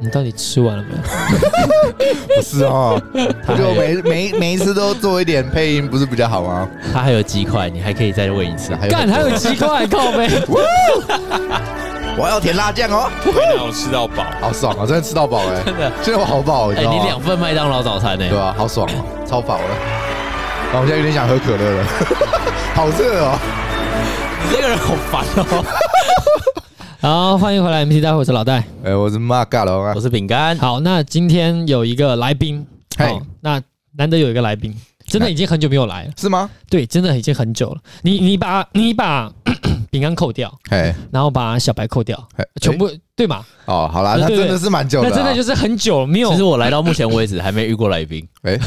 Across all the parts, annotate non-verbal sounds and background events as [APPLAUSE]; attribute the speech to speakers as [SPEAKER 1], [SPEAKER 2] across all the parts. [SPEAKER 1] 你到底吃完了没
[SPEAKER 2] [LAUGHS]
[SPEAKER 1] 有？
[SPEAKER 3] 不是哦，
[SPEAKER 1] [LAUGHS] 他还
[SPEAKER 3] 就
[SPEAKER 1] 有
[SPEAKER 3] 每每每一次都做一点配音，不是比较好吗？
[SPEAKER 2] 它还有鸡块，你还可以再问一次，还有
[SPEAKER 1] 干，还有鸡块，靠背。
[SPEAKER 2] [LAUGHS]
[SPEAKER 3] 我要甜辣酱哦，
[SPEAKER 4] 会让我吃到饱。
[SPEAKER 3] 好爽啊！真的吃到饱哎，
[SPEAKER 2] [LAUGHS] 真的
[SPEAKER 3] 现在我好饱，你
[SPEAKER 2] 哎、
[SPEAKER 3] 知道吗
[SPEAKER 2] 你两份麦当劳早餐呢、欸
[SPEAKER 3] 对啊，好爽哦，超饱了。然后我现在有点想喝可乐了， [LAUGHS] 好热哦。
[SPEAKER 2] 你这个人好烦哦。
[SPEAKER 1] 好，欢迎回来 MC 大会，我是老戴。
[SPEAKER 3] 哎，我是骂尬龙啊
[SPEAKER 2] 我，是饼干，
[SPEAKER 1] 好，那今天有一个来宾，
[SPEAKER 3] 嗨
[SPEAKER 1] 好，那难得有一个来宾，真的已经很久没有来了，
[SPEAKER 3] 是吗？
[SPEAKER 1] 对，真的已经很久了。你你把你把 [COUGHS] 饼干扣掉，
[SPEAKER 3] 哎，
[SPEAKER 1] 然后把小白扣掉，
[SPEAKER 3] 哎
[SPEAKER 1] 全部对嘛？
[SPEAKER 3] 哦，好啦，
[SPEAKER 1] 对
[SPEAKER 3] 那
[SPEAKER 1] 对
[SPEAKER 3] 真的是蛮久的
[SPEAKER 1] 那
[SPEAKER 3] 啊，
[SPEAKER 1] 真的就是很久没有
[SPEAKER 2] 其实，我来到目前为止还没遇过来宾。
[SPEAKER 3] 哎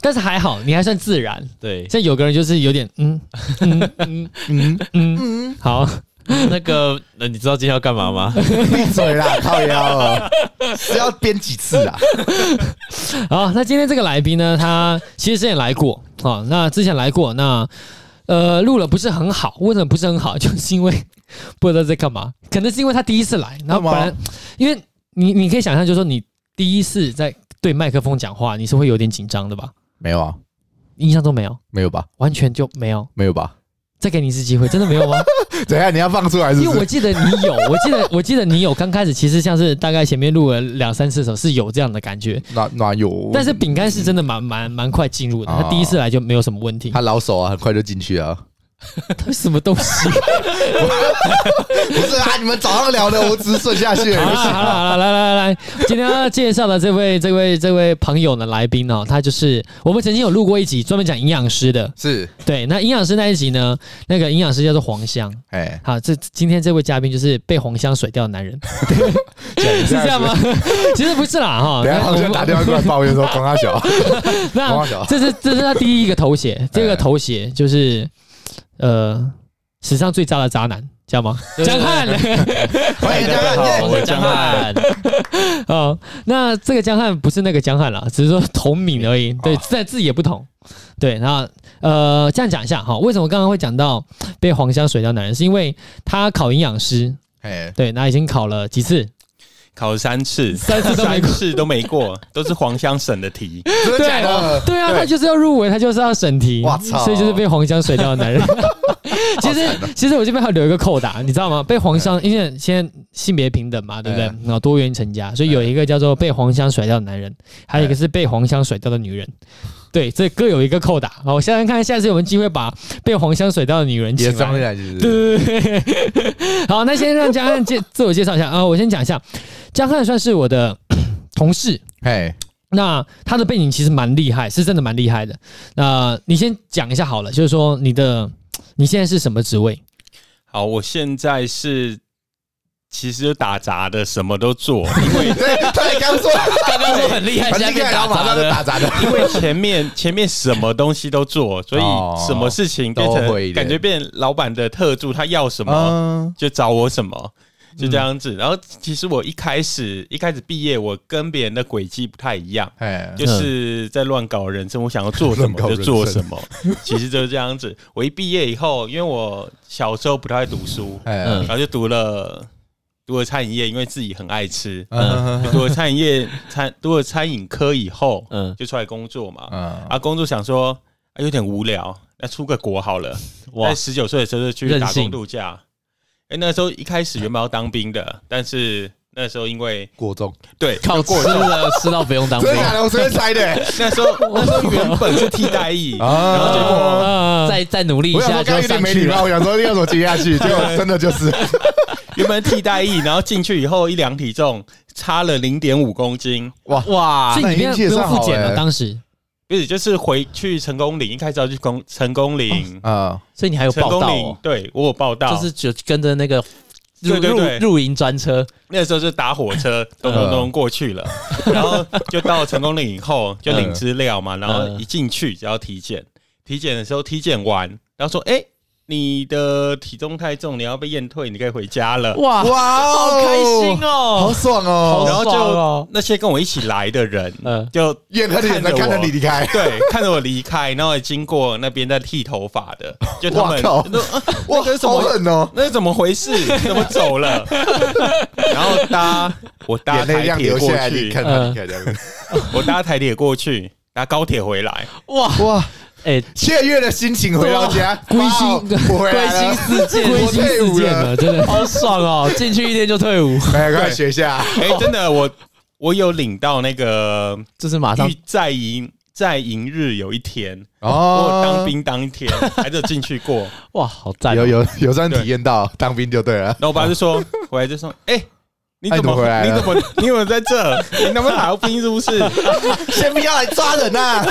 [SPEAKER 1] 但是还好，你还算自然。
[SPEAKER 2] [LAUGHS] 对，
[SPEAKER 1] 像有个人就是有点嗯嗯嗯
[SPEAKER 3] 嗯，
[SPEAKER 1] 嗯，好，
[SPEAKER 2] 那个，呃你知道今天要干
[SPEAKER 3] [LAUGHS]
[SPEAKER 2] 嘛吗？
[SPEAKER 3] 闭
[SPEAKER 1] [LAUGHS]
[SPEAKER 3] 嘴啦，靠腰哦，是要编几次啊？
[SPEAKER 1] 好，那今天这个来宾呢，他其实之前来过啊、那之前来过，那呃录了不是很好，为什么不是很好？就是因为不知道在干嘛，可能是因为他第一次来，然后本来
[SPEAKER 3] 干
[SPEAKER 1] 因为你你可以想象，就是说你第一次在对麦克风讲话，你是会有点紧张的吧？
[SPEAKER 3] 没有啊，
[SPEAKER 1] 印象中没有，
[SPEAKER 3] 没有吧，
[SPEAKER 1] 完全就没有。
[SPEAKER 3] 没
[SPEAKER 1] [LAUGHS]
[SPEAKER 3] 有吧？
[SPEAKER 1] 再给你一次机会，真的没有吗？
[SPEAKER 3] 等一下你要放出来是
[SPEAKER 1] 因
[SPEAKER 3] 不
[SPEAKER 1] 为我
[SPEAKER 3] 是？
[SPEAKER 1] 记得你有，我记得我记得你有，刚开始其实像是大概前面录了两三次的时候是有这样的感觉，
[SPEAKER 3] 哪哪有？
[SPEAKER 1] 但是饼干是真的蛮蛮蛮快进入的，他第一次来就没有什么问题。
[SPEAKER 3] 他老手啊，很快就进去啊。
[SPEAKER 1] 什么东
[SPEAKER 2] [LAUGHS]
[SPEAKER 1] 西？
[SPEAKER 3] 不是啊，你们早上聊的，我只是顺下去
[SPEAKER 1] 好
[SPEAKER 3] 而
[SPEAKER 1] 了
[SPEAKER 3] 已。
[SPEAKER 1] 好了好了，来来来来，今天要介绍的这位这位这位朋友呢，来宾哦，他就是我们曾经有录过一集专门讲营养师的，
[SPEAKER 3] 是，
[SPEAKER 1] 对，那营养师那一集呢，那个营养师叫做黄香。
[SPEAKER 3] 哎，
[SPEAKER 1] 好，这今天这位嘉宾就是被黄香甩掉的
[SPEAKER 2] [LAUGHS]
[SPEAKER 1] 男人，是这样吗？其实不是啦，哈。
[SPEAKER 3] 等一下好像打电话过来抱怨说光大小，
[SPEAKER 1] 那
[SPEAKER 3] 黄晓
[SPEAKER 1] 这是这是他第一个头衔，这个头衔就是呃史上最渣的渣男，知道吗？
[SPEAKER 2] 对
[SPEAKER 1] 江汉，
[SPEAKER 3] 欢迎大家
[SPEAKER 2] 大家好，
[SPEAKER 3] 看。
[SPEAKER 2] 我是江汉。
[SPEAKER 1] 哦，那这个江汉不是那个江汉啦，只是说同名而已。对
[SPEAKER 3] 哦，
[SPEAKER 1] 但字也不同。对，然后呃，这样讲一下哈，为什么刚刚会讲到被黄香水掉男人，是因为他考营养师，
[SPEAKER 3] 哎，
[SPEAKER 1] 对，那已经考了几次，
[SPEAKER 4] 考了
[SPEAKER 3] [LAUGHS]
[SPEAKER 4] 三次，
[SPEAKER 1] 三次都没过
[SPEAKER 4] 三次都没过，都是黄香省的题。
[SPEAKER 3] 真的
[SPEAKER 1] 对
[SPEAKER 3] 假的？
[SPEAKER 1] 对啊，他就是要入围，他就是要审题，
[SPEAKER 3] 哇操啊
[SPEAKER 1] 所以就是被黄香水掉的
[SPEAKER 3] [LAUGHS]
[SPEAKER 1] 男人。 [LAUGHS] 其实其实我这边还留一个扣打，你知道吗？被黄香，因为现在性别平等嘛，对不对
[SPEAKER 3] 嗯？
[SPEAKER 1] 然后多元成家，所以有一个叫做被黄香甩掉的男人，还有一个是被黄香甩掉的女人。对，这各有一个扣打。好，我想想看，下次有没有机会把被黄香甩掉的女人请
[SPEAKER 3] 也
[SPEAKER 1] 来
[SPEAKER 3] 张进来就是。
[SPEAKER 1] 对对对对对，好，那先让江汉介自我介绍一下啊、我先讲一下，江汉算是我的 [COUGHS] 同事，
[SPEAKER 3] 哎，
[SPEAKER 1] 那他的背景其实蛮厉害，是真的蛮厉害的。那你先讲一下好了，就是说你的你现在是什么职位？
[SPEAKER 4] 好，我现在是其实就打杂的，什么
[SPEAKER 3] [LAUGHS]
[SPEAKER 4] 都做，因为
[SPEAKER 3] 对，他也刚说，
[SPEAKER 2] 刚刚说很厉害，
[SPEAKER 3] 反
[SPEAKER 2] 现
[SPEAKER 3] 正
[SPEAKER 2] 在变
[SPEAKER 3] 看到
[SPEAKER 2] 打
[SPEAKER 3] 马
[SPEAKER 2] 杂
[SPEAKER 3] 上就
[SPEAKER 2] 的。
[SPEAKER 3] 打杂的。
[SPEAKER 4] 因为前面前面什么东西都做，所以
[SPEAKER 3] 哦
[SPEAKER 4] 什么事情变
[SPEAKER 3] 都会一点
[SPEAKER 4] 成感觉变老板的特助，他要什么
[SPEAKER 3] 嗯，
[SPEAKER 4] 就找我什么。就这样子，然后其实我一开始一开始毕业，我跟别人的轨迹不太一样，
[SPEAKER 3] 哎，
[SPEAKER 4] 就是在乱搞人生，我想要做什么
[SPEAKER 3] 乱搞人
[SPEAKER 4] 就
[SPEAKER 3] 生
[SPEAKER 4] 做什么，其实就是这样子。我一毕业以后，因为我小时候不太会读书，
[SPEAKER 3] 哎
[SPEAKER 2] 嗯，
[SPEAKER 4] 然后就读了读了餐饮业，因为自己很爱吃，
[SPEAKER 3] 嗯
[SPEAKER 4] 就读了餐饮业餐读了餐饮科以后，
[SPEAKER 2] [LAUGHS] 嗯，
[SPEAKER 4] 就出来工作嘛。
[SPEAKER 3] 嗯，
[SPEAKER 4] 啊，工作想说啊有点无聊，那出个国好了。
[SPEAKER 2] 哇
[SPEAKER 4] 在，十九岁的时候就去
[SPEAKER 2] 任
[SPEAKER 4] 打
[SPEAKER 2] 性
[SPEAKER 4] 工度假。哎、那时候一开始原本要当兵的，但是那时候因为
[SPEAKER 3] 过重，
[SPEAKER 4] 对
[SPEAKER 2] 靠吃了吃到不用当兵
[SPEAKER 3] 真的，假的？我随便猜的。
[SPEAKER 4] 那时候那时候原本是替代役，
[SPEAKER 3] 啊
[SPEAKER 4] 然后结
[SPEAKER 2] 嗯
[SPEAKER 4] 果
[SPEAKER 1] 啊，
[SPEAKER 2] 再再努力一
[SPEAKER 3] 我想
[SPEAKER 2] 下
[SPEAKER 3] 说
[SPEAKER 2] 就
[SPEAKER 3] 刚刚有点
[SPEAKER 2] 上
[SPEAKER 3] 没
[SPEAKER 2] 去
[SPEAKER 3] 礼
[SPEAKER 2] 了
[SPEAKER 3] 貌，。我想说要怎么接下去，结果真的就是
[SPEAKER 4] 原本替代役，然后进去以后一量体重差了零点五公斤，
[SPEAKER 3] 哇
[SPEAKER 2] 哇
[SPEAKER 1] 所以你
[SPEAKER 3] 啊那
[SPEAKER 1] 变
[SPEAKER 3] 已经
[SPEAKER 1] 不
[SPEAKER 3] 介
[SPEAKER 1] 用
[SPEAKER 3] 绍好
[SPEAKER 1] 复检了，
[SPEAKER 3] 欸
[SPEAKER 1] 当时
[SPEAKER 4] 不是就是回去成功岭，一开始要去公成功岭，
[SPEAKER 3] 啊，
[SPEAKER 2] 所以你还有
[SPEAKER 4] 成
[SPEAKER 2] 报
[SPEAKER 4] 功
[SPEAKER 2] 道
[SPEAKER 4] 岭
[SPEAKER 2] 哦，
[SPEAKER 4] 对我有报道，
[SPEAKER 2] 就是就跟着那个入
[SPEAKER 4] 对对
[SPEAKER 2] 入
[SPEAKER 4] 对
[SPEAKER 2] 入营专车，
[SPEAKER 4] 那时候就搭火车
[SPEAKER 2] 嗯
[SPEAKER 4] 咚咚咚过
[SPEAKER 2] [LAUGHS]
[SPEAKER 4] 去了，然后就到成功岭以后就
[SPEAKER 2] 嗯
[SPEAKER 4] 领资料嘛，然后一进去就要体检，体检的时候体检完，然后说哎、你的体重太重，你要被验退，你可以回家了。
[SPEAKER 2] 哇
[SPEAKER 3] 哇哦
[SPEAKER 2] 好开心
[SPEAKER 3] 好
[SPEAKER 2] 哦！
[SPEAKER 3] 爽哦！
[SPEAKER 4] 然后
[SPEAKER 2] 爽哦 [LAUGHS]
[SPEAKER 4] 就那些跟我一起来的人，
[SPEAKER 2] 嗯
[SPEAKER 4] 就
[SPEAKER 3] 眼看着眼看着你离开，
[SPEAKER 4] 对， [LAUGHS] 看着我离开，然后也经过那边在剃头发的，就他
[SPEAKER 3] 哇
[SPEAKER 4] 们
[SPEAKER 3] 靠，
[SPEAKER 4] 那啊
[SPEAKER 3] 哇
[SPEAKER 4] 那个是，什
[SPEAKER 3] 好
[SPEAKER 4] 么？
[SPEAKER 3] 狠哦！
[SPEAKER 4] 那是怎么回事？怎么走了？ [LAUGHS] 然后搭我搭
[SPEAKER 3] 眼泪这
[SPEAKER 4] 台
[SPEAKER 3] 样
[SPEAKER 4] 铁
[SPEAKER 3] 流下
[SPEAKER 4] 过
[SPEAKER 3] 来，你
[SPEAKER 4] 去，
[SPEAKER 3] 看他，你看这样子，
[SPEAKER 4] 我搭台铁过去，搭高铁回来。
[SPEAKER 2] 哇，
[SPEAKER 3] 哇，
[SPEAKER 2] 哎，
[SPEAKER 3] 雀跃的心情回到家，
[SPEAKER 1] 归
[SPEAKER 3] 哇
[SPEAKER 1] 心
[SPEAKER 3] 哦我回
[SPEAKER 2] 归
[SPEAKER 3] 来
[SPEAKER 2] 心
[SPEAKER 3] 了，
[SPEAKER 2] 似箭，
[SPEAKER 1] 归
[SPEAKER 3] 我
[SPEAKER 1] 心
[SPEAKER 3] 退
[SPEAKER 1] 似
[SPEAKER 3] 伍
[SPEAKER 1] 箭
[SPEAKER 3] 了，
[SPEAKER 1] 了，真的。
[SPEAKER 2] 好爽哦！进去一天就退伍，
[SPEAKER 3] 来快学一下，
[SPEAKER 4] 哎、真的，我我有领到那个
[SPEAKER 2] 就是马上
[SPEAKER 4] 预在营在营日有一天，
[SPEAKER 3] 哦
[SPEAKER 4] 我当兵当天还是有进去过。
[SPEAKER 2] 哇，好赞
[SPEAKER 3] 有
[SPEAKER 2] 哦！
[SPEAKER 3] 有有算体
[SPEAKER 4] 对
[SPEAKER 3] 验到当兵就对了，
[SPEAKER 4] 然后我爸就说，回来就说，哎、你
[SPEAKER 3] 哎
[SPEAKER 4] 怎
[SPEAKER 3] 你
[SPEAKER 4] 么
[SPEAKER 3] 回来
[SPEAKER 4] 你
[SPEAKER 3] 了
[SPEAKER 4] 怎么你怎么在这？你他妈逃兵是不是？
[SPEAKER 3] [LAUGHS] 先不要来抓人 [LAUGHS] 呐。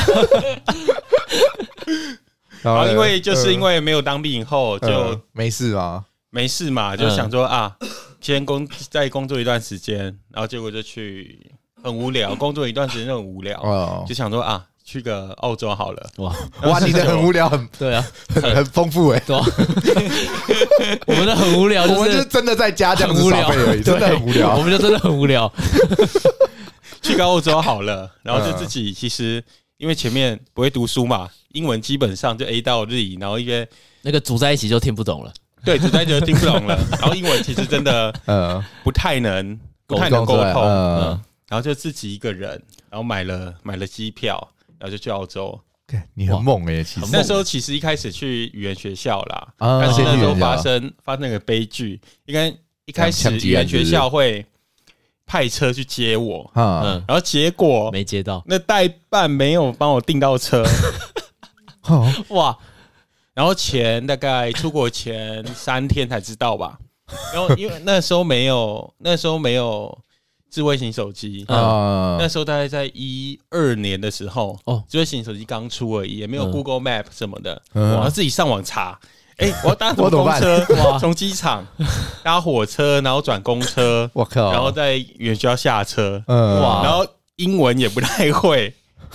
[SPEAKER 3] 然
[SPEAKER 4] 然
[SPEAKER 3] 呃
[SPEAKER 4] 后因为就是因
[SPEAKER 3] 为
[SPEAKER 4] 为没有当兵以后就
[SPEAKER 3] 没事啊，
[SPEAKER 4] 没事嘛，就想说啊，先工再工作一段时间，然后结果就去很无聊，工作一段时间就很无聊，
[SPEAKER 3] 哦，
[SPEAKER 4] 就想说啊，去个澳洲好了。
[SPEAKER 2] 哇，
[SPEAKER 3] 哇，你的很无聊，很
[SPEAKER 2] 对啊，
[SPEAKER 3] 很很丰富哎。
[SPEAKER 2] 对啊，我们的很无聊，
[SPEAKER 3] 我们
[SPEAKER 2] 啊就
[SPEAKER 3] 就是真的在家这样
[SPEAKER 2] 很
[SPEAKER 3] 子
[SPEAKER 2] 无
[SPEAKER 3] 耍
[SPEAKER 2] 聊
[SPEAKER 3] 废而
[SPEAKER 2] [LAUGHS]
[SPEAKER 3] 已，，真的
[SPEAKER 2] 对
[SPEAKER 3] 很无聊
[SPEAKER 2] 我。们就真的很无聊。
[SPEAKER 4] 去个欧洲好了，然后就
[SPEAKER 3] 嗯
[SPEAKER 4] 自己其实因为前面不会读书嘛，英文基本上就 A 到日语，然后一些
[SPEAKER 2] 那个组在一起就听不懂了，
[SPEAKER 4] 对主在就听不懂了，然后英文其实真的
[SPEAKER 3] 嗯，
[SPEAKER 4] 不太能不太能沟
[SPEAKER 3] 对
[SPEAKER 4] 通，
[SPEAKER 3] 嗯，
[SPEAKER 4] 然后就自己一个人，然后买了买了机票，然后就去澳洲。
[SPEAKER 3] 干你很猛哎，其
[SPEAKER 4] 那
[SPEAKER 3] 实
[SPEAKER 4] 时候其实一开始去语言学校啦，
[SPEAKER 3] 啊
[SPEAKER 4] 但是
[SPEAKER 3] 先去
[SPEAKER 4] 那时候
[SPEAKER 3] 语言学校
[SPEAKER 4] 发生发生了个悲剧，应该一开始
[SPEAKER 3] 枪击
[SPEAKER 4] 语言
[SPEAKER 3] 案是
[SPEAKER 4] 学
[SPEAKER 3] 不是
[SPEAKER 4] 校会派车去接我，
[SPEAKER 3] 啊，
[SPEAKER 2] 嗯，
[SPEAKER 4] 然后结果
[SPEAKER 2] 没接到，
[SPEAKER 4] 那代办没有帮我订到车， [LAUGHS]
[SPEAKER 3] 哦
[SPEAKER 2] 哇，
[SPEAKER 4] 然后前大概出国前三天才知道吧。然后因为那时候没有，那时候没有智慧型手机，
[SPEAKER 2] 嗯
[SPEAKER 3] 啊
[SPEAKER 4] 那时候大概在一二年的时候，
[SPEAKER 2] 哦
[SPEAKER 4] 哦，智慧型手机刚出而已，也没有
[SPEAKER 2] 嗯
[SPEAKER 4] Google Map 什么的，
[SPEAKER 3] 嗯
[SPEAKER 4] 我要自己上网查。哎、
[SPEAKER 3] [LAUGHS]
[SPEAKER 4] 我要搭什么
[SPEAKER 3] 我怎么
[SPEAKER 4] 公
[SPEAKER 3] 办
[SPEAKER 4] 车？
[SPEAKER 2] 哇
[SPEAKER 4] 从机场搭火车，然后转公车，
[SPEAKER 3] 我靠，
[SPEAKER 4] 然后在远学校下车，
[SPEAKER 3] 哦嗯
[SPEAKER 2] 哇
[SPEAKER 4] 然后英文也不太会，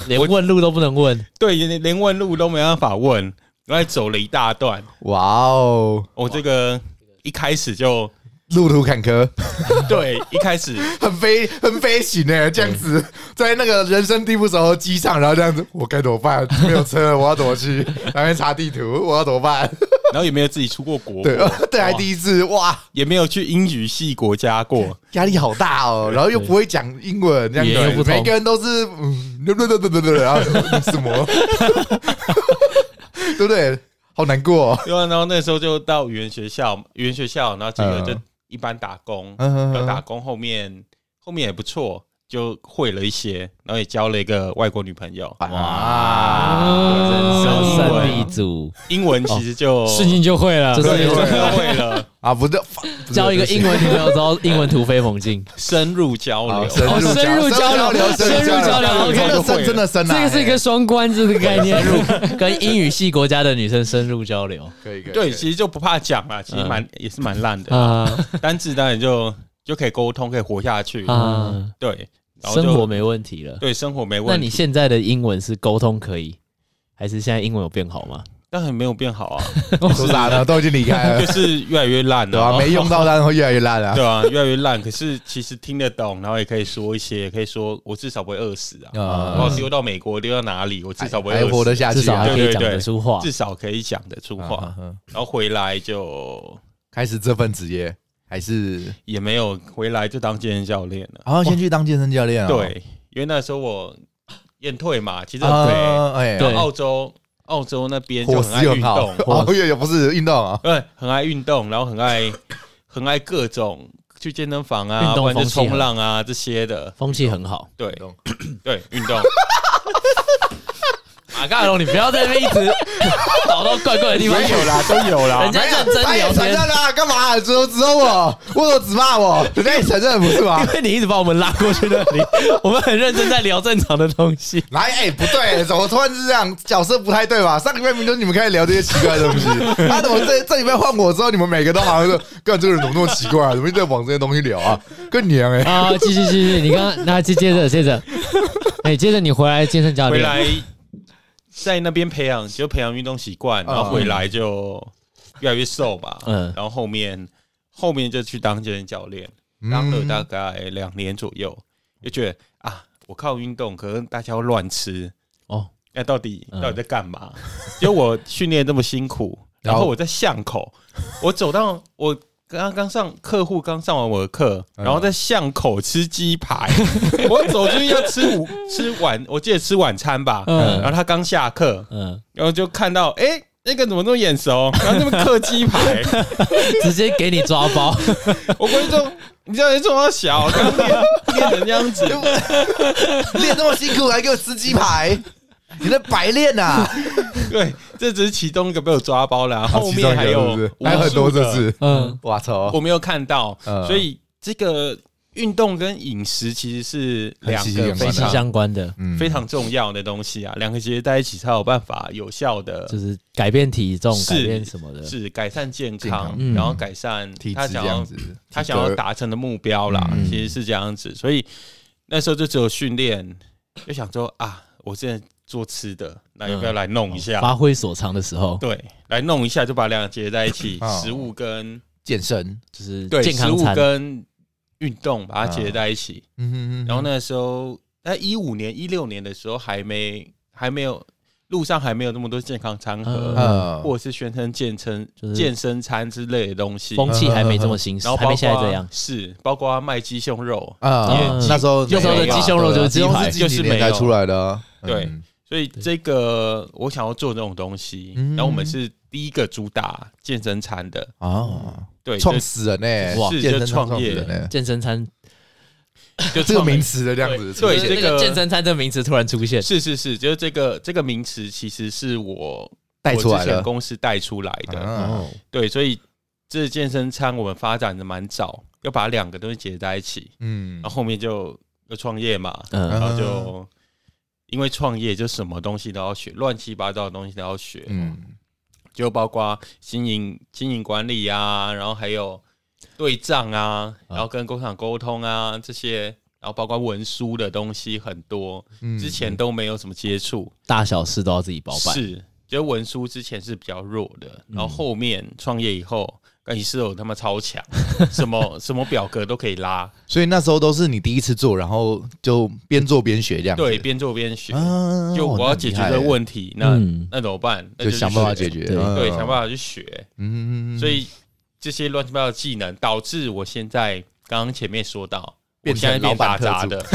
[SPEAKER 2] 连问路都不能问，
[SPEAKER 4] 对，连连问路都没办法问，然后走了一大段，
[SPEAKER 3] 哇哦，
[SPEAKER 4] 我这个一开始
[SPEAKER 3] [LAUGHS]
[SPEAKER 4] 就
[SPEAKER 3] 路途坎坷， [LAUGHS]
[SPEAKER 4] 对，一开始
[SPEAKER 3] 很飞很飞行哎，这样子在那个人生地不熟的机场，然后这样子，我该怎么办？没有车了，我要怎么去？ [LAUGHS] 那边查地图，我要怎么办？
[SPEAKER 4] 然后也没有自己出过国，
[SPEAKER 3] 对，哦 [LAUGHS] 对，还第一次哇，
[SPEAKER 4] 也没有去英语系国家过，
[SPEAKER 3] 压力好大哦，然后又不会讲英文，这
[SPEAKER 2] 语言
[SPEAKER 3] 样
[SPEAKER 2] 又不
[SPEAKER 3] 子，
[SPEAKER 2] 通
[SPEAKER 3] 每个人都是嗯，对对对对对对，然后嗯什么， [LAUGHS] 对不对？好难过
[SPEAKER 4] [LAUGHS]
[SPEAKER 3] 哦，
[SPEAKER 4] 对啊，然后那时候就到语言学校，语言学校，然后这个就一般打工，
[SPEAKER 3] 嗯
[SPEAKER 4] 要打工后面后面也不错，就会了一些，然后也交了一个外国女朋友， [LAUGHS]
[SPEAKER 3] 哇，
[SPEAKER 2] 人生
[SPEAKER 4] 英
[SPEAKER 2] 胜
[SPEAKER 4] 文
[SPEAKER 2] 利组，
[SPEAKER 4] 英文其实就
[SPEAKER 1] 瞬间就会了
[SPEAKER 2] 就。
[SPEAKER 4] 对
[SPEAKER 2] 是
[SPEAKER 4] 就会了，
[SPEAKER 3] 啊，不对，不对
[SPEAKER 2] 交一个英文女朋友之后，英文突飞猛进，
[SPEAKER 4] 深入交
[SPEAKER 3] 好
[SPEAKER 4] 流，
[SPEAKER 3] 深入
[SPEAKER 1] 哦深入交流
[SPEAKER 3] 深
[SPEAKER 1] 深
[SPEAKER 3] 入
[SPEAKER 1] 入交流
[SPEAKER 3] 真
[SPEAKER 1] OK
[SPEAKER 3] 的深真的深啊，
[SPEAKER 1] 这个是一个双关字的概念，
[SPEAKER 2] [LAUGHS] 跟英语系国家的女生深入交流，
[SPEAKER 3] 可以可以，
[SPEAKER 4] 对，
[SPEAKER 3] 可以
[SPEAKER 4] 其实就不怕讲啦，其实蛮也是蛮烂的，
[SPEAKER 1] 啊
[SPEAKER 4] 单字当然就就可以沟通，可以活下去，
[SPEAKER 1] 啊，
[SPEAKER 2] 嗯，
[SPEAKER 4] 对，然后就
[SPEAKER 2] 生活没问题了。
[SPEAKER 4] 对生活没
[SPEAKER 2] 那
[SPEAKER 4] 问
[SPEAKER 2] 你
[SPEAKER 4] 题，
[SPEAKER 2] 现在的英文是沟通可以，还是现在英文有变好吗？
[SPEAKER 4] 但很没有变好啊，
[SPEAKER 1] 哦
[SPEAKER 3] 说啥呢？都已经离开
[SPEAKER 1] [LAUGHS]
[SPEAKER 3] 了
[SPEAKER 4] 就，是越来越烂
[SPEAKER 3] 对吧、
[SPEAKER 4] 啊， [LAUGHS]
[SPEAKER 3] 没用到，当然会越来越烂啊。
[SPEAKER 4] 对啊，越来越烂。可是其实听得懂，然后也可以说一些，也可以说我至少不会饿死啊。
[SPEAKER 3] 啊
[SPEAKER 4] 然后丢到美国，丢到哪里，我至少不会
[SPEAKER 3] 还
[SPEAKER 4] 饿
[SPEAKER 3] 活得
[SPEAKER 4] 死，
[SPEAKER 3] 下
[SPEAKER 2] 至
[SPEAKER 3] 去
[SPEAKER 2] 少
[SPEAKER 3] 啊
[SPEAKER 2] 还。可以
[SPEAKER 4] 对对
[SPEAKER 2] 讲得
[SPEAKER 4] 对
[SPEAKER 2] 出话。
[SPEAKER 4] 至少可以讲得出话
[SPEAKER 3] 嗯。嗯嗯
[SPEAKER 4] 然后回来就
[SPEAKER 3] 开始这份职业，还是
[SPEAKER 4] 也没有回来，就当健身教练了。
[SPEAKER 3] 然后、先去当健身教练啊、哦？
[SPEAKER 4] 对，因为那时候我验退嘛，其实很肥。
[SPEAKER 3] 啊，哎、
[SPEAKER 2] 对
[SPEAKER 4] 澳洲，澳洲那边就
[SPEAKER 3] 伙
[SPEAKER 4] 很
[SPEAKER 3] 食
[SPEAKER 4] 爱
[SPEAKER 3] 又
[SPEAKER 4] 运
[SPEAKER 3] 很好
[SPEAKER 4] 动，，
[SPEAKER 3] 哦，也也不是运动 [LAUGHS] 啊，
[SPEAKER 4] 对，很爱运动，然后很爱很爱各种去健身房啊，
[SPEAKER 2] 运动
[SPEAKER 4] 或者
[SPEAKER 2] 风
[SPEAKER 4] 是
[SPEAKER 2] 气
[SPEAKER 4] 冲
[SPEAKER 2] 很
[SPEAKER 4] 浪啊这些的。
[SPEAKER 2] 风气很好。
[SPEAKER 4] 对
[SPEAKER 3] 动
[SPEAKER 4] 对，运动。
[SPEAKER 2] 马卡龙，你不要在那边一直 [LAUGHS] 找到怪怪的地方去。
[SPEAKER 3] 啦，都有啦
[SPEAKER 2] 人家认真
[SPEAKER 3] 哎他也
[SPEAKER 2] 聊
[SPEAKER 3] 承
[SPEAKER 2] 天
[SPEAKER 3] 认啦，干嘛啊只有只有我，我有只骂我，人家也承认不是吗
[SPEAKER 2] [LAUGHS] 因？为你一直把我们拉过去那里，我们很认真在聊正常的东西。
[SPEAKER 3] 来，哎、不对，怎么突然是这样？角色不太对吧？上礼拜明明就是你们开始聊这些奇怪的东西，他、怎么这这礼拜换我之后，你们每个都好像是，干这个人怎么那么奇怪、啊，怎么一直在往这些东西聊啊？更娘哎、
[SPEAKER 1] 好，啊继续继续，你刚刚那接接着接着，哎，接着你回来健身教
[SPEAKER 4] 回
[SPEAKER 1] 练，
[SPEAKER 4] 来在那边培养就培养运动习惯，然后回来就越来越瘦吧，
[SPEAKER 2] 嗯
[SPEAKER 4] 嗯，然后后面后面就去当健身教练，当
[SPEAKER 3] 嗯
[SPEAKER 4] 了大概两年左右，就觉得啊，我靠运动，可能大家会乱吃
[SPEAKER 2] 哦
[SPEAKER 4] 哦。那到底
[SPEAKER 2] 嗯
[SPEAKER 4] 到底在干嘛？ [LAUGHS] 就我训练这么辛苦，然后我在巷口，我走到我刚刚上客户刚上完我的课，然后在巷口吃鸡排， [LAUGHS] 我走出去要吃午吃晚，我记得吃晚餐吧，
[SPEAKER 1] 嗯
[SPEAKER 4] 然后他刚下课，
[SPEAKER 2] 嗯，
[SPEAKER 4] 然后就看到哎。诶那个怎么那么眼熟？然后那么客鸡排，
[SPEAKER 2] 直接给你抓包，
[SPEAKER 4] 我观众，你知道人说我小，刚练练成这样子，
[SPEAKER 3] 嗯练那么辛苦还给我吃鸡排，你在白练啊呐？
[SPEAKER 4] [LAUGHS] 对，这只是其中一个被我抓包
[SPEAKER 3] 啊
[SPEAKER 4] 了，后面还有
[SPEAKER 3] 是
[SPEAKER 4] 无数
[SPEAKER 3] 还有很多这
[SPEAKER 4] 的
[SPEAKER 3] 次，
[SPEAKER 1] 嗯，
[SPEAKER 3] 哇操！
[SPEAKER 4] 我没有看到，
[SPEAKER 3] 嗯
[SPEAKER 4] 所以这个运动跟饮食其实是两
[SPEAKER 3] 很息息
[SPEAKER 4] 个
[SPEAKER 3] 相
[SPEAKER 4] 非
[SPEAKER 3] 关
[SPEAKER 2] 息
[SPEAKER 4] 常
[SPEAKER 2] 相关的，
[SPEAKER 3] 嗯
[SPEAKER 4] 非常重要的东西啊，两个结合在一起才有办法有效的
[SPEAKER 2] 就是改变体重、
[SPEAKER 4] 是
[SPEAKER 2] 改变什么的，
[SPEAKER 4] 是改善健
[SPEAKER 3] 健
[SPEAKER 4] 康
[SPEAKER 3] 康，
[SPEAKER 2] 嗯
[SPEAKER 4] 然后改善
[SPEAKER 3] 体
[SPEAKER 4] 他
[SPEAKER 3] 质
[SPEAKER 4] 想
[SPEAKER 3] 这
[SPEAKER 4] 要
[SPEAKER 3] 样子，
[SPEAKER 4] 他
[SPEAKER 3] 体
[SPEAKER 4] 想要
[SPEAKER 3] 格
[SPEAKER 4] 达成的目标啦，
[SPEAKER 3] 嗯
[SPEAKER 4] 其实是这样子，所以那时候就只有训练，就想说啊，我现在做吃的，那要不要来弄一下？
[SPEAKER 2] 发挥所长的时候，
[SPEAKER 4] 对，来弄一下就把两个结合在一起，
[SPEAKER 3] 哦
[SPEAKER 4] 食物跟
[SPEAKER 3] 健身，
[SPEAKER 2] 就是
[SPEAKER 4] 对
[SPEAKER 2] 啊健
[SPEAKER 4] 食
[SPEAKER 2] 康
[SPEAKER 4] 物
[SPEAKER 2] 餐，啊
[SPEAKER 4] 跟运动把它结合在一起。
[SPEAKER 3] 嗯
[SPEAKER 4] 然后？那时候在一五年、一六年的时候，还没还没有路上还没有那么多健康餐盒，
[SPEAKER 2] 嗯
[SPEAKER 3] 呃，
[SPEAKER 4] 或者是宣称健身、
[SPEAKER 2] 就是
[SPEAKER 4] 健身餐之类的东西。
[SPEAKER 2] 风气还没这么兴
[SPEAKER 4] 然
[SPEAKER 2] 盛，
[SPEAKER 4] 后
[SPEAKER 2] 还
[SPEAKER 4] 包
[SPEAKER 2] 没
[SPEAKER 4] 括
[SPEAKER 2] 现在这样，
[SPEAKER 4] 是包括卖鸡胸肉，
[SPEAKER 3] 啊
[SPEAKER 2] 也，
[SPEAKER 3] 那时候
[SPEAKER 2] 那时候的鸡胸肉就是鸡排
[SPEAKER 3] 就
[SPEAKER 4] 啊就是
[SPEAKER 3] 是
[SPEAKER 4] 没有
[SPEAKER 3] 年代出来的啊，
[SPEAKER 4] 对
[SPEAKER 3] 嗯
[SPEAKER 4] 所以这个我想要做这种东西。
[SPEAKER 3] 嗯
[SPEAKER 4] 然后我们是第一个主打健身餐的，
[SPEAKER 3] 啊，
[SPEAKER 4] 对，
[SPEAKER 3] 创
[SPEAKER 4] 就
[SPEAKER 3] 始人呢，
[SPEAKER 4] 哇
[SPEAKER 3] 健
[SPEAKER 4] 是
[SPEAKER 3] 身
[SPEAKER 4] 就
[SPEAKER 3] 创
[SPEAKER 4] 创业
[SPEAKER 3] 始人呢，
[SPEAKER 2] 健身餐，
[SPEAKER 3] [LAUGHS] 这
[SPEAKER 4] 就
[SPEAKER 3] 个
[SPEAKER 4] 创了
[SPEAKER 3] 名词的样子出
[SPEAKER 4] 对
[SPEAKER 3] 现，
[SPEAKER 4] 这
[SPEAKER 2] 那
[SPEAKER 4] 个
[SPEAKER 2] 健身餐这个名词突然出现，
[SPEAKER 4] [LAUGHS] 是是是，就是这个这个名词其实是我
[SPEAKER 3] 带出
[SPEAKER 4] 我
[SPEAKER 3] 来
[SPEAKER 4] 之前
[SPEAKER 3] 了，
[SPEAKER 4] 公司带出来的。
[SPEAKER 3] 啊
[SPEAKER 4] 对，所以这健身餐我们发展的蛮早，要把两个东西结在一起，
[SPEAKER 3] 嗯啊
[SPEAKER 4] 然后后面就又创业嘛，
[SPEAKER 2] 嗯
[SPEAKER 4] 然后就因为创业就什么东西都要学，乱七八糟的东西都要学，嗯，
[SPEAKER 3] 嗯，
[SPEAKER 4] 就包括经营经营管理啊，然后还有对账啊，然后跟工厂沟通啊这些。然后包括文书的东西很多，
[SPEAKER 3] 嗯
[SPEAKER 4] 之前都没有什么接触，
[SPEAKER 2] 大小事都要自己包办，
[SPEAKER 4] 是，觉得文书之前是比较弱的，
[SPEAKER 3] 嗯
[SPEAKER 4] 然后后面创业以后，干你室友他妈
[SPEAKER 3] [LAUGHS]
[SPEAKER 4] 超强，什么什么表格都可以拉，
[SPEAKER 3] 所以那时候都是你第一次做，然后就边做边学这样子，
[SPEAKER 4] 对，边做边学。
[SPEAKER 3] 啊，
[SPEAKER 4] 就我要解决这个问题，那
[SPEAKER 2] 嗯，
[SPEAKER 4] 那怎么办？那
[SPEAKER 3] 就
[SPEAKER 4] 去
[SPEAKER 3] 想办法
[SPEAKER 4] 学
[SPEAKER 3] 解决，啊嗯
[SPEAKER 2] 对
[SPEAKER 4] 对，想
[SPEAKER 3] 法，
[SPEAKER 4] 办法去学。
[SPEAKER 3] 嗯
[SPEAKER 4] 所以这些乱七八糟的技能，导致我现在刚刚前面说到，我
[SPEAKER 3] 变
[SPEAKER 4] 现在
[SPEAKER 3] 成老
[SPEAKER 4] 变打
[SPEAKER 3] 板
[SPEAKER 4] 杂
[SPEAKER 3] 特
[SPEAKER 4] 的，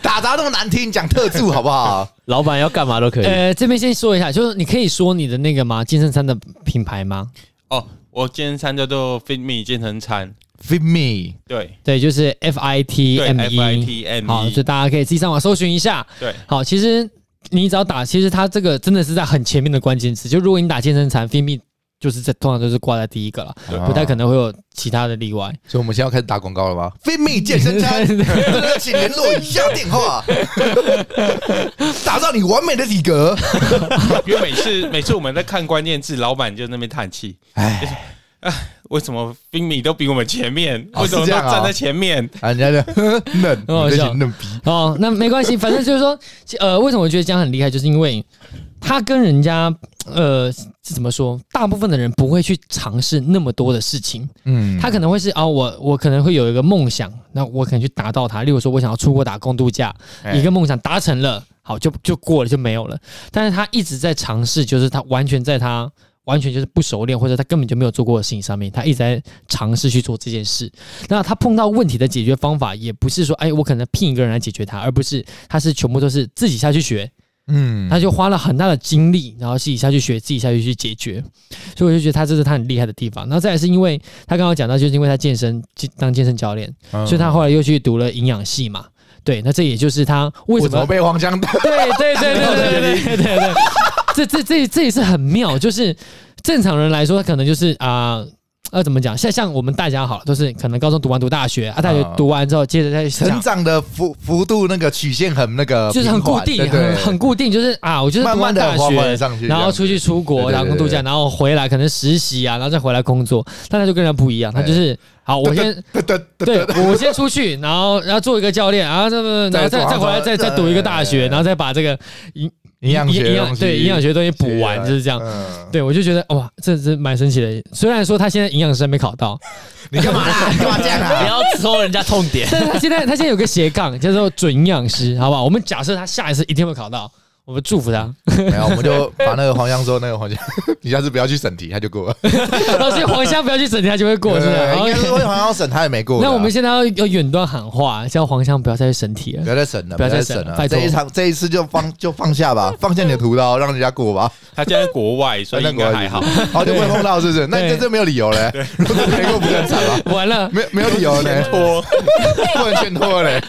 [SPEAKER 3] 打杂那么难听，讲特助好不 [LAUGHS] 好？
[SPEAKER 2] 老板要干嘛都可以，
[SPEAKER 1] 呃，这边先说一下，就是你可以说你的那个吗？健身餐的品牌吗？
[SPEAKER 4] [LAUGHS] 哦。我健身餐叫做 Fit Me 健身餐，
[SPEAKER 3] Fit me，
[SPEAKER 4] 对
[SPEAKER 1] 对，就是 F I T
[SPEAKER 4] 对
[SPEAKER 1] M
[SPEAKER 4] ，F I
[SPEAKER 1] E。
[SPEAKER 4] T M
[SPEAKER 1] 好，所以
[SPEAKER 4] E，
[SPEAKER 1] 大家可以自己上网搜寻一下。
[SPEAKER 4] 对，
[SPEAKER 1] 好，其实你只要打，其实它这个真的是在很前面的关键词。就如果你打健身产品密，就是这通常都是挂在第一个了，
[SPEAKER 3] 啊
[SPEAKER 1] 不太可能会有其他的例外。
[SPEAKER 3] 所以我们现在要开始打广告了吗？Fit me 健
[SPEAKER 1] [LAUGHS]
[SPEAKER 3] 身餐，请联络以下电话，打造你完美的体格。
[SPEAKER 4] 因为
[SPEAKER 1] [LAUGHS]
[SPEAKER 4] 每次每次我们在看关键字，老板就在那边叹气，啊
[SPEAKER 3] 哎，
[SPEAKER 4] [LAUGHS] 为什么冰米都比我们前面？
[SPEAKER 3] 哦
[SPEAKER 4] 为什么
[SPEAKER 3] 是这
[SPEAKER 4] 都
[SPEAKER 3] 样啊
[SPEAKER 4] 站在前面？
[SPEAKER 3] 啊，人家就 [LAUGHS] 呵呵嫩，
[SPEAKER 1] 很好
[SPEAKER 3] 你这
[SPEAKER 1] 笑
[SPEAKER 3] 群嫩逼，
[SPEAKER 1] 哦，那没关系，反正就是说，其呃，为什么我觉得江很厉害，就是因为他跟人家，呃，是怎么说？大部分的人不会去尝试那么多的事情，
[SPEAKER 3] 嗯，
[SPEAKER 1] 他可能会是啊、我我可能会有一个梦想，那我可能去达到它。例如说，我想要出国打工度假，
[SPEAKER 3] 哎
[SPEAKER 1] 一个梦想达成了，好就就过了就没有了。但是他一直在尝试，就是他完全在他完全就是不熟练，或者他根本就没有做过的事情上面，他一直在尝试去做这件事。那他碰到问题的解决方法，也不是说哎我可能聘一个人来解决它，而不是他是全部都是自己下去学，
[SPEAKER 3] 嗯，
[SPEAKER 1] 他就花了很大的精力，然后自己下去学，自己下去去解决，所以我就觉得他这是他很厉害的地方。然后再来是因为他刚刚讲到，就是因为他健身健当健身教练，
[SPEAKER 3] 嗯
[SPEAKER 1] 所以他后来又去读了营养系嘛。对，那这也就是他为
[SPEAKER 3] 我
[SPEAKER 1] 什
[SPEAKER 3] 怎
[SPEAKER 1] 么
[SPEAKER 3] 么被黄江
[SPEAKER 1] [LAUGHS]
[SPEAKER 3] 打？
[SPEAKER 1] 对对对对对对对对对，这这这这也是很妙，就是正常人来说，可能就是啊。呃怎么讲？像像我们大家好了，都是可能高中读完读大学啊，大学
[SPEAKER 3] 啊
[SPEAKER 1] 读完之后，接着再想
[SPEAKER 3] 成长的幅幅度那个曲线很那个
[SPEAKER 1] 就
[SPEAKER 3] 平
[SPEAKER 1] 是很
[SPEAKER 3] 缓，
[SPEAKER 1] 固定，
[SPEAKER 3] 对对
[SPEAKER 1] 很很固定，就是啊，我就是
[SPEAKER 3] 慢
[SPEAKER 1] 读
[SPEAKER 3] 慢
[SPEAKER 1] 完
[SPEAKER 3] 地
[SPEAKER 1] 大
[SPEAKER 3] 缓缓地
[SPEAKER 1] 学
[SPEAKER 3] 上去，
[SPEAKER 1] 然后
[SPEAKER 3] 这样
[SPEAKER 1] 出去出国
[SPEAKER 3] 对对
[SPEAKER 1] 打工度
[SPEAKER 3] 对
[SPEAKER 1] 假，
[SPEAKER 3] 对
[SPEAKER 1] 然后回来可能实习啊，然后再回来工作，但他就跟人家不一样，他就是好，我先
[SPEAKER 3] 对对对
[SPEAKER 1] 对我先出去，然后然后做一个教练，然后这么然后
[SPEAKER 3] 再
[SPEAKER 1] 再
[SPEAKER 3] 做
[SPEAKER 1] 再回来再
[SPEAKER 3] 再
[SPEAKER 1] 再读一个大
[SPEAKER 3] 对对
[SPEAKER 1] 学，
[SPEAKER 3] 对
[SPEAKER 1] 然后再把这个营
[SPEAKER 3] 营养学
[SPEAKER 1] 营
[SPEAKER 3] 的
[SPEAKER 1] 养
[SPEAKER 3] 东西
[SPEAKER 1] 对营养学的东西补完就是这样。
[SPEAKER 3] 嗯，
[SPEAKER 1] 对，我就觉得哇，这这蛮神奇的。虽然说他现在营养师还没考
[SPEAKER 3] [LAUGHS]
[SPEAKER 1] 到，
[SPEAKER 3] 你干嘛啦？你干嘛这样
[SPEAKER 2] 不
[SPEAKER 3] 啊？
[SPEAKER 2] 要戳人家痛点。
[SPEAKER 1] 但是他现在他现在有个斜杠叫做准营养师，好不好？我们假设他下一次一定会考到，我们祝福他。
[SPEAKER 3] 没有，我们就把那个黄香说那个黄香，你下次不要去审题，他就过了。
[SPEAKER 1] [LAUGHS] 老师黄虾不要去整，他就会过，是不是
[SPEAKER 3] 嗯对应该是
[SPEAKER 1] 好
[SPEAKER 3] 因为黄香审他也没过的啊。
[SPEAKER 1] 那我们现在要要远端喊话，叫黄香不要再去审题了
[SPEAKER 3] 不。要再审了，
[SPEAKER 1] 不要再
[SPEAKER 3] 再
[SPEAKER 1] 审了拜
[SPEAKER 3] 了。
[SPEAKER 1] 托
[SPEAKER 3] 这一场这一次就放就放下吧，放下你的屠刀，让人家过吧。
[SPEAKER 4] 他现在在国
[SPEAKER 1] [LAUGHS]
[SPEAKER 4] 外，所以应该还好。
[SPEAKER 3] 好久不会碰到，是不是？那你
[SPEAKER 1] 对
[SPEAKER 3] 这这没有理由嘞，如果没过不是很惨吗？
[SPEAKER 1] 完了，
[SPEAKER 3] 没有没有理由嘞，
[SPEAKER 4] 拖
[SPEAKER 3] 不能劝脱嘞。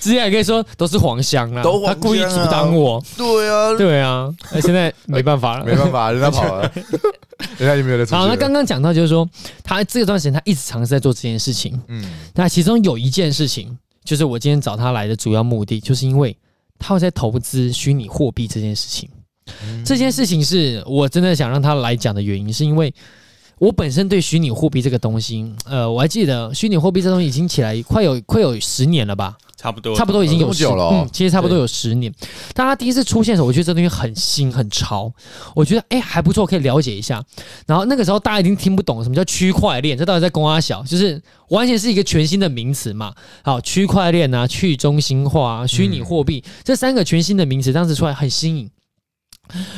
[SPEAKER 1] 之前还可以说都是黄香啦，
[SPEAKER 3] 都黄
[SPEAKER 1] 他
[SPEAKER 3] 香啊
[SPEAKER 1] 故意阻挡我。
[SPEAKER 3] 对
[SPEAKER 1] [LAUGHS]
[SPEAKER 3] 啊，
[SPEAKER 1] 对啊，那现在没办法了。
[SPEAKER 3] 没办法，人家跑了，人家就没有在出去了。
[SPEAKER 1] 好，那刚刚讲到就是说，他这段时间他一直尝试在做这件事情。
[SPEAKER 3] 嗯，
[SPEAKER 1] 那其中有一件事情，就是我今天找他来的主要目的，就是因为他会在投资虚拟货币这件事情。
[SPEAKER 3] 嗯
[SPEAKER 1] 这件事情是我真的想让他来讲的原因，是因为我本身对虚拟货币这个东西，呃，我还记得虚拟货币这东西已经起来快有快有十年了吧，
[SPEAKER 4] 差不多，
[SPEAKER 1] 差不多已经有十
[SPEAKER 3] 这么久了哦
[SPEAKER 1] 嗯，其实差不多有十年。当他第一次出现的时候，我觉得这东西很新很潮，我觉得哎、还不错，可以了解一下。然后那个时候大家已经听不懂什么叫区块链，这到底在公阿小，就是完全是一个全新的名词嘛。好，区块链啊、去中心化啊、虚拟货币、这三个全新的名词，当时出来很新颖。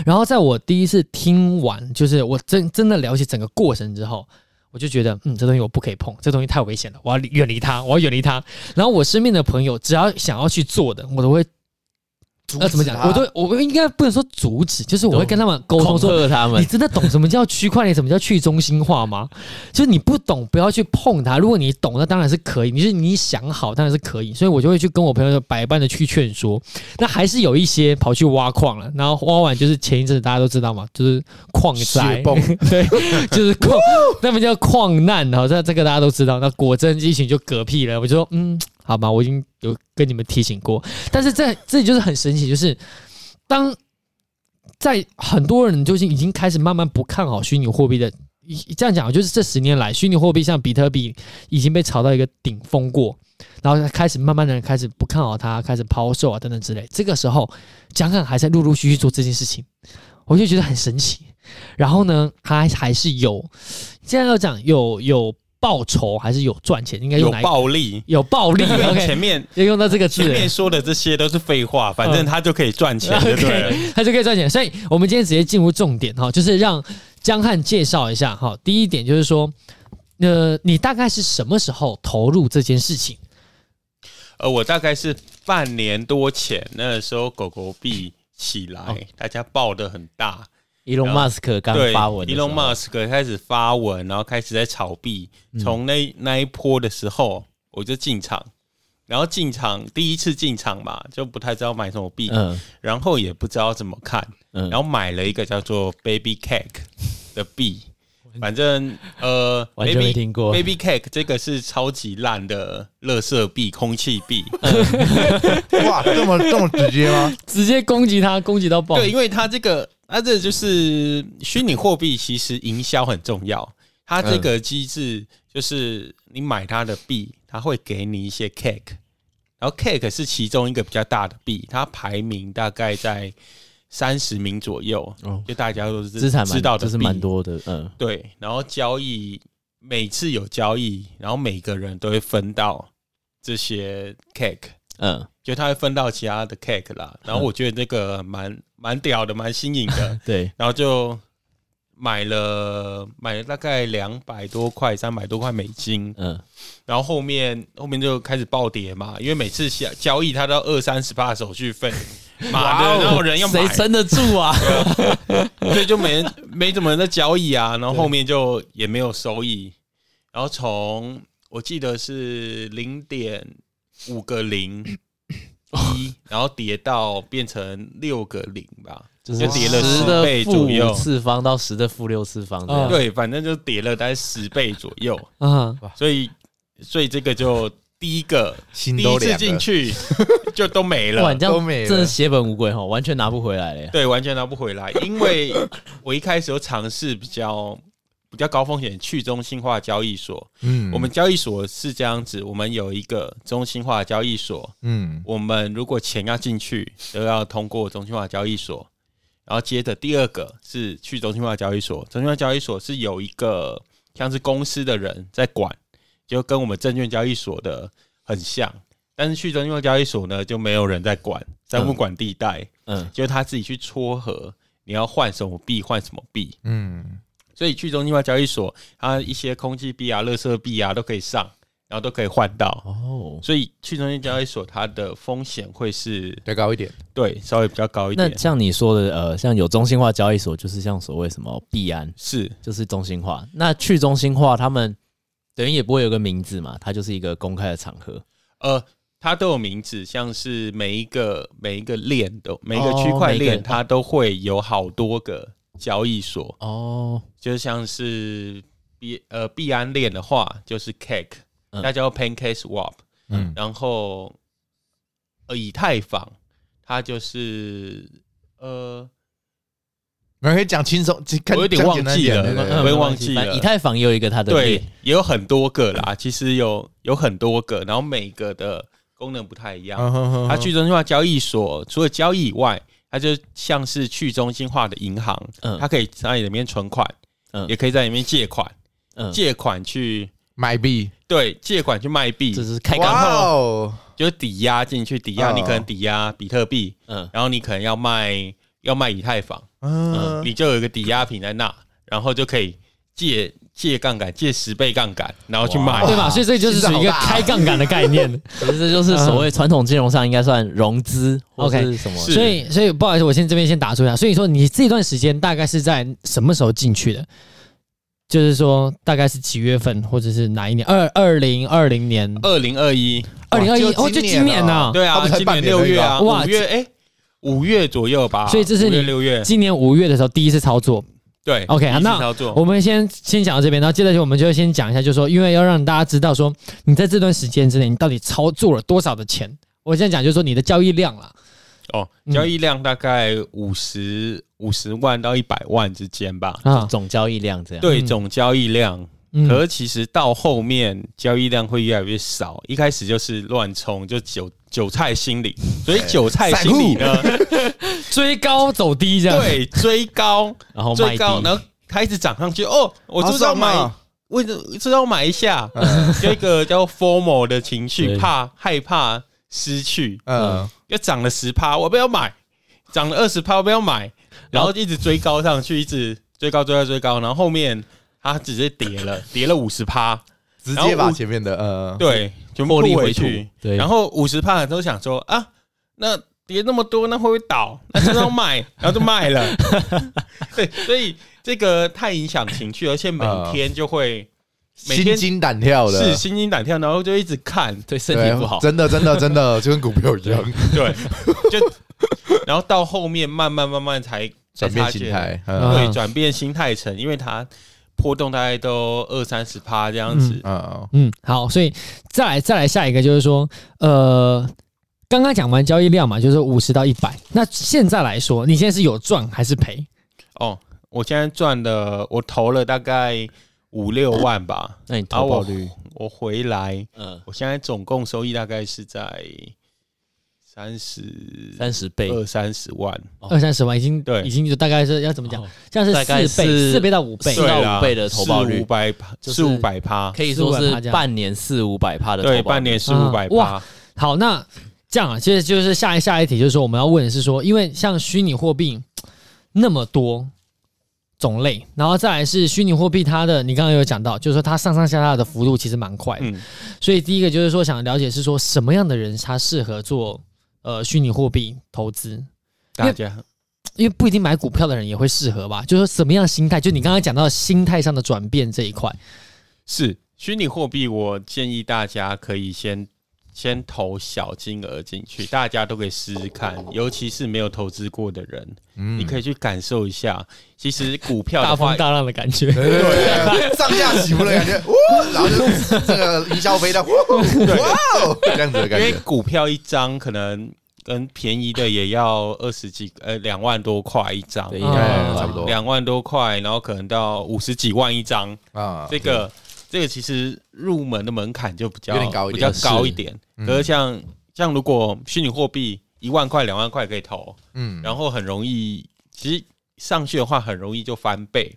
[SPEAKER 1] 然后在我第一次听完，就是我真真的了解整个过程之后，我就觉得，嗯，这东西我不可以碰，这东西太危险了，我要离远离它，我要远离它。然后我身边的朋友，只要想要去做的，我都会呃怎么讲，我都我应该不能说阻止，就是我会跟他们沟通
[SPEAKER 2] 恐
[SPEAKER 1] 说，
[SPEAKER 2] 吓他
[SPEAKER 1] 你
[SPEAKER 2] 们，
[SPEAKER 1] 真的懂什么叫区块链，什么叫去中心化吗？ [LAUGHS] 就是你不懂，不要去碰它。如果你懂，那当然是可以；，你是你想好，当然是可以。所以我就会去跟我朋友百般的去劝说。那还是有一些跑去挖矿了，然后挖完就是前一阵子大家都知道嘛，就是矿灾
[SPEAKER 3] 雪，崩 [LAUGHS]
[SPEAKER 1] 对， [LAUGHS] 就是矿，那么叫矿难。好，这这个大家都知道。那果真一群就嗝屁了，我就说，嗯，好吧，我已经有跟你们提醒过。但是这这里就是很神奇，就是当在很多人就是已经开始慢慢不看好虚拟货币的。一这样讲，就是这十年来，虚拟货币像比特币已经被炒到一个顶峰过，然后开始慢慢的人开始不看好它，开始抛售啊等等之类。这个时候，香港还在陆陆续续做这件事情，我就觉得很神奇。然后呢，它还是有，现在要讲有有报酬，还是有赚钱，应该
[SPEAKER 4] 呃有
[SPEAKER 1] 用哪一个？[LAUGHS]
[SPEAKER 4] 暴力。
[SPEAKER 1] 有暴利
[SPEAKER 4] 因为
[SPEAKER 1] ，OK，
[SPEAKER 4] 前面
[SPEAKER 1] 要用到这个字
[SPEAKER 4] 前，面说的这些都是废话，反
[SPEAKER 1] 嗯
[SPEAKER 4] 正他就可以
[SPEAKER 1] [LAUGHS]
[SPEAKER 4] 赚钱，对不对？
[SPEAKER 1] 他就可以赚钱。所以我们今天直接进入重点哈，就是让江汉介绍一下哈。第一点就是说，呃，你大概是什么时候投入这件事情？
[SPEAKER 4] 呃，我大概是半年多前那时候狗狗币起
[SPEAKER 1] 哦
[SPEAKER 4] 来，大家爆的很大，
[SPEAKER 2] 伊隆马斯克刚
[SPEAKER 4] 对
[SPEAKER 2] 发文的时候
[SPEAKER 4] ，Elon Musk 开始发文，然后开始在炒币。
[SPEAKER 2] 嗯
[SPEAKER 4] 从那那一波的时候，我就进场，然后进场第一次进场嘛，就不太知道买什么币，
[SPEAKER 2] 嗯
[SPEAKER 4] 然后也不知道怎么看，
[SPEAKER 2] 嗯，
[SPEAKER 4] 然后买了一个叫做 Baby Cake 的币，反正呃
[SPEAKER 2] 完全没
[SPEAKER 4] ，Baby
[SPEAKER 2] 听过。
[SPEAKER 4] Baby Cake 这个是超级烂的垃圾币、空气币，
[SPEAKER 3] 哇，这么这么直接吗？
[SPEAKER 1] 直接攻击他，攻击到爆。
[SPEAKER 4] 对，因为它这个，它这就是虚拟货币，其实营销很重要。它这个机制就是你买它的币，它会给你一些 cake，然后 cake 是其中一个比较大的币，它排名大概在三十名左右，
[SPEAKER 2] 哦
[SPEAKER 4] 就大家都是
[SPEAKER 2] 资产蛮
[SPEAKER 4] 知道的
[SPEAKER 2] 就是
[SPEAKER 4] 币
[SPEAKER 2] 蛮多的，嗯，
[SPEAKER 4] 对，然后交易每次有交易，然后每个人都会分到这些 cake。
[SPEAKER 2] 嗯，，
[SPEAKER 4] 就他会分到其他的 cake 啦。然后我觉得这个蛮蛮屌的，蛮新颖的
[SPEAKER 2] [LAUGHS] 对，
[SPEAKER 4] 然后就买了买了大概两百多块、三百多块美金。
[SPEAKER 2] 嗯，
[SPEAKER 4] 然后后面后面就开始暴跌嘛，因为每次交交易它都二三十帕手续费，妈的，然后人要买
[SPEAKER 2] 哦谁，撑得住啊？
[SPEAKER 4] 所以就没人没怎么人在交易啊。然后后面就也没有收益，然后从我记得是零点五个零一，然后跌到变成六个零吧，
[SPEAKER 2] [LAUGHS] 就是
[SPEAKER 4] 就跌了
[SPEAKER 2] 十
[SPEAKER 4] 10
[SPEAKER 2] 的
[SPEAKER 4] 倍
[SPEAKER 2] 负
[SPEAKER 4] 左右
[SPEAKER 2] 五次方到十的负六次方这
[SPEAKER 1] 嗯
[SPEAKER 2] 样，
[SPEAKER 4] 对，反正就跌了大概十倍左右，
[SPEAKER 1] 啊，
[SPEAKER 4] 所以所以这个就第一个
[SPEAKER 3] 心
[SPEAKER 4] 第
[SPEAKER 3] 都
[SPEAKER 4] 一次
[SPEAKER 3] 凉
[SPEAKER 4] 进
[SPEAKER 3] 了。
[SPEAKER 4] 去就都没
[SPEAKER 2] [LAUGHS] 哇，
[SPEAKER 4] 了
[SPEAKER 2] 你。这
[SPEAKER 3] 都
[SPEAKER 2] 样
[SPEAKER 3] 没了
[SPEAKER 2] 真的血本无归哈，完
[SPEAKER 4] [LAUGHS]
[SPEAKER 2] 全拿不回来了耶。
[SPEAKER 4] 对，完全拿不回来，因为我一开始有尝试比较比较高风险去中心化交易所。
[SPEAKER 3] 嗯
[SPEAKER 4] 我们交易所是这样子，我们有一个中心化交易所，
[SPEAKER 3] 嗯
[SPEAKER 4] 我们如果钱要进去，都要通过中心化交易所。然后接着第二个是去中心化交易所，中心化交易所是有一个像是公司的人在管，就跟我们证券交易所的很像。但是去中心化交易所呢，就没有人在管，在不管地带，
[SPEAKER 2] 嗯，
[SPEAKER 4] 就是他自己去撮合，你要换什么币换什么币。
[SPEAKER 3] 嗯
[SPEAKER 4] 所以去中心化交易所，它一些空气币啊、垃圾币啊都可以上，然后都可以换到。
[SPEAKER 2] 哦，
[SPEAKER 4] 所以去中心交易所它的风险会是
[SPEAKER 3] 再高一点，
[SPEAKER 4] 对稍微比较高一
[SPEAKER 2] 那
[SPEAKER 4] 点，
[SPEAKER 2] 像你说的，呃，像有中心化交易所，就是像所谓什么币安，
[SPEAKER 4] 是
[SPEAKER 2] 就是中心化。那去中心化，他们等于也不会有个名字嘛，它就是一个公开的场合。
[SPEAKER 4] 呃，它都有名字，像是每一个每一个链的每一个
[SPEAKER 2] 哦
[SPEAKER 4] 区块
[SPEAKER 2] 每一个
[SPEAKER 4] 链，它都会有好多个交易所，
[SPEAKER 2] 哦，
[SPEAKER 4] 就像是币呃币安链的话，就是 E Cake，
[SPEAKER 2] 嗯
[SPEAKER 4] 它叫 PancakeSwap，
[SPEAKER 3] 嗯
[SPEAKER 4] 然后呃以太坊，它就是呃
[SPEAKER 3] 我可以讲轻松，其看
[SPEAKER 4] 我有点
[SPEAKER 3] 讲
[SPEAKER 4] 忘
[SPEAKER 3] 简单一
[SPEAKER 4] 记
[SPEAKER 3] 点
[SPEAKER 4] 了
[SPEAKER 3] 对对对
[SPEAKER 4] 嗯我也忘记
[SPEAKER 2] 反正
[SPEAKER 4] 了
[SPEAKER 2] 以太坊也有一个它的
[SPEAKER 4] 对
[SPEAKER 2] 链，，
[SPEAKER 4] 也有很多个啦，其实有有很多个，然后每个的功能不太一样。
[SPEAKER 3] 嗯哼哼
[SPEAKER 4] 它去中心化交易所除了交易以外，它就像是去中心化的银行，
[SPEAKER 2] 嗯
[SPEAKER 4] 它可以在里面存款，
[SPEAKER 2] 嗯
[SPEAKER 4] 也可以在里面借款，
[SPEAKER 2] 嗯，
[SPEAKER 4] 借款去
[SPEAKER 3] 买币，
[SPEAKER 4] 对借款去卖币
[SPEAKER 2] 这，是开港
[SPEAKER 3] 哇
[SPEAKER 2] 号，
[SPEAKER 3] 哦，
[SPEAKER 4] 就是抵押进去，抵押
[SPEAKER 3] 哦
[SPEAKER 4] 你可能抵押比特币，
[SPEAKER 2] 嗯
[SPEAKER 4] 然后你可能要卖要卖以太坊，
[SPEAKER 3] 嗯，
[SPEAKER 4] 你就有一个抵押品在那，然后就可以借借杠杆，借十倍杠杆，然后去卖。
[SPEAKER 1] 对吧？所以这就是属于一
[SPEAKER 4] 啊
[SPEAKER 1] 个开杠杆的概念。
[SPEAKER 2] 可是这就是所谓传统金融上应该算融资或
[SPEAKER 1] OK，
[SPEAKER 2] 是什么
[SPEAKER 4] [LAUGHS] 是
[SPEAKER 1] 所以，所以不好意思，我先这边先打住一下。所以说，你这段时间大概是在什么时候进去的？就是说，大概是几月份，或者是哪一年？二二零二零年，
[SPEAKER 4] 二零二一，
[SPEAKER 1] 二零二一
[SPEAKER 3] 就
[SPEAKER 1] 哦，就
[SPEAKER 3] 今
[SPEAKER 1] 今
[SPEAKER 3] 年
[SPEAKER 1] 年呐、
[SPEAKER 3] 啊
[SPEAKER 4] 对
[SPEAKER 3] 它
[SPEAKER 4] 啊，
[SPEAKER 3] 不才
[SPEAKER 4] 今
[SPEAKER 3] 半
[SPEAKER 4] 年
[SPEAKER 3] 年
[SPEAKER 4] 六月
[SPEAKER 1] 而
[SPEAKER 4] 啊，
[SPEAKER 1] 已啊哇
[SPEAKER 4] 五月哎，五月左右吧。
[SPEAKER 1] 所以这是
[SPEAKER 4] 五
[SPEAKER 1] 你
[SPEAKER 4] 月六月，
[SPEAKER 1] 今年五月的时候第一次操作。
[SPEAKER 4] 对
[SPEAKER 1] OK，
[SPEAKER 4] 第一次
[SPEAKER 1] 那
[SPEAKER 4] 操作
[SPEAKER 1] 我们先先讲到这边，然后接着就我们就先讲一下，就是说，因为要让大家知道说，你在这段时间之内，你到底操作了多少的钱。我现在讲就是说你的交易量啦，
[SPEAKER 4] 哦
[SPEAKER 1] 嗯，
[SPEAKER 4] 交易量大概五十五十万到一百万之间吧。
[SPEAKER 1] 啊，
[SPEAKER 2] 总交易量这样。
[SPEAKER 4] 对
[SPEAKER 1] 嗯
[SPEAKER 4] 总交易量，
[SPEAKER 1] 嗯
[SPEAKER 4] 可是其实到后面交易量会越来越少。一开始就是乱冲，就韭韭菜心理，所以韭菜
[SPEAKER 3] 散
[SPEAKER 4] 心理
[SPEAKER 3] 户
[SPEAKER 4] 呢，
[SPEAKER 1] 追高走低这样。，
[SPEAKER 4] 对追高
[SPEAKER 2] 然后卖
[SPEAKER 4] 最
[SPEAKER 2] 地，
[SPEAKER 4] 高，然后它一直涨上去。哦，我
[SPEAKER 3] 哦好
[SPEAKER 4] 知道
[SPEAKER 3] 爽
[SPEAKER 4] 买，
[SPEAKER 3] 啊嗯
[SPEAKER 4] 为什么知道买一下？有一个叫 formal 的情绪，
[SPEAKER 2] 对
[SPEAKER 4] 怕害怕失去，
[SPEAKER 3] 嗯，
[SPEAKER 4] 又涨了十趴，我不要买；涨了二十趴，我不要买。然后一直追高上去，一直追高追高追高，然后后面它直接跌了，跌了五十趴，
[SPEAKER 3] 直
[SPEAKER 4] 然后
[SPEAKER 3] 接把
[SPEAKER 4] 我
[SPEAKER 3] 前面的呃，
[SPEAKER 4] 对，全部
[SPEAKER 2] 获利
[SPEAKER 4] 吐
[SPEAKER 2] 回
[SPEAKER 4] 回
[SPEAKER 2] 吐
[SPEAKER 4] 去。
[SPEAKER 2] 对
[SPEAKER 4] 然后五十趴都想说啊，那跌那么多，那会不会倒？那就要卖， [LAUGHS] 然后就卖了。对，所以这个太影响情绪，而且每天就会每
[SPEAKER 3] 心
[SPEAKER 4] 天
[SPEAKER 3] 惊胆跳的，
[SPEAKER 4] 是心惊胆跳，然后就一直看，
[SPEAKER 2] 对身
[SPEAKER 3] 对
[SPEAKER 2] 体不好，
[SPEAKER 3] 真的真的真
[SPEAKER 4] [LAUGHS]
[SPEAKER 3] 的就跟股票一样， [LAUGHS]
[SPEAKER 4] 对，就然后到后面慢慢慢慢才才
[SPEAKER 3] 转变
[SPEAKER 4] 察
[SPEAKER 3] 心
[SPEAKER 4] 觉，
[SPEAKER 3] 态，
[SPEAKER 1] 嗯
[SPEAKER 3] 嗯
[SPEAKER 4] 对，转变心态成，因为它波动大概都二三十趴这样子，
[SPEAKER 3] 嗯，
[SPEAKER 1] 嗯，好，所以再来再来下一个就是说，呃，刚刚讲完交易量嘛，就是五十到一百。那现在来说，你现在是有赚还是赔？
[SPEAKER 4] 哦，我现在赚了，我投了大概五六万吧。
[SPEAKER 2] 那你
[SPEAKER 4] 然后
[SPEAKER 2] 投
[SPEAKER 4] 我
[SPEAKER 2] 报率，
[SPEAKER 4] 啊我回来，
[SPEAKER 2] 嗯，
[SPEAKER 4] 我现在总共收益大概是在三十
[SPEAKER 2] 三十倍，
[SPEAKER 4] 二三十万，
[SPEAKER 2] 哦
[SPEAKER 1] 二三十万已经
[SPEAKER 4] 对
[SPEAKER 1] 已经就大概是要怎么
[SPEAKER 4] 哦
[SPEAKER 1] 讲？像是
[SPEAKER 2] 大概
[SPEAKER 1] 四倍
[SPEAKER 2] 是
[SPEAKER 1] 四倍到五倍
[SPEAKER 2] 四
[SPEAKER 4] 对啦
[SPEAKER 2] 到五倍的投报率
[SPEAKER 4] 四五百趴，
[SPEAKER 2] 就是
[SPEAKER 4] 四五百趴，
[SPEAKER 2] 可以说
[SPEAKER 1] 400%这
[SPEAKER 2] 是
[SPEAKER 1] 样
[SPEAKER 2] 半年四五百趴的投报率
[SPEAKER 4] 对，半年四
[SPEAKER 1] 啊
[SPEAKER 4] 五百
[SPEAKER 1] 哇
[SPEAKER 4] 趴，
[SPEAKER 1] 好，那这样啊，其实就是下一下一题，就是说我们要问的是说，因为像虚拟货币那么多种类，然后再来是虚拟货币它的，你刚刚有讲到，就是说它上上下下的幅度其实蛮快的，
[SPEAKER 4] 嗯，
[SPEAKER 1] 所以第一个就是说想了解是说什么样的人他适合做呃虚拟货币投资，
[SPEAKER 4] 大家
[SPEAKER 1] 因为不一定买股票的人也会适合吧，就是说什么样的心态，就你刚刚讲到心态上的转变这一块，
[SPEAKER 4] 是虚拟货币，我建议大家可以先。先投小金额进去，大家都可以试试看，尤其是没有投资过的人，
[SPEAKER 3] 嗯
[SPEAKER 4] 你可以去感受一下。其实股票
[SPEAKER 1] 大
[SPEAKER 4] 的话
[SPEAKER 1] 风，大浪的感觉。
[SPEAKER 3] 对对对，上下起伏的感觉，呜，然后就是这个营销飞弹，呜哇哦，这样子的
[SPEAKER 4] 因
[SPEAKER 3] 感
[SPEAKER 4] 为
[SPEAKER 3] 觉，
[SPEAKER 4] 股票一张可能跟便宜的也要二十几呃两万多块一张，哦
[SPEAKER 2] 对，一
[SPEAKER 1] 嗯
[SPEAKER 2] 两万
[SPEAKER 3] 哎差不
[SPEAKER 2] 块，
[SPEAKER 3] 多
[SPEAKER 4] 两万多块，然后可能到五十几万一张，
[SPEAKER 3] 啊，
[SPEAKER 4] 这个这个其实入门的门槛就比较
[SPEAKER 3] 有点高一
[SPEAKER 4] 比
[SPEAKER 3] 点
[SPEAKER 4] 较高一点。
[SPEAKER 3] 嗯
[SPEAKER 4] 可是像像如果虚拟货币一万块两万块可以投，
[SPEAKER 3] 嗯，
[SPEAKER 4] 然后很容易，其实上去的话很容易就翻倍。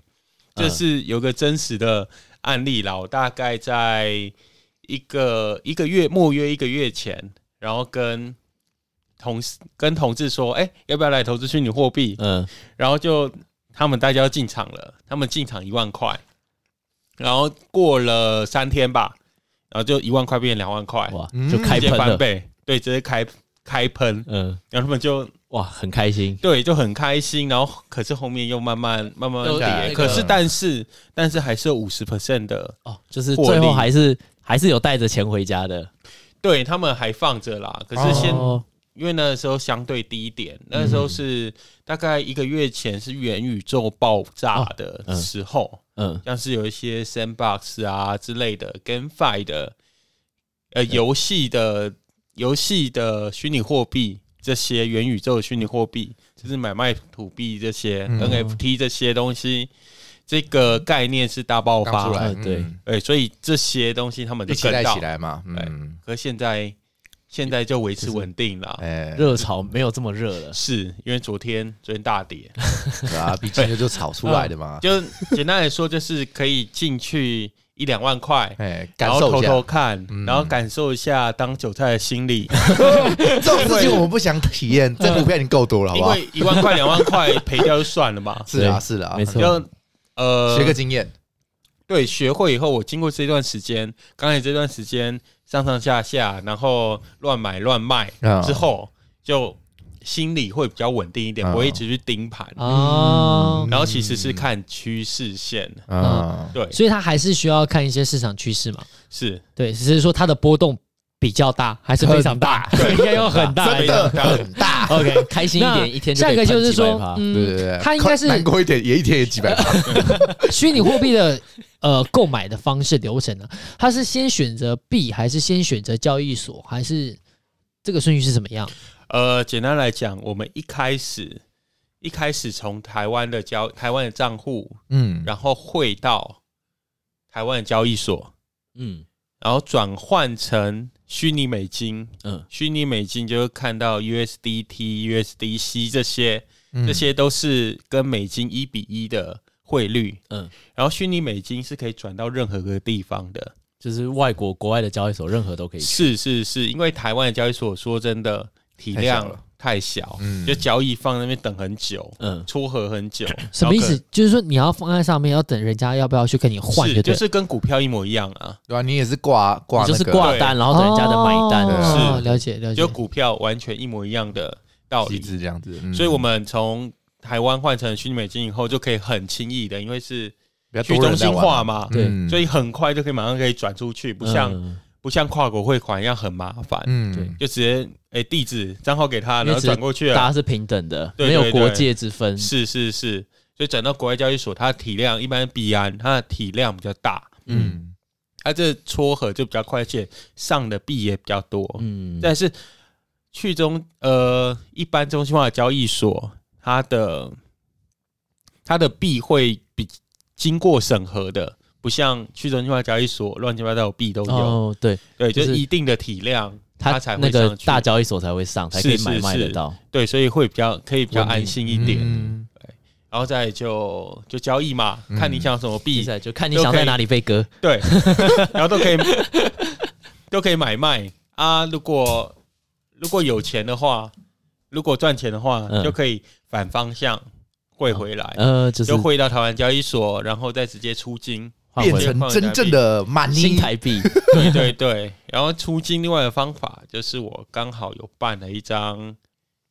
[SPEAKER 2] 嗯
[SPEAKER 4] 这是有个真实的案例啦，我大概在一个一个月末约一个月前，然后跟同事跟同事说，哎、要不要来投资虚拟货币？
[SPEAKER 2] 嗯，
[SPEAKER 4] 然后就他们大家要进场了，他们进场一万块，然后过了三天吧，然后就一万块变两万块，
[SPEAKER 2] 哇
[SPEAKER 3] 嗯，
[SPEAKER 2] 就开
[SPEAKER 4] 直接
[SPEAKER 2] 喷
[SPEAKER 4] 翻
[SPEAKER 2] 了，
[SPEAKER 4] 倍，对，直接开开喷，
[SPEAKER 2] 嗯，
[SPEAKER 4] 然后他们就
[SPEAKER 2] 哇，很开心，
[SPEAKER 4] 对，就很开心，然后可是后面又慢慢慢慢
[SPEAKER 1] 有
[SPEAKER 4] 跌，
[SPEAKER 3] 那个
[SPEAKER 4] 可是但是但是还是有五十 percent 的，
[SPEAKER 2] 哦，就是
[SPEAKER 4] 获利
[SPEAKER 2] 最
[SPEAKER 4] 哦
[SPEAKER 2] 后还是还是有带着钱回家的，
[SPEAKER 4] 对他们还放着啦。可是先、
[SPEAKER 2] 哦
[SPEAKER 4] 因为那时候相对低点，那时候
[SPEAKER 3] 嗯
[SPEAKER 4] 是大概一个月前是元宇宙爆炸的
[SPEAKER 2] 嗯
[SPEAKER 4] 时候，
[SPEAKER 2] 嗯，
[SPEAKER 4] 像是有一些 Sandbox 啊之类的 GameFi 的呃游戏的游戏的虚拟货币。这些元宇宙的虚拟货币，就是买卖土币这些、
[SPEAKER 3] 嗯
[SPEAKER 4] NFT 这些东西，这个概念是大爆
[SPEAKER 3] 刚出
[SPEAKER 4] 发。
[SPEAKER 3] 来，
[SPEAKER 2] 嗯对
[SPEAKER 3] 嗯
[SPEAKER 4] 对，所以这些东西他们
[SPEAKER 3] 一
[SPEAKER 4] 就
[SPEAKER 3] 起
[SPEAKER 4] 跟
[SPEAKER 3] 带
[SPEAKER 4] 到
[SPEAKER 3] 起。来嘛，嗯，
[SPEAKER 4] 可现在现在就维持稳定了，
[SPEAKER 3] 哎，
[SPEAKER 2] 热潮没有这么热
[SPEAKER 4] [LAUGHS]
[SPEAKER 2] 了，
[SPEAKER 4] 是因为昨天昨天大跌，
[SPEAKER 3] 对
[SPEAKER 4] [LAUGHS]
[SPEAKER 3] 啊，毕竟就炒出来的嘛，
[SPEAKER 4] 就简单来说就是可以进去一两
[SPEAKER 3] [LAUGHS]
[SPEAKER 4] 万块，
[SPEAKER 3] 哎，感
[SPEAKER 4] 嗯然后
[SPEAKER 3] 受
[SPEAKER 4] 偷
[SPEAKER 3] 一下
[SPEAKER 4] 偷看，
[SPEAKER 3] 嗯
[SPEAKER 4] 然后感受一下当韭菜的心理，
[SPEAKER 3] 这种事情我们不想体验，这股票已经够多了，好啊
[SPEAKER 4] 因
[SPEAKER 3] 不好？，
[SPEAKER 4] 为一万块、两万块赔掉就算了嘛
[SPEAKER 3] [LAUGHS] 是啊，是啊，
[SPEAKER 2] 没错
[SPEAKER 4] 就呃，
[SPEAKER 3] 学个经验，
[SPEAKER 4] 对，学会以后，我经过这段时间，刚才这段时间上上下下，然后乱买乱卖
[SPEAKER 3] 啊
[SPEAKER 4] 之后，就心里会比较稳定一点，
[SPEAKER 3] 啊
[SPEAKER 4] 不会一直去盯盘。
[SPEAKER 1] 哦，
[SPEAKER 4] 然后其实是看趋势线，
[SPEAKER 3] 啊，
[SPEAKER 4] 对，
[SPEAKER 1] 所以它还是需要看一些市场趋势嘛。
[SPEAKER 3] [LAUGHS]
[SPEAKER 4] 是
[SPEAKER 1] 对，只是说它的波动比较大，还是非常大，对，应该要很大。
[SPEAKER 3] 嗯
[SPEAKER 4] 真的
[SPEAKER 3] 很大，
[SPEAKER 1] OK，
[SPEAKER 2] [LAUGHS] 开心一
[SPEAKER 1] 那
[SPEAKER 2] 点，一天就
[SPEAKER 1] 下
[SPEAKER 2] 可
[SPEAKER 1] 一
[SPEAKER 2] 以
[SPEAKER 1] 个就
[SPEAKER 2] 喷
[SPEAKER 1] 是
[SPEAKER 2] 几百
[SPEAKER 1] 说
[SPEAKER 2] 趴，
[SPEAKER 3] [LAUGHS] 对
[SPEAKER 1] 嗯，
[SPEAKER 3] 对对，
[SPEAKER 1] 它应该是
[SPEAKER 3] 难过一点，也一天也几 [LAUGHS] 百吧，
[SPEAKER 1] 虚拟货币的呃购买的方式流程呢，它是先选择币，还是先选择交易所，还是这个顺序是怎么样？，
[SPEAKER 4] 呃，简单来讲，我们一开始一开始从台湾的交台湾的账户，
[SPEAKER 3] 嗯，
[SPEAKER 4] 然后汇到台湾的交易所，
[SPEAKER 2] 嗯
[SPEAKER 4] 然后转换成虚拟美金，
[SPEAKER 2] 嗯，
[SPEAKER 4] 虚拟美金就会看到 USDT、USDC 这些，这
[SPEAKER 3] 这
[SPEAKER 4] 些都是跟美金一比一的汇率。
[SPEAKER 2] 嗯，
[SPEAKER 4] 然后虚拟美金是可以转到任何个地方的。
[SPEAKER 2] 就是外国国外的交易所任何都可以去，
[SPEAKER 4] 是是是，因为台湾的交易所说真的体
[SPEAKER 3] 太小
[SPEAKER 4] 量
[SPEAKER 3] 了
[SPEAKER 4] 太小，
[SPEAKER 3] 嗯
[SPEAKER 4] 就交易放那边等很久，
[SPEAKER 2] 嗯，
[SPEAKER 4] 撮合很久
[SPEAKER 1] 什么意
[SPEAKER 4] 然后可
[SPEAKER 1] 思？就是说你要放在上面，要等人家要不要去跟你换，
[SPEAKER 4] 是
[SPEAKER 1] 就对
[SPEAKER 4] 就
[SPEAKER 1] 了。
[SPEAKER 4] 是跟股票一模一样啊，
[SPEAKER 3] 对吧？你也是挂挂
[SPEAKER 2] 你
[SPEAKER 3] 那个，
[SPEAKER 2] 就是挂单，然后等人家的买单，呃
[SPEAKER 3] 对啊
[SPEAKER 1] 哦，了解了解
[SPEAKER 4] 就。股票完全一模一样的道
[SPEAKER 3] 机
[SPEAKER 4] 理。
[SPEAKER 3] 制这样子，嗯
[SPEAKER 4] 所以我们从台湾换成虚拟美金以后，就可以很轻易的，因为是
[SPEAKER 3] 比较
[SPEAKER 4] 去
[SPEAKER 3] 多
[SPEAKER 4] 中
[SPEAKER 3] 人在
[SPEAKER 4] 心
[SPEAKER 3] 玩
[SPEAKER 4] 化，嘛，
[SPEAKER 2] 对
[SPEAKER 3] 嗯
[SPEAKER 4] 所以很快就可以马上可以转出去，不像、
[SPEAKER 2] 嗯
[SPEAKER 4] 不像跨国汇款一样很麻烦，
[SPEAKER 3] 嗯
[SPEAKER 2] 对
[SPEAKER 4] 就直接哎、地址账号给他，
[SPEAKER 2] 因为
[SPEAKER 4] 然后
[SPEAKER 2] 只是
[SPEAKER 4] 转过去
[SPEAKER 2] 大
[SPEAKER 4] 了。
[SPEAKER 2] 家是平等的，
[SPEAKER 4] 啊对
[SPEAKER 2] 没有
[SPEAKER 4] 对对
[SPEAKER 2] 国界之分，
[SPEAKER 4] 是是是，所以转到国外交易所，它的体量一般比安它的体量比较大，
[SPEAKER 3] 嗯
[SPEAKER 4] 它这撮合就比较快，而且上的币也比较多。
[SPEAKER 2] 嗯，
[SPEAKER 4] 但是去中呃，一般中心化的交易所，它的它的币会比经过审核的，不像去中心化交易所乱七八糟的币都有，
[SPEAKER 2] 哦，对，
[SPEAKER 4] 对，
[SPEAKER 2] 就
[SPEAKER 4] 就是是一定的体量，它
[SPEAKER 2] 他
[SPEAKER 4] 才
[SPEAKER 2] 那
[SPEAKER 4] 会
[SPEAKER 2] 个
[SPEAKER 4] 上
[SPEAKER 2] 大
[SPEAKER 4] 去。
[SPEAKER 2] 交易所才会上，才可
[SPEAKER 4] 是
[SPEAKER 2] 以
[SPEAKER 4] 是
[SPEAKER 2] 买卖
[SPEAKER 4] 是
[SPEAKER 2] 得到。
[SPEAKER 4] 对，所以会比较可以比较安心一点，
[SPEAKER 3] 嗯
[SPEAKER 4] 然后再就就交易嘛，
[SPEAKER 3] 嗯
[SPEAKER 4] 看你想什么币
[SPEAKER 2] 比，赛就看你
[SPEAKER 4] 都
[SPEAKER 2] 想
[SPEAKER 4] 可以
[SPEAKER 2] 在哪里被割，
[SPEAKER 4] 对， [LAUGHS] 然后都可以都可以买卖啊。如果如果有钱的话，如果赚钱的话，
[SPEAKER 2] 嗯
[SPEAKER 4] 就可以反方向汇回来，
[SPEAKER 2] 呃，就是
[SPEAKER 4] 就汇到台湾交易所，然后再直接出金。
[SPEAKER 2] 换
[SPEAKER 3] 变
[SPEAKER 2] 回
[SPEAKER 3] 成真正的满
[SPEAKER 2] 新
[SPEAKER 3] 意，
[SPEAKER 2] 台 [LAUGHS] 币，
[SPEAKER 4] 对对对，然后出金另外的方法就是我刚好有办了一张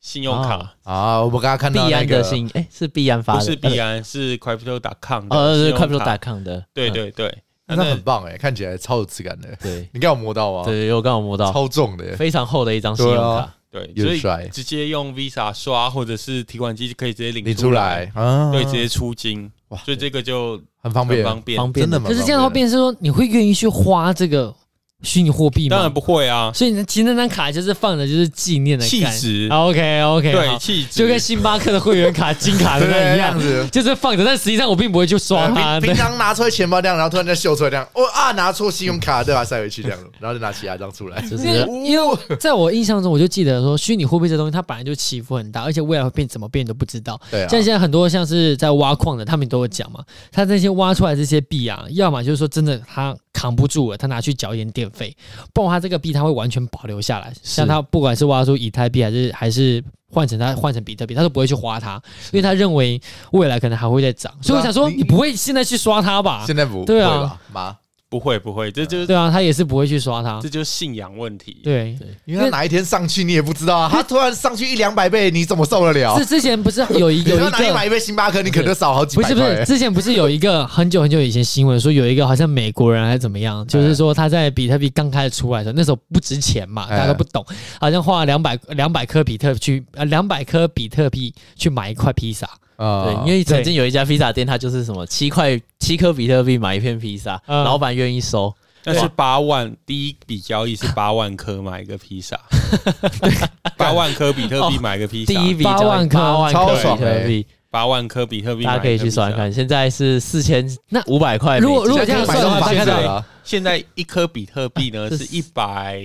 [SPEAKER 4] 信用卡，
[SPEAKER 2] 哦
[SPEAKER 3] 啊！我们刚刚看到
[SPEAKER 2] 币
[SPEAKER 3] 那
[SPEAKER 2] 安
[SPEAKER 3] 个
[SPEAKER 2] 的新，哎，是币安发的，
[SPEAKER 4] 不是必安，是 Crypto.com 的
[SPEAKER 2] 呃，
[SPEAKER 4] 信
[SPEAKER 2] 呃，
[SPEAKER 4] 用
[SPEAKER 2] 快不
[SPEAKER 4] 卡
[SPEAKER 2] 打抗的，
[SPEAKER 4] 对
[SPEAKER 2] 嗯
[SPEAKER 4] 对对，
[SPEAKER 3] 那
[SPEAKER 4] 那
[SPEAKER 3] 很棒哎，看起来超有质感的。
[SPEAKER 2] 对
[SPEAKER 3] 你看我摸到吗？
[SPEAKER 2] 对，我刚好摸到，
[SPEAKER 3] 超重的耶，
[SPEAKER 2] 非常厚的一张信用
[SPEAKER 3] 对啊
[SPEAKER 2] 卡，
[SPEAKER 4] 对，
[SPEAKER 3] 有
[SPEAKER 4] 所
[SPEAKER 3] 点
[SPEAKER 4] 以
[SPEAKER 3] 帅，
[SPEAKER 4] 直接用 Visa 刷或者是提款机就可以直接领
[SPEAKER 3] 你出来，啊，
[SPEAKER 4] 对，直接出金，
[SPEAKER 3] 哇
[SPEAKER 4] 所以这个就
[SPEAKER 3] 很方
[SPEAKER 4] 很
[SPEAKER 3] 便，
[SPEAKER 4] 方便。
[SPEAKER 2] 方便
[SPEAKER 3] 真的
[SPEAKER 2] 的
[SPEAKER 3] 吗？
[SPEAKER 1] 可是这样的话，变成说你会愿意去花这个虚拟货币吗？
[SPEAKER 4] 当然不
[SPEAKER 1] [LAUGHS]
[SPEAKER 4] 会啊，
[SPEAKER 1] 所以呢，其实那张卡就是放着就是纪念的
[SPEAKER 4] 气
[SPEAKER 1] 感
[SPEAKER 4] 质
[SPEAKER 1] OK 啊 OK，
[SPEAKER 4] 对，气质
[SPEAKER 1] 就跟星巴克的会员卡、金卡的
[SPEAKER 3] 对，
[SPEAKER 1] 那
[SPEAKER 3] 这
[SPEAKER 1] 一
[SPEAKER 3] 样
[SPEAKER 1] 样，
[SPEAKER 3] 子。
[SPEAKER 1] 就是放着，但实际上我并不会去刷它。
[SPEAKER 3] 平
[SPEAKER 1] 对
[SPEAKER 3] 平常拿出来钱包这样，然后突然间秀出来这样，哦啊，拿错信用卡，对吧？塞回去这样，然后就拿其他张出来。
[SPEAKER 2] 就是
[SPEAKER 1] 因为在我印象中，我就记得说，虚拟货币这东西它本来就起伏很大，而且未来会变怎么变你都不知道。
[SPEAKER 3] 对啊，
[SPEAKER 1] 像现在很多像是在挖矿的，他们都有讲嘛，他那些挖出来这些币啊，要么就是说真的他扛不住了，他拿去缴一点电费，不然他这个币他会完全保留下来。像他不管是挖出以太币还是还是换成他换成比特币，他都不会去花它，因为他认为未来可能还会再涨。所以我想说，
[SPEAKER 3] 啊你
[SPEAKER 1] 你不会现在去刷它吧？
[SPEAKER 3] 现在不
[SPEAKER 1] 对啊
[SPEAKER 3] 不会吧妈，
[SPEAKER 4] 不会不会，这就是
[SPEAKER 1] 对啊，他也是不会去刷它
[SPEAKER 4] 这。就是信仰问题。
[SPEAKER 1] 对，
[SPEAKER 3] 因为他哪一天上去你也不知道啊，他突然上去一两百倍，你怎么受得了
[SPEAKER 1] 是？之前不是有一
[SPEAKER 3] [LAUGHS] 你
[SPEAKER 1] 有一
[SPEAKER 3] 要拿去买
[SPEAKER 1] 个。
[SPEAKER 3] 一杯星巴克，你可能少好几
[SPEAKER 1] 不
[SPEAKER 3] 百
[SPEAKER 1] 是
[SPEAKER 3] 块。
[SPEAKER 1] 不是，之前不是有一个很久很久以前新闻说有一个好像美国人还是怎么样，
[SPEAKER 3] 哎
[SPEAKER 1] 就是说他在比特币刚开始出来的时候，那时候不值钱嘛，大
[SPEAKER 3] 哎
[SPEAKER 1] 家都不懂，好像花了两百两百颗比特去呃两百颗比特币去买一块披萨，
[SPEAKER 3] 啊
[SPEAKER 2] 对，因为曾经有一家披萨店，它就是什么七块七颗比特币买一片披萨，
[SPEAKER 1] 嗯
[SPEAKER 2] 老板愿意收，
[SPEAKER 4] 但是八万第一笔交易是八万颗买一个披萨，八万颗比特币买一个披萨，欸
[SPEAKER 2] 第一笔
[SPEAKER 1] 八
[SPEAKER 2] 交易
[SPEAKER 1] 万颗
[SPEAKER 2] 八万
[SPEAKER 3] 超
[SPEAKER 2] 颗
[SPEAKER 3] 爽
[SPEAKER 2] 比特币，
[SPEAKER 4] 八万颗比特币，
[SPEAKER 2] 大家可以去算
[SPEAKER 4] 算
[SPEAKER 2] 算。看，现在是四千
[SPEAKER 1] 那
[SPEAKER 2] 五百块美金，
[SPEAKER 1] 如果如果这
[SPEAKER 3] 现
[SPEAKER 1] 样
[SPEAKER 3] 哎在可以
[SPEAKER 1] 算
[SPEAKER 3] 买
[SPEAKER 1] 的话，大
[SPEAKER 3] 栋房
[SPEAKER 1] 概
[SPEAKER 3] 子
[SPEAKER 1] 在
[SPEAKER 3] 了啊。
[SPEAKER 4] 现在一颗比特币呢
[SPEAKER 2] 这
[SPEAKER 4] 是一百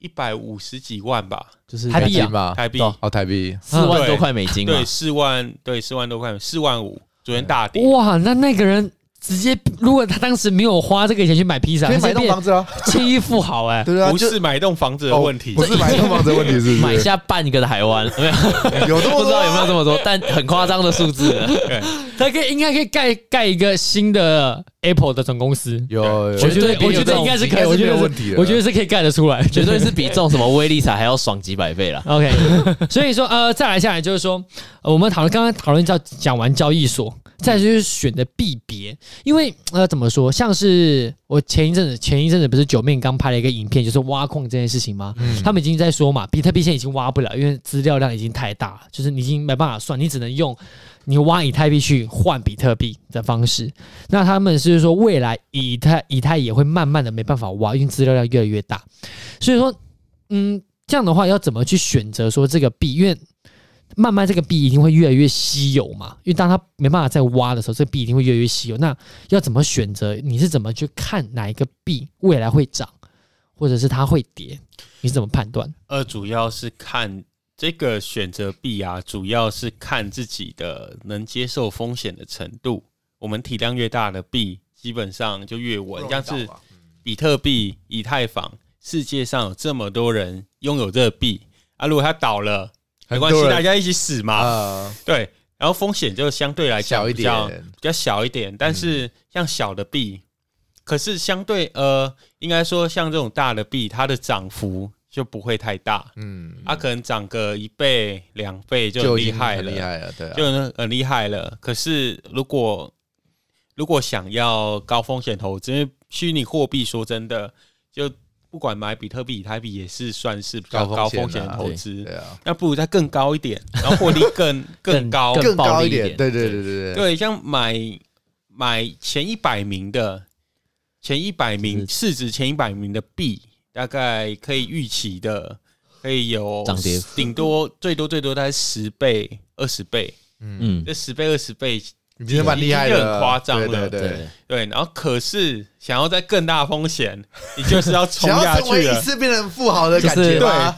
[SPEAKER 4] 一百五十几万吧，
[SPEAKER 2] 就是
[SPEAKER 1] 台币啊
[SPEAKER 3] 行吧，
[SPEAKER 4] 台币
[SPEAKER 2] 懂
[SPEAKER 3] 哦，台币，
[SPEAKER 2] 四万多块美金啊嘛
[SPEAKER 4] 对，，四万对四万多块，四万五，昨天大跌。
[SPEAKER 1] 哇，那那个人直接，如果他当时没有花这个钱去买披萨，
[SPEAKER 3] 可以
[SPEAKER 1] 他
[SPEAKER 3] 买
[SPEAKER 1] 是
[SPEAKER 3] 栋
[SPEAKER 1] 变
[SPEAKER 3] 房子啊，
[SPEAKER 1] 千亿富豪哎、
[SPEAKER 3] 对啊，
[SPEAKER 4] 不
[SPEAKER 3] 就是
[SPEAKER 4] 买一栋房子的问题
[SPEAKER 3] 哦，不是买一栋房子的问题，是不是？
[SPEAKER 2] 买下半个台湾，没有
[SPEAKER 3] 有这么
[SPEAKER 2] 不
[SPEAKER 3] 多啊
[SPEAKER 2] 知道有没有这么多，但很夸张的数字了，
[SPEAKER 1] 他可以应该可以盖盖一个新的 Apple 的总公司，
[SPEAKER 3] 有，有
[SPEAKER 1] 我觉得
[SPEAKER 2] 绝对
[SPEAKER 1] 我觉
[SPEAKER 2] 有这
[SPEAKER 1] 得
[SPEAKER 2] 种
[SPEAKER 1] 应该是可以，
[SPEAKER 3] 应该是
[SPEAKER 1] 我觉
[SPEAKER 3] 没
[SPEAKER 1] 得
[SPEAKER 3] 有
[SPEAKER 1] 是
[SPEAKER 3] 问题的
[SPEAKER 1] 我觉得是可以盖得出来，
[SPEAKER 2] 绝对是比中什么威力彩还要爽几百倍啦。
[SPEAKER 1] OK，所以 [LAUGHS] 说呃，再来下来就是说，呃我们讨论刚刚讨论到讲完交易所，再来就是选的币别，因为呃怎么说，像是我前一阵子前一阵子不是九面刚拍了一个影片，就是挖矿这件事情吗？他们已经在说嘛，比特币现在已经挖不了，因为资料量已经太大了，就是你已经没办法算，你只能用你挖以太币去换比特币的方式。那他们是说未来以太以太也会慢慢的没办法挖，因为资料量越来越大，所以说嗯。这样的话要怎么去选择说这个币？因为慢慢这个币一定会越来越稀有嘛，因为当它没办法再挖的时候，这个币一定会越来越稀有。那要怎么选择？你是怎么去看哪一个币未来会涨，或者是它会跌？你是怎么判断？
[SPEAKER 4] 二主要是看这个选择币啊，主要是看自己的能接受风险的程度。我们体量越大的币，基本上就越稳，像是
[SPEAKER 3] 啊
[SPEAKER 4] 比特币、以太坊，世界上有这么多人拥有这个币啊，如果它倒了，没关系，大家一起死嘛。
[SPEAKER 3] 啊，
[SPEAKER 4] 对，然后风险就相对来讲
[SPEAKER 3] 小一
[SPEAKER 4] 比较
[SPEAKER 3] 点
[SPEAKER 4] 比较小一点，但
[SPEAKER 3] 嗯
[SPEAKER 4] 是像小的币，可是相对呃，应该说像这种大的币，它的涨幅就不会太大，
[SPEAKER 3] 嗯，
[SPEAKER 4] 它可能涨个一倍、两倍就很
[SPEAKER 3] 就已
[SPEAKER 4] 厉
[SPEAKER 3] 经
[SPEAKER 4] 害
[SPEAKER 3] 很
[SPEAKER 4] 了，
[SPEAKER 3] 厉害了，对啊，
[SPEAKER 4] 就很很厉害了。可是如果如果想要高风险投资，因为虚拟货币说真的，就不管买比特币、以太币，也是算是比较
[SPEAKER 3] 高
[SPEAKER 4] 高
[SPEAKER 3] 风
[SPEAKER 4] 风
[SPEAKER 3] 险
[SPEAKER 4] 险
[SPEAKER 3] 啊
[SPEAKER 4] 的投资。
[SPEAKER 3] 对啊，
[SPEAKER 4] 那不如再更高一点，然后获利更
[SPEAKER 3] [LAUGHS]
[SPEAKER 4] 更高。
[SPEAKER 2] 更
[SPEAKER 3] 更
[SPEAKER 2] 暴
[SPEAKER 3] 高
[SPEAKER 2] 力
[SPEAKER 3] 一
[SPEAKER 2] 一点
[SPEAKER 3] 点，对对对对对，
[SPEAKER 4] 对，像买买前一百名的前一百名市值前一百名的币，大概可以预期的可以有
[SPEAKER 2] 涨跌幅
[SPEAKER 4] 顶多最多最多大概十倍、二十倍，
[SPEAKER 2] 嗯，
[SPEAKER 4] 这十倍、二十倍
[SPEAKER 3] 已经蛮厉害
[SPEAKER 4] 已经
[SPEAKER 3] 的，
[SPEAKER 4] 很夸张了
[SPEAKER 3] 对对
[SPEAKER 2] 对
[SPEAKER 3] 对。，
[SPEAKER 4] 对，然后可是想要再更大风险，
[SPEAKER 3] [LAUGHS]
[SPEAKER 4] 你就是要冲
[SPEAKER 3] 想要
[SPEAKER 4] 下
[SPEAKER 3] 成为
[SPEAKER 4] 去
[SPEAKER 3] 一
[SPEAKER 4] 了，
[SPEAKER 3] 次变成富豪的感
[SPEAKER 2] 就
[SPEAKER 3] 觉
[SPEAKER 2] 是
[SPEAKER 3] 吗？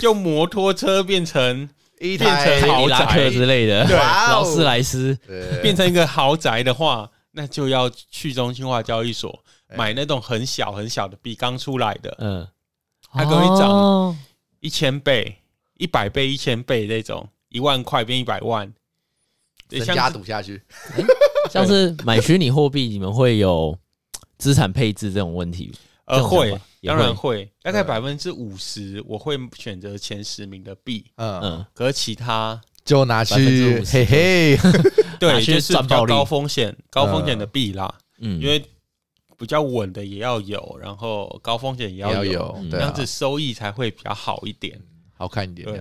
[SPEAKER 4] 就摩托车变成
[SPEAKER 3] 一
[SPEAKER 4] 变
[SPEAKER 3] 台
[SPEAKER 4] 成
[SPEAKER 2] 凯迪拉克之类的，
[SPEAKER 3] 对
[SPEAKER 2] 劳斯莱斯，
[SPEAKER 3] 对
[SPEAKER 4] 变成一个豪宅的话，那就要去中心化交易所买那种很小很小的币，刚出来的
[SPEAKER 2] 嗯，
[SPEAKER 4] 它可以涨
[SPEAKER 1] 哦
[SPEAKER 4] 一千倍、一百倍、一千倍那种，一万块变一百万，对，
[SPEAKER 3] 增加
[SPEAKER 4] 像是
[SPEAKER 3] 赌下去，
[SPEAKER 2] 像是买虚拟货币，你们会有资产配置这种问题？这
[SPEAKER 4] 呃
[SPEAKER 2] 种想
[SPEAKER 4] 会
[SPEAKER 2] 法，也
[SPEAKER 4] 当
[SPEAKER 2] 会
[SPEAKER 4] 然会，大概
[SPEAKER 3] 嗯
[SPEAKER 4] 百分之五十我会选择前十名的币，
[SPEAKER 3] 嗯，
[SPEAKER 2] 嗯，
[SPEAKER 4] 可是其他
[SPEAKER 3] 就拿去
[SPEAKER 2] 50%
[SPEAKER 3] 嘿嘿，
[SPEAKER 4] 对
[SPEAKER 2] 拿去
[SPEAKER 4] 就是比
[SPEAKER 2] 赚暴
[SPEAKER 4] 较
[SPEAKER 2] 利
[SPEAKER 4] 高风险、高风险的币啦，
[SPEAKER 2] 嗯，
[SPEAKER 4] 因为比较稳的也要有，然后高风险也
[SPEAKER 3] 要
[SPEAKER 4] 要有，
[SPEAKER 3] 有
[SPEAKER 2] 嗯，
[SPEAKER 4] 这
[SPEAKER 3] 对
[SPEAKER 4] 样
[SPEAKER 3] 啊，
[SPEAKER 4] 子收益才会比较好一点。
[SPEAKER 3] 好看一点，
[SPEAKER 4] 对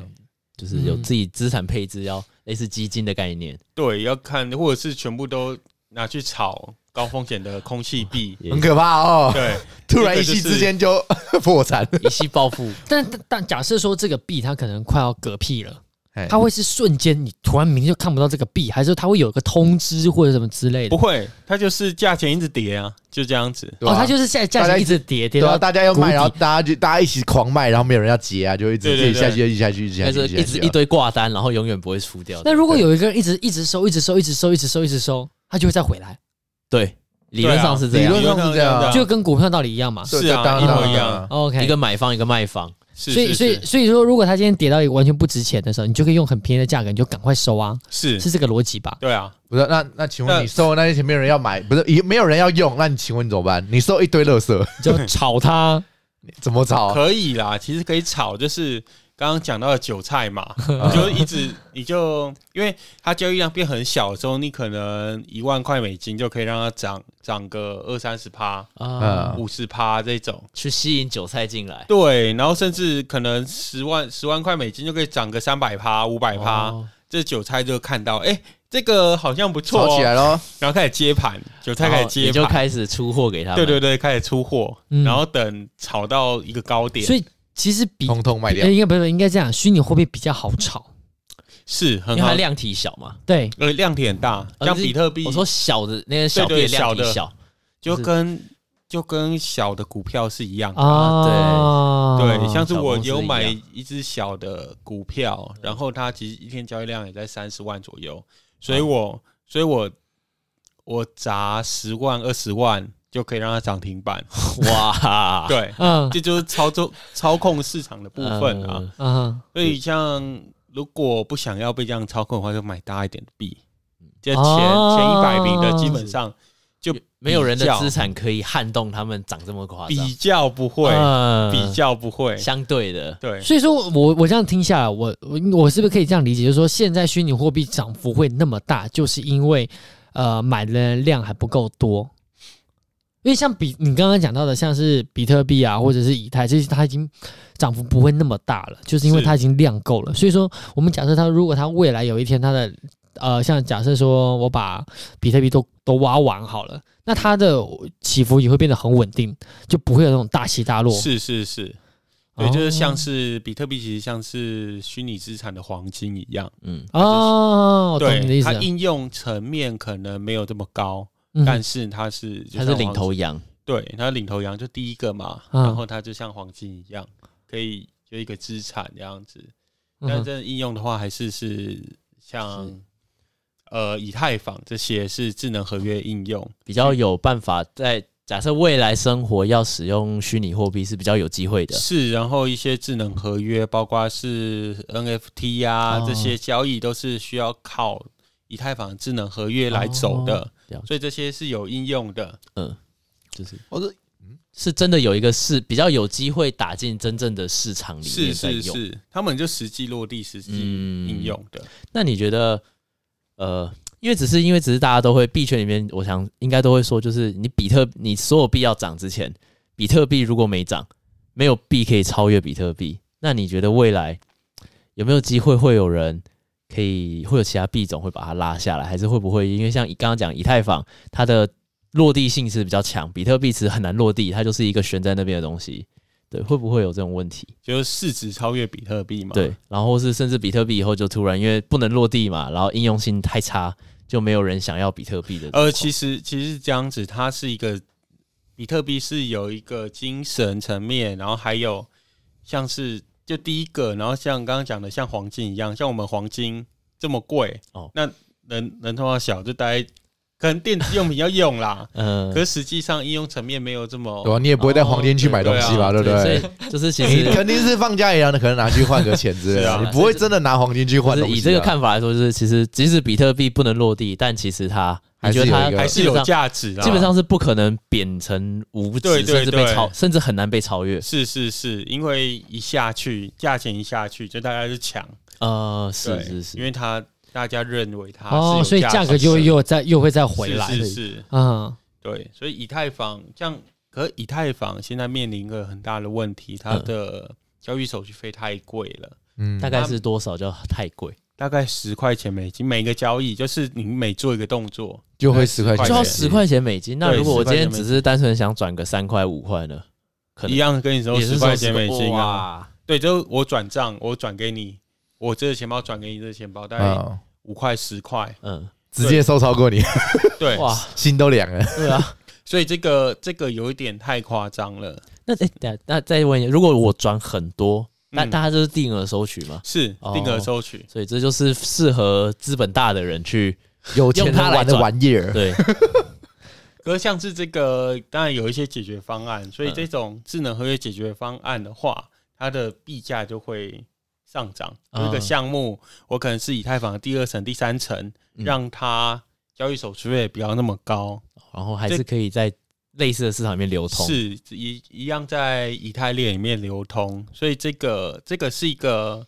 [SPEAKER 2] 就是有自己资产配置，要类似基金的概念。
[SPEAKER 4] 对，要看，或者是全部都拿去炒高风险的空气
[SPEAKER 3] [LAUGHS]
[SPEAKER 4] 壁。
[SPEAKER 3] 很可怕哦！
[SPEAKER 4] 对，
[SPEAKER 3] [LAUGHS] 突然一夕之间就 [LAUGHS] 破产，
[SPEAKER 2] 一夕暴富，
[SPEAKER 1] 但但但假设说这个币它可能快要嗝屁了
[SPEAKER 3] 哎，
[SPEAKER 1] 它会是瞬间你突然明天就看不到这个币，还是它会有一个通知或者什么之类的
[SPEAKER 4] 不？会，它就是价钱一直跌啊，就这样子。
[SPEAKER 3] 对
[SPEAKER 1] 哦，
[SPEAKER 3] 吧
[SPEAKER 1] 它就是现在价
[SPEAKER 3] 大家
[SPEAKER 1] 钱
[SPEAKER 3] 一
[SPEAKER 1] 一直跌跌
[SPEAKER 3] 对啊，
[SPEAKER 1] 到
[SPEAKER 3] 大家要
[SPEAKER 1] 谷
[SPEAKER 3] 卖，
[SPEAKER 1] 底
[SPEAKER 3] 然后大家就大家一起狂卖，然后没有人要结啊，就一直
[SPEAKER 4] 对
[SPEAKER 3] 自
[SPEAKER 4] 对
[SPEAKER 3] 己
[SPEAKER 4] 对
[SPEAKER 3] 下去，一直下去，一直下
[SPEAKER 2] 但
[SPEAKER 3] 去，
[SPEAKER 2] 是
[SPEAKER 3] 一
[SPEAKER 2] 一
[SPEAKER 3] 直
[SPEAKER 2] 直
[SPEAKER 3] 下去
[SPEAKER 2] 一堆挂单，然后永远不会出掉的。
[SPEAKER 1] 那如果有一个人一直一直收，一直收，一直收，一直收，一直收，他就会再回
[SPEAKER 4] 啊
[SPEAKER 1] 来，
[SPEAKER 2] 对，理论上是这
[SPEAKER 3] 理
[SPEAKER 2] 样
[SPEAKER 3] 论，上是这样啊
[SPEAKER 1] 就跟股票道理一样嘛。
[SPEAKER 3] 对
[SPEAKER 4] 是啊
[SPEAKER 3] 当然
[SPEAKER 4] 一模
[SPEAKER 3] 当然
[SPEAKER 4] 一样
[SPEAKER 3] 当然
[SPEAKER 2] 一
[SPEAKER 1] OK，
[SPEAKER 2] 个买方，一个卖方。
[SPEAKER 4] 是
[SPEAKER 1] 所以
[SPEAKER 4] 是
[SPEAKER 1] 所以所以说，如果它今天跌到一个完全不值钱的时候，你就可以用很便宜的价格，你就赶快收啊，
[SPEAKER 4] 是
[SPEAKER 1] 是
[SPEAKER 4] 是，
[SPEAKER 1] 这个逻辑吧？
[SPEAKER 4] 对啊，
[SPEAKER 3] 不是，那那请问
[SPEAKER 4] 那
[SPEAKER 3] 你收的那些钱没有人要买，不是也没有人要用，那你请问你怎么办？你收一堆垃圾， [LAUGHS]
[SPEAKER 1] 你就炒它，
[SPEAKER 3] 怎么找？
[SPEAKER 4] 可以啦，其实可以炒，就是刚刚讲到的韭菜嘛，
[SPEAKER 3] 啊
[SPEAKER 4] 你就一直你就因为它交易量变很小的时候，你可能一万块美金就可以让它涨涨个二三十趴、
[SPEAKER 2] 啊，
[SPEAKER 3] 嗯，
[SPEAKER 4] 五十趴这种。
[SPEAKER 2] 去吸引韭菜进来，
[SPEAKER 4] 对，然后甚至可能十万十万块美金就可以涨个三百趴、五百趴，
[SPEAKER 2] 哦
[SPEAKER 4] 这韭菜就看到，哎、这个好像不错、
[SPEAKER 3] 吵
[SPEAKER 4] 哦
[SPEAKER 3] 起，来喽！
[SPEAKER 4] 然后开始接盘，韭菜开
[SPEAKER 2] 然
[SPEAKER 4] 始
[SPEAKER 2] 后
[SPEAKER 4] 接
[SPEAKER 2] 你哦就
[SPEAKER 4] 盘，
[SPEAKER 2] 开始出货给他们。
[SPEAKER 4] 对对对，开始出货，
[SPEAKER 1] 嗯
[SPEAKER 4] 然后等炒到一个高点，
[SPEAKER 1] 所以其实比
[SPEAKER 3] 通通卖掉
[SPEAKER 1] 呃。应该不是应该这样，虚拟货币比较好炒，
[SPEAKER 4] 是很
[SPEAKER 2] 因为
[SPEAKER 4] 好
[SPEAKER 2] 它，量体小嘛。
[SPEAKER 1] 对，
[SPEAKER 4] 呃，量体很大，
[SPEAKER 2] 呃
[SPEAKER 4] 像比特币，
[SPEAKER 2] 我说小的那些小
[SPEAKER 4] 对
[SPEAKER 2] 币
[SPEAKER 4] 对
[SPEAKER 2] 的量
[SPEAKER 4] 小
[SPEAKER 2] 体
[SPEAKER 4] 的
[SPEAKER 2] 小，
[SPEAKER 4] 就
[SPEAKER 2] 就是
[SPEAKER 4] 跟就跟小的股票是一样的。
[SPEAKER 1] 啊，
[SPEAKER 4] 对，像是
[SPEAKER 2] 啊哦小
[SPEAKER 4] 我
[SPEAKER 2] 公司
[SPEAKER 4] 有
[SPEAKER 2] 一
[SPEAKER 4] 买
[SPEAKER 2] 样
[SPEAKER 4] 一只小的股票，然后它其实一天交易量也在三十万左右，
[SPEAKER 2] 哦
[SPEAKER 4] 所以我所以我我砸十万二十万就可以让它涨停板，
[SPEAKER 2] 哇，
[SPEAKER 4] 对，
[SPEAKER 1] 嗯
[SPEAKER 4] 这就是操纵操控市场的部分啊。
[SPEAKER 2] 嗯
[SPEAKER 1] 嗯，
[SPEAKER 4] 所以像如果不想要被这样操控的话，就买大一点的币，就前、
[SPEAKER 1] 哦
[SPEAKER 4] 前一百名的基本上就
[SPEAKER 2] 没有人
[SPEAKER 4] 比
[SPEAKER 2] 的
[SPEAKER 4] 较
[SPEAKER 2] 资产可以撼动他们涨这么夸张
[SPEAKER 4] 比，较不会，
[SPEAKER 1] 呃
[SPEAKER 2] 嗯
[SPEAKER 4] 比较不会，
[SPEAKER 2] 相对的，
[SPEAKER 4] 对，
[SPEAKER 1] 所以说我我这样听下来，我我我是不是可以这样理解，就是说现在虚拟货币涨幅会那么大，就是因为呃买的人量还不够多。因为像比你刚刚讲到的，像是比特币啊，或者是以太，这些它已经涨幅不会那么大了，就是因为
[SPEAKER 4] 是
[SPEAKER 1] 它已经量够了。所以说，我们假设它如果它未来有一天它的呃，像假设说我把比特币都都挖完好了，那它的起伏也会变得很稳定，就不会有那种大起大落。
[SPEAKER 4] 是是是，对，就是像
[SPEAKER 1] 哦
[SPEAKER 4] 是比特币，其实像是虚拟资产的黄金一样，
[SPEAKER 2] 嗯，
[SPEAKER 1] 哦，我懂你的
[SPEAKER 4] 对，
[SPEAKER 1] 意思
[SPEAKER 4] 它
[SPEAKER 1] 了。
[SPEAKER 4] 应用层面可能没有这么高，
[SPEAKER 1] 嗯
[SPEAKER 4] 但是它是就
[SPEAKER 2] 它
[SPEAKER 4] 像
[SPEAKER 2] 是领
[SPEAKER 4] 黄
[SPEAKER 2] 头
[SPEAKER 4] 金，
[SPEAKER 2] 羊，
[SPEAKER 4] 对，它是领头羊就第一个嘛，
[SPEAKER 1] 嗯
[SPEAKER 4] 然后它就像黄金一样，可以有一个资产这样子，但
[SPEAKER 1] 嗯
[SPEAKER 4] 真的应用的话，还是是像呃以太坊这些是智能合约应用，
[SPEAKER 2] 比较有办法在假设未来生活要使用虚拟货币是比较有机会的，
[SPEAKER 4] 是，然后一些智能合约，包括是 NFT 呀、
[SPEAKER 1] 哦
[SPEAKER 4] 啊这些交易都是需要靠以太坊智能合约来走的，
[SPEAKER 2] 哦了解
[SPEAKER 4] 所以这些是有应用的。
[SPEAKER 2] 嗯，就是
[SPEAKER 3] 我说
[SPEAKER 4] 嗯
[SPEAKER 2] 是真的有一个是比较有机会打进真正的市场里
[SPEAKER 4] 是
[SPEAKER 2] 面在
[SPEAKER 4] 是
[SPEAKER 2] 用。
[SPEAKER 4] 是，他们就实际落地、实际
[SPEAKER 2] 嗯
[SPEAKER 4] 应用的。
[SPEAKER 2] 那你觉得，呃，因为只是因为只是大家都会币圈里面，我想应该都会说，就是你比特你所有币要涨之前，比特币如果没涨，没有币可以超越比特币。那你觉得未来有没有机会会有人可以会有其他币种会把它拉下来，还是会不会因为像刚刚讲以太坊它的落地性是比较强，比特币其实很难落地，它就是一个悬在那边的东西。对，会不会有这种问题？
[SPEAKER 4] 就是市值超越比特币嘛？
[SPEAKER 2] 对，然后是甚至比特币以后就突然因为不能落地嘛，然后应用性太差，就没有人想要比特币的。
[SPEAKER 4] 呃，其实其实是这样子，它是一个比特币是有一个精神层面，然后还有像是就第一个，然后像刚刚讲的，像黄金一样，像我们黄金这么贵
[SPEAKER 2] 哦，
[SPEAKER 4] 那人人头要小，就大概可能电子用品要用啦
[SPEAKER 2] 嗯
[SPEAKER 4] 可，是实际上应用层面没有这么
[SPEAKER 3] 对啊吧？你也不会带黄金去买东西吧？对不
[SPEAKER 2] 啊所
[SPEAKER 3] 对？
[SPEAKER 2] 以就是
[SPEAKER 3] [LAUGHS]
[SPEAKER 2] 其
[SPEAKER 3] 你
[SPEAKER 2] 实
[SPEAKER 3] 肯定是放家里，然后可能拿去换个钱之类
[SPEAKER 4] 是
[SPEAKER 3] 的，
[SPEAKER 4] 啊
[SPEAKER 3] 你不会真的拿黄金去
[SPEAKER 2] 就
[SPEAKER 3] 换
[SPEAKER 2] 是
[SPEAKER 3] 东西啊。
[SPEAKER 2] 以这个看法来说，就是其实即使比特币不能落地，但其实它，
[SPEAKER 3] 还
[SPEAKER 2] 你
[SPEAKER 3] 是
[SPEAKER 2] 觉得
[SPEAKER 3] 有一个
[SPEAKER 2] 它
[SPEAKER 4] 还是
[SPEAKER 2] 啊基
[SPEAKER 4] 有
[SPEAKER 2] 本上
[SPEAKER 4] 价值啦。
[SPEAKER 2] 基本上是不可能贬成无
[SPEAKER 4] 对
[SPEAKER 2] 值，
[SPEAKER 4] 对
[SPEAKER 2] 甚至被
[SPEAKER 4] 对
[SPEAKER 2] 超，甚至很难被超越。
[SPEAKER 4] 是是是，因为一下去价钱一下去，就大家就抢，
[SPEAKER 2] 呃，是
[SPEAKER 4] 对嗯
[SPEAKER 2] 是
[SPEAKER 4] 因
[SPEAKER 2] 是，
[SPEAKER 4] 为它大家认为它是
[SPEAKER 1] 哦
[SPEAKER 4] 有，
[SPEAKER 1] 所以价格
[SPEAKER 4] 值
[SPEAKER 1] 就
[SPEAKER 4] 的
[SPEAKER 1] 会又再又会再回
[SPEAKER 4] 是
[SPEAKER 1] 来。
[SPEAKER 4] 是是。
[SPEAKER 1] 嗯，
[SPEAKER 4] 对，所以以太坊像，可以太坊现在面临一个很大的问题，它
[SPEAKER 2] 嗯
[SPEAKER 4] 的交易手续费太贵了。
[SPEAKER 3] 嗯
[SPEAKER 2] 大概是多少叫太贵？
[SPEAKER 4] 大概十块钱美金每个交易，就是你每做一个动作，
[SPEAKER 3] 就会十块钱，
[SPEAKER 2] 就要十块钱美金。那
[SPEAKER 4] 对
[SPEAKER 2] 如果我今天
[SPEAKER 4] 10块钱美
[SPEAKER 2] 只
[SPEAKER 4] 金
[SPEAKER 2] 是单纯想转个三块五块呢？可能
[SPEAKER 4] 一样跟你说
[SPEAKER 2] 也是
[SPEAKER 4] 十块钱美金啊。
[SPEAKER 2] 哇。
[SPEAKER 4] 对，就是我转账，我转给你，我这个钱包转给你，这个钱包大概
[SPEAKER 3] 啊，
[SPEAKER 4] 五块
[SPEAKER 2] [LAUGHS]
[SPEAKER 4] 十块。
[SPEAKER 2] 嗯，
[SPEAKER 3] 直接收超过你，
[SPEAKER 4] 对，
[SPEAKER 2] 哇，
[SPEAKER 3] 心都凉了。
[SPEAKER 2] 对 [LAUGHS] 啊。
[SPEAKER 4] 所以这个这个有一点太夸张了。
[SPEAKER 2] 那哎，等下那再问一下，如果我转很多，那
[SPEAKER 4] 嗯
[SPEAKER 2] 大家就是定额收取嘛？
[SPEAKER 4] 是
[SPEAKER 2] 哦
[SPEAKER 4] 定额收取，
[SPEAKER 2] 所以这就是适合资本大的人
[SPEAKER 4] [LAUGHS]
[SPEAKER 2] 去
[SPEAKER 3] 有
[SPEAKER 2] 钱人玩的玩
[SPEAKER 3] 意儿，
[SPEAKER 2] 对，
[SPEAKER 4] 可是像是这个，当然有一些解决方案，
[SPEAKER 2] 嗯
[SPEAKER 4] 所以这种智能合约解决方案的话，它的币价就会上涨。
[SPEAKER 2] 嗯
[SPEAKER 4] 这个项目，我可能是以太坊的第二层、第三层，
[SPEAKER 2] 嗯
[SPEAKER 4] 让它交易手续费不要那么高，
[SPEAKER 2] 然后还是可以在类似的市场里面流通。
[SPEAKER 4] 是一一样在以太链里面流通。所以这个这个是一个，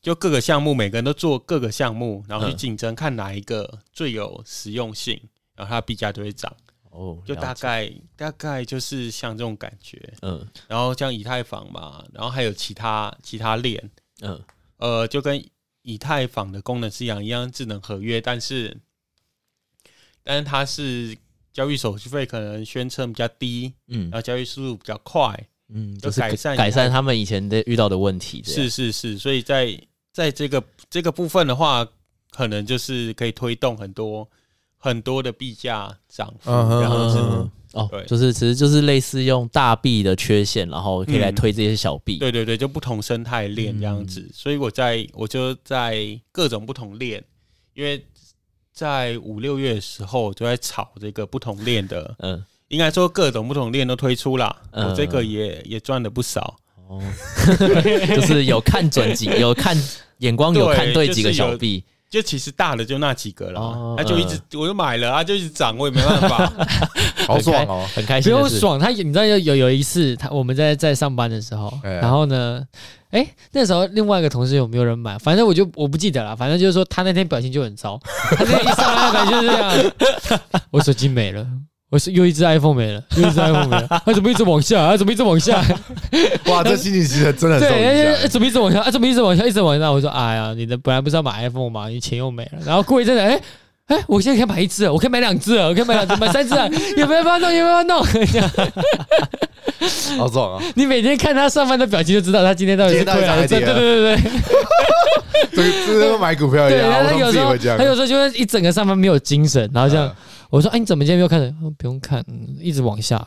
[SPEAKER 4] 就各个项目每个人都做各个项目，然后去
[SPEAKER 2] 嗯
[SPEAKER 4] 竞争，看哪一个最有实用性，然后它的币价就会涨。
[SPEAKER 2] 哦，
[SPEAKER 4] 就大
[SPEAKER 2] 了解
[SPEAKER 4] 概大概就是像这种感觉，
[SPEAKER 2] 嗯
[SPEAKER 4] 然后像以太坊嘛，然后还有其他其他链，
[SPEAKER 2] 嗯
[SPEAKER 4] 呃，就跟以太坊的功能是一样，一样智能合约，但是但是它是交易手续费可能宣称比较低，然
[SPEAKER 2] 嗯
[SPEAKER 4] 后交易速度比较快，
[SPEAKER 2] 嗯，
[SPEAKER 4] 就是改善
[SPEAKER 2] 改善
[SPEAKER 4] 以太
[SPEAKER 2] 他们以前的遇到的问题。这样
[SPEAKER 4] 是是是，所以在在这个这个部分的话，可能就是可以推动很多很多的币价涨幅，
[SPEAKER 3] 嗯哼
[SPEAKER 4] 然后是。
[SPEAKER 3] 嗯
[SPEAKER 2] 哦
[SPEAKER 4] 对，
[SPEAKER 2] 就是其实就是类似用大币的缺陷，然后可以来推这些小币。
[SPEAKER 4] 嗯对对对，就不同生态链这样
[SPEAKER 2] 嗯
[SPEAKER 4] 子。所以我在我就在各种不同链，因为在五六月的时候我就在炒这个不同链的，
[SPEAKER 2] 嗯，
[SPEAKER 4] 应该说各种不同链都推出啦。
[SPEAKER 2] 嗯
[SPEAKER 4] 我这个也也赚了不少，
[SPEAKER 2] 哦， [LAUGHS] 就是有看准几，有看眼光有
[SPEAKER 4] 对
[SPEAKER 2] 看对几个
[SPEAKER 4] 就是有
[SPEAKER 2] 小币，
[SPEAKER 4] 就其实大的就那几个啦，啊
[SPEAKER 2] 哦
[SPEAKER 4] 他就一直、我就买了，他啊就一直涨，我也没办
[SPEAKER 2] [LAUGHS]
[SPEAKER 4] 法。
[SPEAKER 3] 好爽哦！
[SPEAKER 2] 很开
[SPEAKER 4] 哎
[SPEAKER 1] 不
[SPEAKER 2] 心的
[SPEAKER 1] 用
[SPEAKER 2] 是。
[SPEAKER 1] 爽，他也你知道有有有一次，他我们在在上班的时候，
[SPEAKER 3] 哎呀
[SPEAKER 1] 然后呢，哎、那时候另外一个同事有没有人买？反正我就我不记得了，反正就是说他那天表情就很糟，他那天一上来表情就是这样，我手机没了。我是又一只 iPhone 没了，又一只 iPhone 没了，它怎么一直往下？它怎么一直往下？
[SPEAKER 3] 哇，这心情其实真的很受
[SPEAKER 1] 对，哎
[SPEAKER 3] 影响。
[SPEAKER 1] 怎么一直往下？哎，怎么一直往下？一直往下？我说，哎呀，你的本来不是要买 iPhone 吗？你钱又没了。然后过一阵子，哎哎，我现在可以买一只了，我可以买两只了，我可以买两只，买三只了，有没有办法弄？有没有办法弄？ [LAUGHS]
[SPEAKER 3] 好爽啊！
[SPEAKER 1] 你每天看他上班的表情就知道他今天到底是亏还是
[SPEAKER 3] 今
[SPEAKER 1] 赚。
[SPEAKER 3] 天
[SPEAKER 1] 对
[SPEAKER 3] 到底
[SPEAKER 1] 对对对
[SPEAKER 3] [LAUGHS] 这个这跟买股票一
[SPEAKER 1] 对，
[SPEAKER 3] 样，
[SPEAKER 1] 然
[SPEAKER 3] 我
[SPEAKER 1] 后他
[SPEAKER 3] 懂
[SPEAKER 1] 有
[SPEAKER 3] 自
[SPEAKER 1] 时
[SPEAKER 3] 己
[SPEAKER 1] 候
[SPEAKER 3] 会这样
[SPEAKER 1] 他。有时候就会一整个上班没有精神，然后这样
[SPEAKER 3] 嗯
[SPEAKER 1] 我说：“哎，你怎么今天没有看？”哦不用看，嗯一直往下。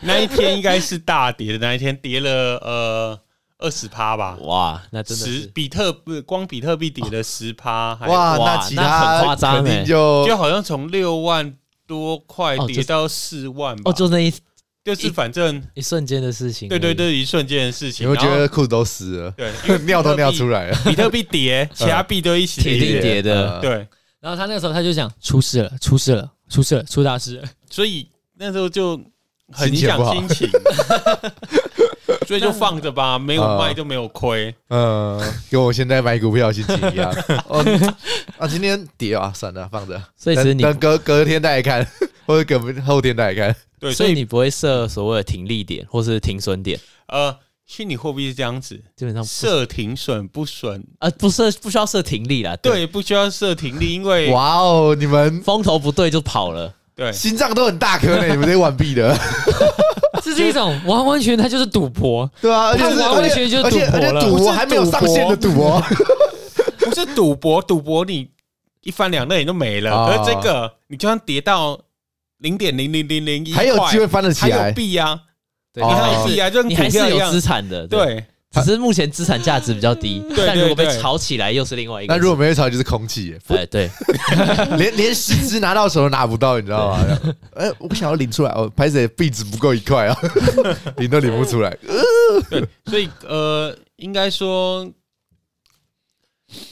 [SPEAKER 4] 那一天应该是大跌的那一天，跌了呃二十趴吧，
[SPEAKER 2] 哇，那真的
[SPEAKER 4] 十
[SPEAKER 2] 是
[SPEAKER 4] 比特不光比特币跌了十趴，还有
[SPEAKER 3] 哇，
[SPEAKER 2] 哇
[SPEAKER 3] 那其
[SPEAKER 2] 那很夸
[SPEAKER 3] 他
[SPEAKER 2] 张
[SPEAKER 3] 肯定
[SPEAKER 2] 欸
[SPEAKER 3] 就
[SPEAKER 4] 就好像从六万多块
[SPEAKER 1] 哦
[SPEAKER 4] 跌
[SPEAKER 1] 就
[SPEAKER 4] 到四万吧，
[SPEAKER 2] 哦，就那一
[SPEAKER 4] 就
[SPEAKER 2] 一
[SPEAKER 4] 是反正一
[SPEAKER 2] 一瞬间的事情。
[SPEAKER 4] 对对，对，一瞬间的事
[SPEAKER 3] 嗯你
[SPEAKER 4] 情，
[SPEAKER 3] 会觉
[SPEAKER 4] 然
[SPEAKER 3] [LAUGHS]
[SPEAKER 4] 后
[SPEAKER 3] 得裤子都湿了，
[SPEAKER 4] 对，因为
[SPEAKER 3] [LAUGHS] 尿都尿出来了。
[SPEAKER 4] 比特币
[SPEAKER 3] [LAUGHS]
[SPEAKER 4] 跌，其他币都一起
[SPEAKER 2] 铁定
[SPEAKER 4] 跌，
[SPEAKER 2] 叠的。
[SPEAKER 3] 嗯，
[SPEAKER 4] 对，
[SPEAKER 1] 然后他那个时候他就想：“出事了，出事了，出事了，出大 [LAUGHS] 事了。
[SPEAKER 4] 所以那时候就很
[SPEAKER 3] 心情
[SPEAKER 4] 影
[SPEAKER 3] 不
[SPEAKER 4] 响
[SPEAKER 3] 好
[SPEAKER 4] 心情，
[SPEAKER 3] [LAUGHS]
[SPEAKER 4] 所以就放着吧，没有卖就没有亏，
[SPEAKER 3] 嗯，跟我现在买股票心情一样。哦，啊，今天跌啊，算了，放着。
[SPEAKER 2] 所以其实
[SPEAKER 3] 等
[SPEAKER 2] 你
[SPEAKER 3] 等隔隔天再来看，或者隔后天再来看。
[SPEAKER 4] 对，
[SPEAKER 2] 所
[SPEAKER 4] 所
[SPEAKER 2] 以
[SPEAKER 4] 以
[SPEAKER 2] 你不会设所谓的停利点或是停损点，
[SPEAKER 4] 呃，虚拟货币是这样子，
[SPEAKER 2] 基本上不
[SPEAKER 4] 设停损不损，
[SPEAKER 2] 啊不设不需要设停利啦。，
[SPEAKER 4] 对，不需要设停利，因为
[SPEAKER 3] 哇哦，你们
[SPEAKER 2] 风头不对就跑了。
[SPEAKER 4] 对，
[SPEAKER 3] 心脏都很大颗呢，你们这些完毕的，”
[SPEAKER 1] 这是一种完完全全他就是赌博，
[SPEAKER 3] 对啊，而且是
[SPEAKER 1] 看完我觉得就是
[SPEAKER 3] 而且
[SPEAKER 1] 赌博
[SPEAKER 3] 而且
[SPEAKER 1] 了
[SPEAKER 3] 赌
[SPEAKER 4] 不
[SPEAKER 3] 博
[SPEAKER 4] 是
[SPEAKER 3] 还没有上线的赌博，
[SPEAKER 4] 不是赌博，赌博你一翻两瞪眼就没了。
[SPEAKER 3] 哦
[SPEAKER 4] 可是这个，你就算跌到零点零零零零一，
[SPEAKER 3] 还有机会，翻得
[SPEAKER 4] 还
[SPEAKER 3] 起
[SPEAKER 4] 有
[SPEAKER 3] 来。
[SPEAKER 4] 币啊，
[SPEAKER 2] 对
[SPEAKER 4] 你
[SPEAKER 3] 哦
[SPEAKER 4] 还有币啊，就跟
[SPEAKER 2] 你
[SPEAKER 4] 股
[SPEAKER 2] 还是
[SPEAKER 4] 票一
[SPEAKER 2] 有资
[SPEAKER 4] 样。
[SPEAKER 2] 产的，对。
[SPEAKER 4] 对，嗯
[SPEAKER 2] 只是目前资产价值比较低，
[SPEAKER 4] 对
[SPEAKER 2] 但如果被
[SPEAKER 4] 对
[SPEAKER 2] 炒起来又是另外一个。
[SPEAKER 3] 那如果没有炒就是空气耶，
[SPEAKER 2] 哎对，
[SPEAKER 3] 连连十只拿到手都拿不到，你知道吗？哎，我不想要领出来，哦，拍谁币值不够一块啊， [LAUGHS] 领都领不出来。
[SPEAKER 4] 对，所以呃，应该说，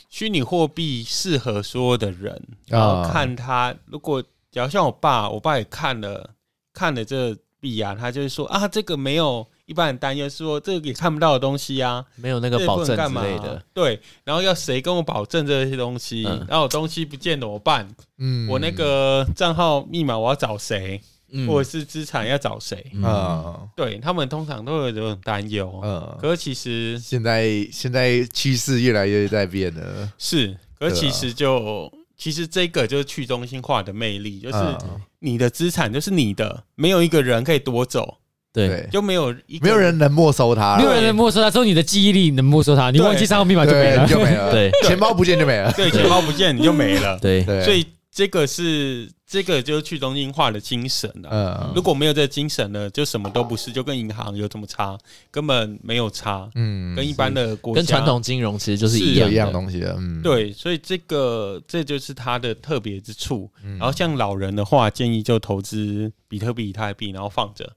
[SPEAKER 4] 虚拟货币适合所有的人，
[SPEAKER 3] 啊
[SPEAKER 4] 然后看他。如果假如像我爸，我爸也看了看了这币啊，他就是说啊，这个没有一般人担忧，是说这个也看不到的东西啊，
[SPEAKER 2] 没有那个
[SPEAKER 4] 这也
[SPEAKER 2] 保
[SPEAKER 4] 不能
[SPEAKER 2] 证
[SPEAKER 4] 干
[SPEAKER 2] 之
[SPEAKER 4] 嘛
[SPEAKER 2] 类的，
[SPEAKER 4] 对，然后要谁跟我保证这些东西？
[SPEAKER 2] 嗯
[SPEAKER 4] 然后我东西不见怎么办？
[SPEAKER 3] 嗯
[SPEAKER 4] 我那个账号密码我要找谁？
[SPEAKER 2] 嗯
[SPEAKER 4] 或者是资产要找谁，
[SPEAKER 2] 啊，
[SPEAKER 3] 嗯
[SPEAKER 4] 对他们通常都会有这种担
[SPEAKER 2] 哦
[SPEAKER 4] 忧。
[SPEAKER 3] 嗯，
[SPEAKER 4] 可是其实
[SPEAKER 3] 现在现在趋势越来越在变了，
[SPEAKER 4] 是，可是其实就
[SPEAKER 2] 啊
[SPEAKER 4] 其实这个就是去中心化的魅力，就是
[SPEAKER 3] 嗯
[SPEAKER 4] 你的资产就是你的，没有一个人可以夺走，
[SPEAKER 2] 对，
[SPEAKER 4] 就没有一个
[SPEAKER 3] 没有人能没收它
[SPEAKER 4] 啊
[SPEAKER 1] 没有
[SPEAKER 3] 了，
[SPEAKER 1] 人能没收它，只有你的记忆力能没收它。你忘记账号密码就没
[SPEAKER 3] 对，
[SPEAKER 1] 了。
[SPEAKER 3] 就没了，
[SPEAKER 2] 对
[SPEAKER 3] 钱包不见就没了，
[SPEAKER 4] 对钱包不见你就没了。
[SPEAKER 2] [LAUGHS] 对，
[SPEAKER 3] 对，
[SPEAKER 4] 所以这个是这个就是去中心化的精神啊。
[SPEAKER 3] 嗯
[SPEAKER 4] 如果没有这个精神呢，就什么都不是，就跟银行有这么差，根本没有差，
[SPEAKER 3] 嗯
[SPEAKER 4] 跟一般的国家
[SPEAKER 2] 跟传统金融其实就是
[SPEAKER 4] 是
[SPEAKER 2] 一
[SPEAKER 3] 有
[SPEAKER 2] 样
[SPEAKER 3] 一样
[SPEAKER 2] 的。
[SPEAKER 3] 东西的，嗯，
[SPEAKER 4] 对，所以这个这就是它的特别之处。
[SPEAKER 3] 嗯，
[SPEAKER 4] 然后像老人的话，建议就投资比特币、以太币，然后放着，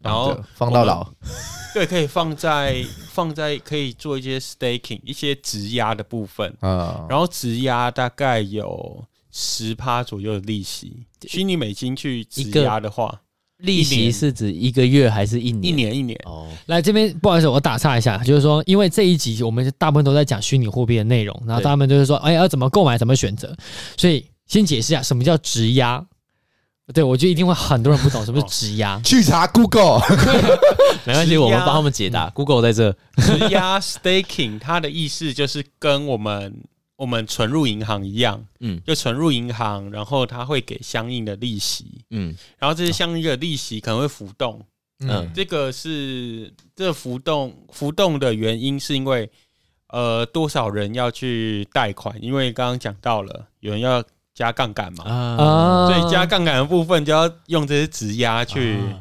[SPEAKER 4] 然后
[SPEAKER 3] 放到老，
[SPEAKER 4] 对，可以放在 [LAUGHS] 放在可以做一些 staking 一些质押的部分，
[SPEAKER 2] 哦
[SPEAKER 3] 嗯，。
[SPEAKER 4] 然后质押大概有十趴左右的利息，虚拟美金去质
[SPEAKER 2] 一个
[SPEAKER 4] 押的话，
[SPEAKER 2] 利
[SPEAKER 4] 一
[SPEAKER 2] 息
[SPEAKER 4] 年
[SPEAKER 2] 是指一个月还是一年？
[SPEAKER 4] 一年一年，
[SPEAKER 2] 哦，
[SPEAKER 1] 来这边，不好意思，我打岔一下，就是说，因为这一集我们大部分都在讲虚拟货币的内容，然后
[SPEAKER 2] 对
[SPEAKER 1] 他们就是说，哎，要怎么购买，怎么选择，所以先解释一下什么叫质押。对，我觉得一定会很多人不懂什么是质押
[SPEAKER 4] [LAUGHS]
[SPEAKER 3] 去查 Google，
[SPEAKER 2] 没关
[SPEAKER 4] 质
[SPEAKER 2] 系，
[SPEAKER 4] 押
[SPEAKER 2] 我们帮他们解答。Google 在这，
[SPEAKER 4] 质押 staking，它的意思就是跟我们我们存入银行一样，
[SPEAKER 2] 嗯
[SPEAKER 4] 就存入银行，然后它会给相应的利息，
[SPEAKER 2] 嗯，
[SPEAKER 4] 然后这些相应的利息可能会浮动。
[SPEAKER 2] 嗯
[SPEAKER 4] 这个是这个浮动浮动的原因是因为呃多少人要去贷款，因为刚刚讲到了有人要加杠杆嘛，
[SPEAKER 2] 啊，
[SPEAKER 4] 嗯所以加杠杆的部分就要用这些质押去
[SPEAKER 2] 啊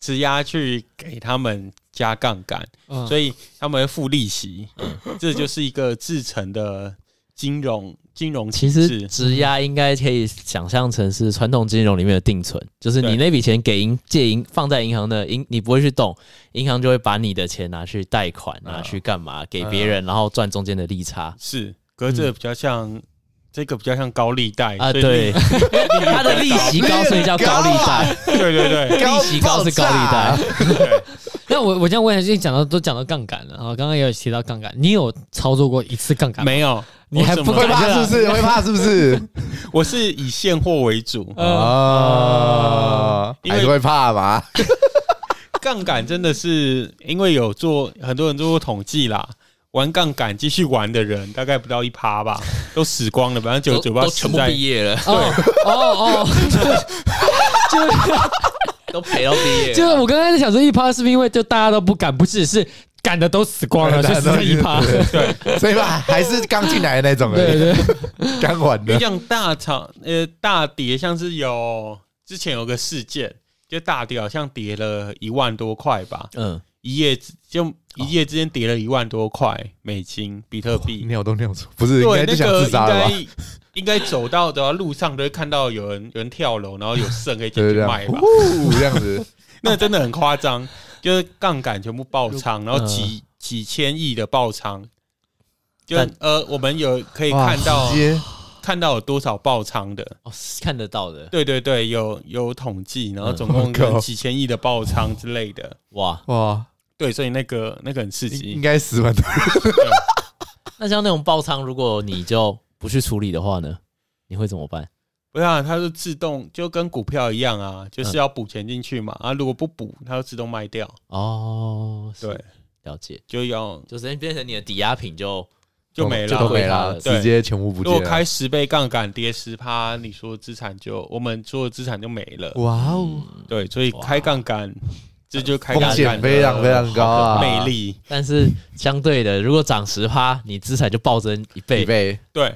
[SPEAKER 4] 质押去给他们加杠杆。
[SPEAKER 1] 嗯
[SPEAKER 4] 所以他们会付利息，嗯这就是一个制成的金融金融
[SPEAKER 2] 其
[SPEAKER 4] 体
[SPEAKER 2] 实
[SPEAKER 4] 制。
[SPEAKER 2] 质押应该可以想象成是传统金融里面的定存，就是你
[SPEAKER 4] 对
[SPEAKER 2] 那笔钱给银借银放在银行的银，你不会去动，银行就会把你的钱拿去贷款，拿去干嘛给别人，然后赚中间的利差
[SPEAKER 4] 是，可是这个比较像、这个比较像高利贷
[SPEAKER 2] 啊。
[SPEAKER 4] 哎所以利
[SPEAKER 2] 对，它的利息高，所以叫高利贷，
[SPEAKER 4] [LAUGHS] 对
[SPEAKER 3] [LAUGHS]
[SPEAKER 4] 对对，
[SPEAKER 2] 利息高是高利贷。
[SPEAKER 1] 那我我这样问一下，因为讲到都讲到杠杆了啊，刚刚也有提到杠杆，你有操作过一次杠杆吗？
[SPEAKER 4] 没有，
[SPEAKER 1] 你还
[SPEAKER 4] 我怎么
[SPEAKER 1] 不
[SPEAKER 3] [LAUGHS] 会
[SPEAKER 1] 敢
[SPEAKER 3] 怕是不是？会怕是不是？
[SPEAKER 4] 我是以现货为主，
[SPEAKER 1] 嗯哦
[SPEAKER 3] 啊，
[SPEAKER 4] 因为
[SPEAKER 3] 还是会怕嘛？
[SPEAKER 4] 杠杆真的是因为有做很多人做过统计啦。玩杠杆继续玩的人大概不到一趴吧，都死光了，百分之九十九趴死在
[SPEAKER 2] 业了，
[SPEAKER 1] 哦哦哦，
[SPEAKER 2] 都赔到毕
[SPEAKER 3] 啊
[SPEAKER 2] 业
[SPEAKER 1] 就是我刚才在想说一趴是不是因为就大家都不敢，不是是敢的都死
[SPEAKER 3] [LAUGHS]
[SPEAKER 1] 光了，就死在一趴。
[SPEAKER 3] 对，所以吧，还是刚进来的那种
[SPEAKER 1] 对
[SPEAKER 3] 人，
[SPEAKER 1] 对，
[SPEAKER 3] 刚玩
[SPEAKER 4] 因为
[SPEAKER 3] 的，
[SPEAKER 4] 像大厂呃大跌，像是有之前有个事件，就大跌好像跌了一万多块吧，
[SPEAKER 2] 嗯，
[SPEAKER 4] 一夜之就一夜之间跌了一万多块美金，比特币。
[SPEAKER 3] 尿都尿出，不是应该
[SPEAKER 4] 对，那
[SPEAKER 3] 就想
[SPEAKER 4] 个
[SPEAKER 3] 自
[SPEAKER 4] 应
[SPEAKER 3] 杀了吧？
[SPEAKER 4] 该应该走到的路上都会看到有人有人跳楼，然后有剩可以进
[SPEAKER 3] 对，
[SPEAKER 4] 去
[SPEAKER 3] 这样
[SPEAKER 4] 卖，
[SPEAKER 3] [LAUGHS]
[SPEAKER 4] 吧。
[SPEAKER 3] 呼这样子，
[SPEAKER 4] 那真的很夸张，就是杠杆全部爆仓，然后几几千亿的爆仓。就
[SPEAKER 2] 但
[SPEAKER 4] 呃，我们有可以
[SPEAKER 3] 哇
[SPEAKER 4] 看到
[SPEAKER 3] 直接
[SPEAKER 4] 看到有多少爆仓的，
[SPEAKER 2] 哦，是看得到的，
[SPEAKER 4] 对对对，有有统计，然后
[SPEAKER 2] 嗯
[SPEAKER 4] 总共
[SPEAKER 3] 我靠
[SPEAKER 4] 有几千亿的爆仓之类的。
[SPEAKER 2] 哇，
[SPEAKER 3] 哇，
[SPEAKER 4] 对，所以那个那个很刺
[SPEAKER 3] 应应
[SPEAKER 4] 激。
[SPEAKER 3] 该死完的，
[SPEAKER 2] [LAUGHS] 那像那种爆仓，如果你就不去处理的话呢，你会怎么办？
[SPEAKER 4] 不是啊，它是自动，就跟股票一样啊，
[SPEAKER 3] 嗯
[SPEAKER 4] 就是要补钱进去嘛。啊，如果不补，它就自动卖掉。
[SPEAKER 2] 哦，是
[SPEAKER 4] 对，
[SPEAKER 2] 了解，
[SPEAKER 4] 就要
[SPEAKER 2] 就是变成你的抵押品就
[SPEAKER 4] 就没
[SPEAKER 3] 就都
[SPEAKER 4] 了。
[SPEAKER 3] 没了，
[SPEAKER 2] 对
[SPEAKER 3] 直接全部不
[SPEAKER 4] 如果
[SPEAKER 3] 见了
[SPEAKER 4] 开。十倍杠杆跌十趴，你说资产就我们所有资产就没了。
[SPEAKER 3] 哇哦，
[SPEAKER 4] 对，所以
[SPEAKER 2] 哇
[SPEAKER 4] 开杠杆，这就是开
[SPEAKER 3] 风
[SPEAKER 4] 杠
[SPEAKER 3] 险
[SPEAKER 4] 杆
[SPEAKER 3] 非常非常高啊，
[SPEAKER 4] 魅力。
[SPEAKER 2] 但是相对的，如果涨十趴，你资产就暴增一倍
[SPEAKER 3] 一。倍，
[SPEAKER 4] 对，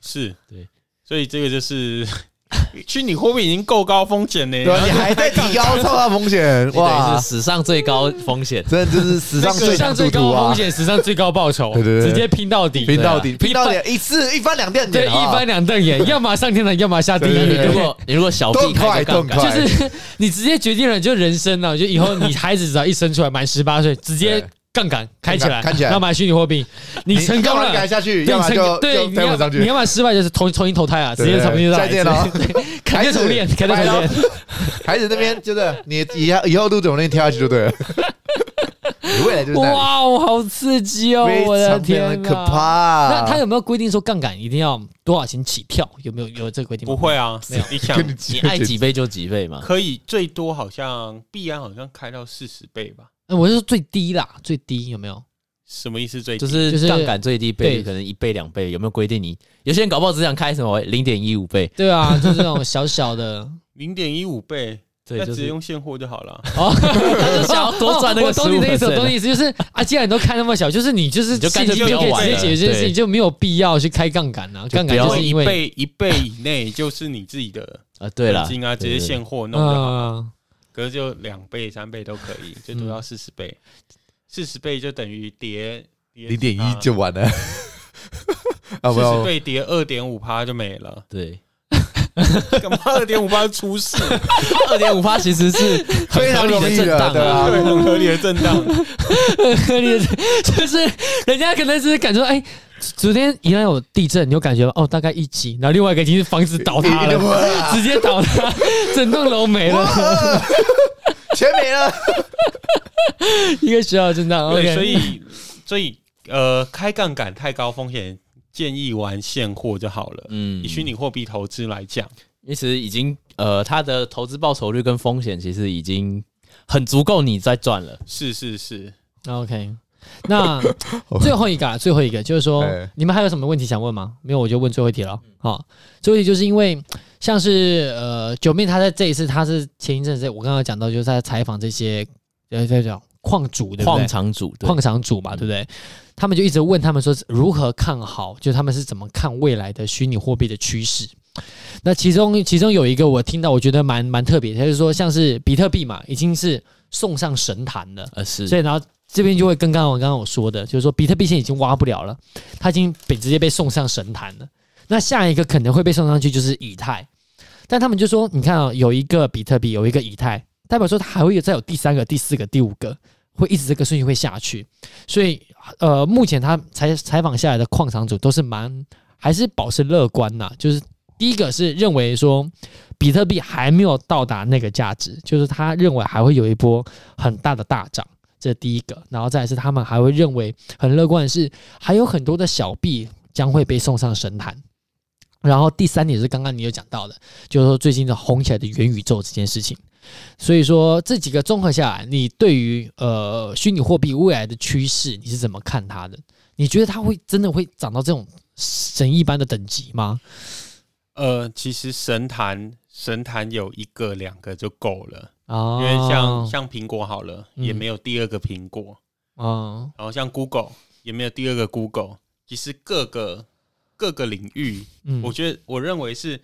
[SPEAKER 4] 是，
[SPEAKER 2] 对，
[SPEAKER 4] 所以这个就是 [LAUGHS] 虚拟货币已经够高风险了，
[SPEAKER 3] 对啊
[SPEAKER 2] 啊
[SPEAKER 3] 吧？你还在提高创造风险，
[SPEAKER 2] 哇，
[SPEAKER 3] 哇。
[SPEAKER 2] 是！史上最高风险
[SPEAKER 3] 真的就是史上
[SPEAKER 1] 史
[SPEAKER 3] 最
[SPEAKER 1] 上
[SPEAKER 3] 强赌
[SPEAKER 1] 最
[SPEAKER 3] 徒
[SPEAKER 1] 高
[SPEAKER 3] 啊
[SPEAKER 1] 风！险，史上最高报酬，
[SPEAKER 3] 对对对
[SPEAKER 1] 直接拼到底，
[SPEAKER 3] 拼到底，
[SPEAKER 2] 对
[SPEAKER 3] 拼到底，一次一翻两啊瞪
[SPEAKER 1] 对，
[SPEAKER 3] 眼，
[SPEAKER 1] 一
[SPEAKER 3] 好不好
[SPEAKER 1] 翻两瞪眼，要么上天堂，要么下地狱
[SPEAKER 3] 对对。对
[SPEAKER 2] 如果你如果小
[SPEAKER 3] 都很
[SPEAKER 2] 币
[SPEAKER 3] 快
[SPEAKER 2] 开着
[SPEAKER 3] 都很
[SPEAKER 2] 杠杆，
[SPEAKER 3] 快，
[SPEAKER 1] 就是你直接决定了，你就人生啊了，就以后你孩子只要一生出来满十八岁，直接
[SPEAKER 3] 对
[SPEAKER 1] 杠杆开起来，
[SPEAKER 3] 杠杆开起来
[SPEAKER 1] 然后买虚拟货币，你成功
[SPEAKER 3] 要么
[SPEAKER 1] 了
[SPEAKER 3] 赶。下去，
[SPEAKER 1] 对
[SPEAKER 3] 要么
[SPEAKER 1] 你
[SPEAKER 3] 就
[SPEAKER 1] 成对，
[SPEAKER 3] 就
[SPEAKER 1] 你
[SPEAKER 3] 再
[SPEAKER 1] 要
[SPEAKER 3] 稳上
[SPEAKER 1] 你
[SPEAKER 3] 去
[SPEAKER 1] 要，么失败就是重重新投胎啊，直接
[SPEAKER 3] 对对
[SPEAKER 1] 重新
[SPEAKER 3] 再见
[SPEAKER 1] 了 [LAUGHS]
[SPEAKER 3] 咯，
[SPEAKER 1] 对肯定重
[SPEAKER 3] [LAUGHS]
[SPEAKER 1] 练，肯定重
[SPEAKER 3] 拜咯
[SPEAKER 1] 练。 [LAUGHS]
[SPEAKER 3] 孩子那边就是你以后以后都怎么那天跳下去就对了，你未来就是那里，
[SPEAKER 1] 哇，我好刺激哦！
[SPEAKER 3] 非
[SPEAKER 1] 我的
[SPEAKER 3] 常非常
[SPEAKER 1] 天
[SPEAKER 3] 的可
[SPEAKER 1] 哪！
[SPEAKER 3] 怕。
[SPEAKER 1] 那他有没有规定说杠杆一定要多少钱起跳？有没有有这个规定？
[SPEAKER 4] 不，会啊
[SPEAKER 1] 没有，
[SPEAKER 4] 你想
[SPEAKER 3] 跟你
[SPEAKER 2] 你爱几倍就几
[SPEAKER 1] [LAUGHS]
[SPEAKER 2] 倍嘛。
[SPEAKER 4] 可以最多好像币安好像开到四十倍吧？
[SPEAKER 1] 呃我是说最低啦，最低有没 [LAUGHS] 有？
[SPEAKER 4] 什么意思最低？
[SPEAKER 2] 就
[SPEAKER 1] 就是是
[SPEAKER 2] 杠杆最低倍率
[SPEAKER 1] 对
[SPEAKER 2] 可能一倍两倍，有没有规定你？有些人搞不好只想开什么零点一五倍，
[SPEAKER 1] 对啊，就是那种小小的
[SPEAKER 4] 零点一五倍，
[SPEAKER 2] 对，
[SPEAKER 4] 那
[SPEAKER 2] 就
[SPEAKER 4] 直接
[SPEAKER 2] 是
[SPEAKER 4] 用现货就好了。
[SPEAKER 1] 哦，他
[SPEAKER 2] 就想要多赚那个
[SPEAKER 1] 我懂你的意思，
[SPEAKER 2] 15%
[SPEAKER 1] 我懂你的意思，就是啊，既然你都开那么小，就是你就是
[SPEAKER 2] 你就干脆
[SPEAKER 1] 现金就可
[SPEAKER 4] 不
[SPEAKER 1] 以
[SPEAKER 4] 要玩
[SPEAKER 1] 直接
[SPEAKER 4] 了
[SPEAKER 1] 解决这件事
[SPEAKER 2] 对
[SPEAKER 1] 情，就没有必要去开杠杆啊。
[SPEAKER 2] 就
[SPEAKER 1] 杠
[SPEAKER 2] 不
[SPEAKER 1] 杆
[SPEAKER 2] 要
[SPEAKER 1] 就
[SPEAKER 4] 因为
[SPEAKER 1] 是
[SPEAKER 4] 一
[SPEAKER 1] 因为
[SPEAKER 4] 倍一倍以内就是你自己的
[SPEAKER 2] 啊， [LAUGHS] 对了
[SPEAKER 4] 本，金啊，直
[SPEAKER 2] 对
[SPEAKER 4] 接
[SPEAKER 2] 对对，
[SPEAKER 4] 现货弄的。
[SPEAKER 1] 啊，
[SPEAKER 4] 可是就两倍、三倍都可以，最多要四十倍，四十倍就等于叠
[SPEAKER 3] 零点一就完了。
[SPEAKER 1] [LAUGHS]
[SPEAKER 3] 啊，不
[SPEAKER 4] 四十
[SPEAKER 3] 要，
[SPEAKER 4] 倍叠二点五趴就没了
[SPEAKER 2] 对，
[SPEAKER 4] [LAUGHS] 干嘛二点五趴出事？
[SPEAKER 2] 二点五趴其实是
[SPEAKER 3] 非常
[SPEAKER 2] 很合
[SPEAKER 3] 容
[SPEAKER 2] 理
[SPEAKER 3] 易
[SPEAKER 2] 的震
[SPEAKER 3] 的，
[SPEAKER 2] 荡
[SPEAKER 3] 对
[SPEAKER 2] 啊。
[SPEAKER 3] 啊。
[SPEAKER 4] 对，很合理的震荡。
[SPEAKER 1] 合理的， [LAUGHS] 就是人家可能只是感觉到，哎、昨天一旦有地震，你有感觉吗哦，大概一级，然后另外一个已经是房子倒塌
[SPEAKER 2] [LAUGHS]
[SPEAKER 1] 了，直接倒塌，整栋楼没了，
[SPEAKER 3] 钱没了，
[SPEAKER 1] [LAUGHS] 一个学校震荡。
[SPEAKER 4] 对，
[SPEAKER 1] OK，
[SPEAKER 4] 所以所以呃，开杠杆太高风险，建议玩现货就好了。
[SPEAKER 2] 嗯
[SPEAKER 4] 以虚拟货币投资来讲，
[SPEAKER 2] 因为其实已经呃，它的投资报酬率跟风险其实已经很足够你在赚了。
[SPEAKER 4] 是是是，
[SPEAKER 1] OK，那最后一个啊，最后一个就是说
[SPEAKER 3] 哎，
[SPEAKER 1] 你们还有什么问题想问吗？没有，我就问最后一题了。好，最后一题就是因为像是呃，九妹她在这一次，她是前一阵子我刚刚讲到，就是在采访这些呃，这叫矿主对不对
[SPEAKER 2] 矿？场主，对
[SPEAKER 1] 矿场主嘛，对不对？他们就一直问他们说如何看好，就他们是怎么看未来的虚拟货币的趋势。那其中其中有一个我听到，我觉得蛮蛮特别，他就说像是比特币嘛，已经是送上神坛了，
[SPEAKER 2] 呃是
[SPEAKER 1] 所以然后这边就会跟刚刚我刚刚我说的，就是说比特币现在已经挖不了了，它已经被直接被送上神坛了。那下一个可能会被送上去就是以太，但他们就说，你看啊、有一个比特币，有一个以太，代表说它还会有再有第三个、第四个、第五个，会一直这个顺序会下去。所以呃，目前他采采访下来的矿场主都是蛮还是保持乐观呐、就是第一个是认为说比特币还没有到达那个价值，就是他认为还会有一波很大的大涨。这是第一个，然后再来是他们还会认为很乐观的是，还有很多的小币将会被送上神坛。然后第三点是刚刚你有讲到的，就是说最近的红起来的元宇宙这件事情。所以说这几个综合下来，你对于呃虚拟货币未来的趋势你是怎么看它的？你觉得它会真的会涨到这种神一般的等级吗？
[SPEAKER 4] 呃，其实神坛神坛有一个两个就够了，
[SPEAKER 1] 啊，
[SPEAKER 4] 因为像像苹果好了，
[SPEAKER 1] 嗯
[SPEAKER 4] 也没有第二个苹果，
[SPEAKER 1] 啊
[SPEAKER 4] 然后像 Google 也没有第二个 Google。其实各个各个领域，
[SPEAKER 1] 嗯
[SPEAKER 4] 我觉得我认为是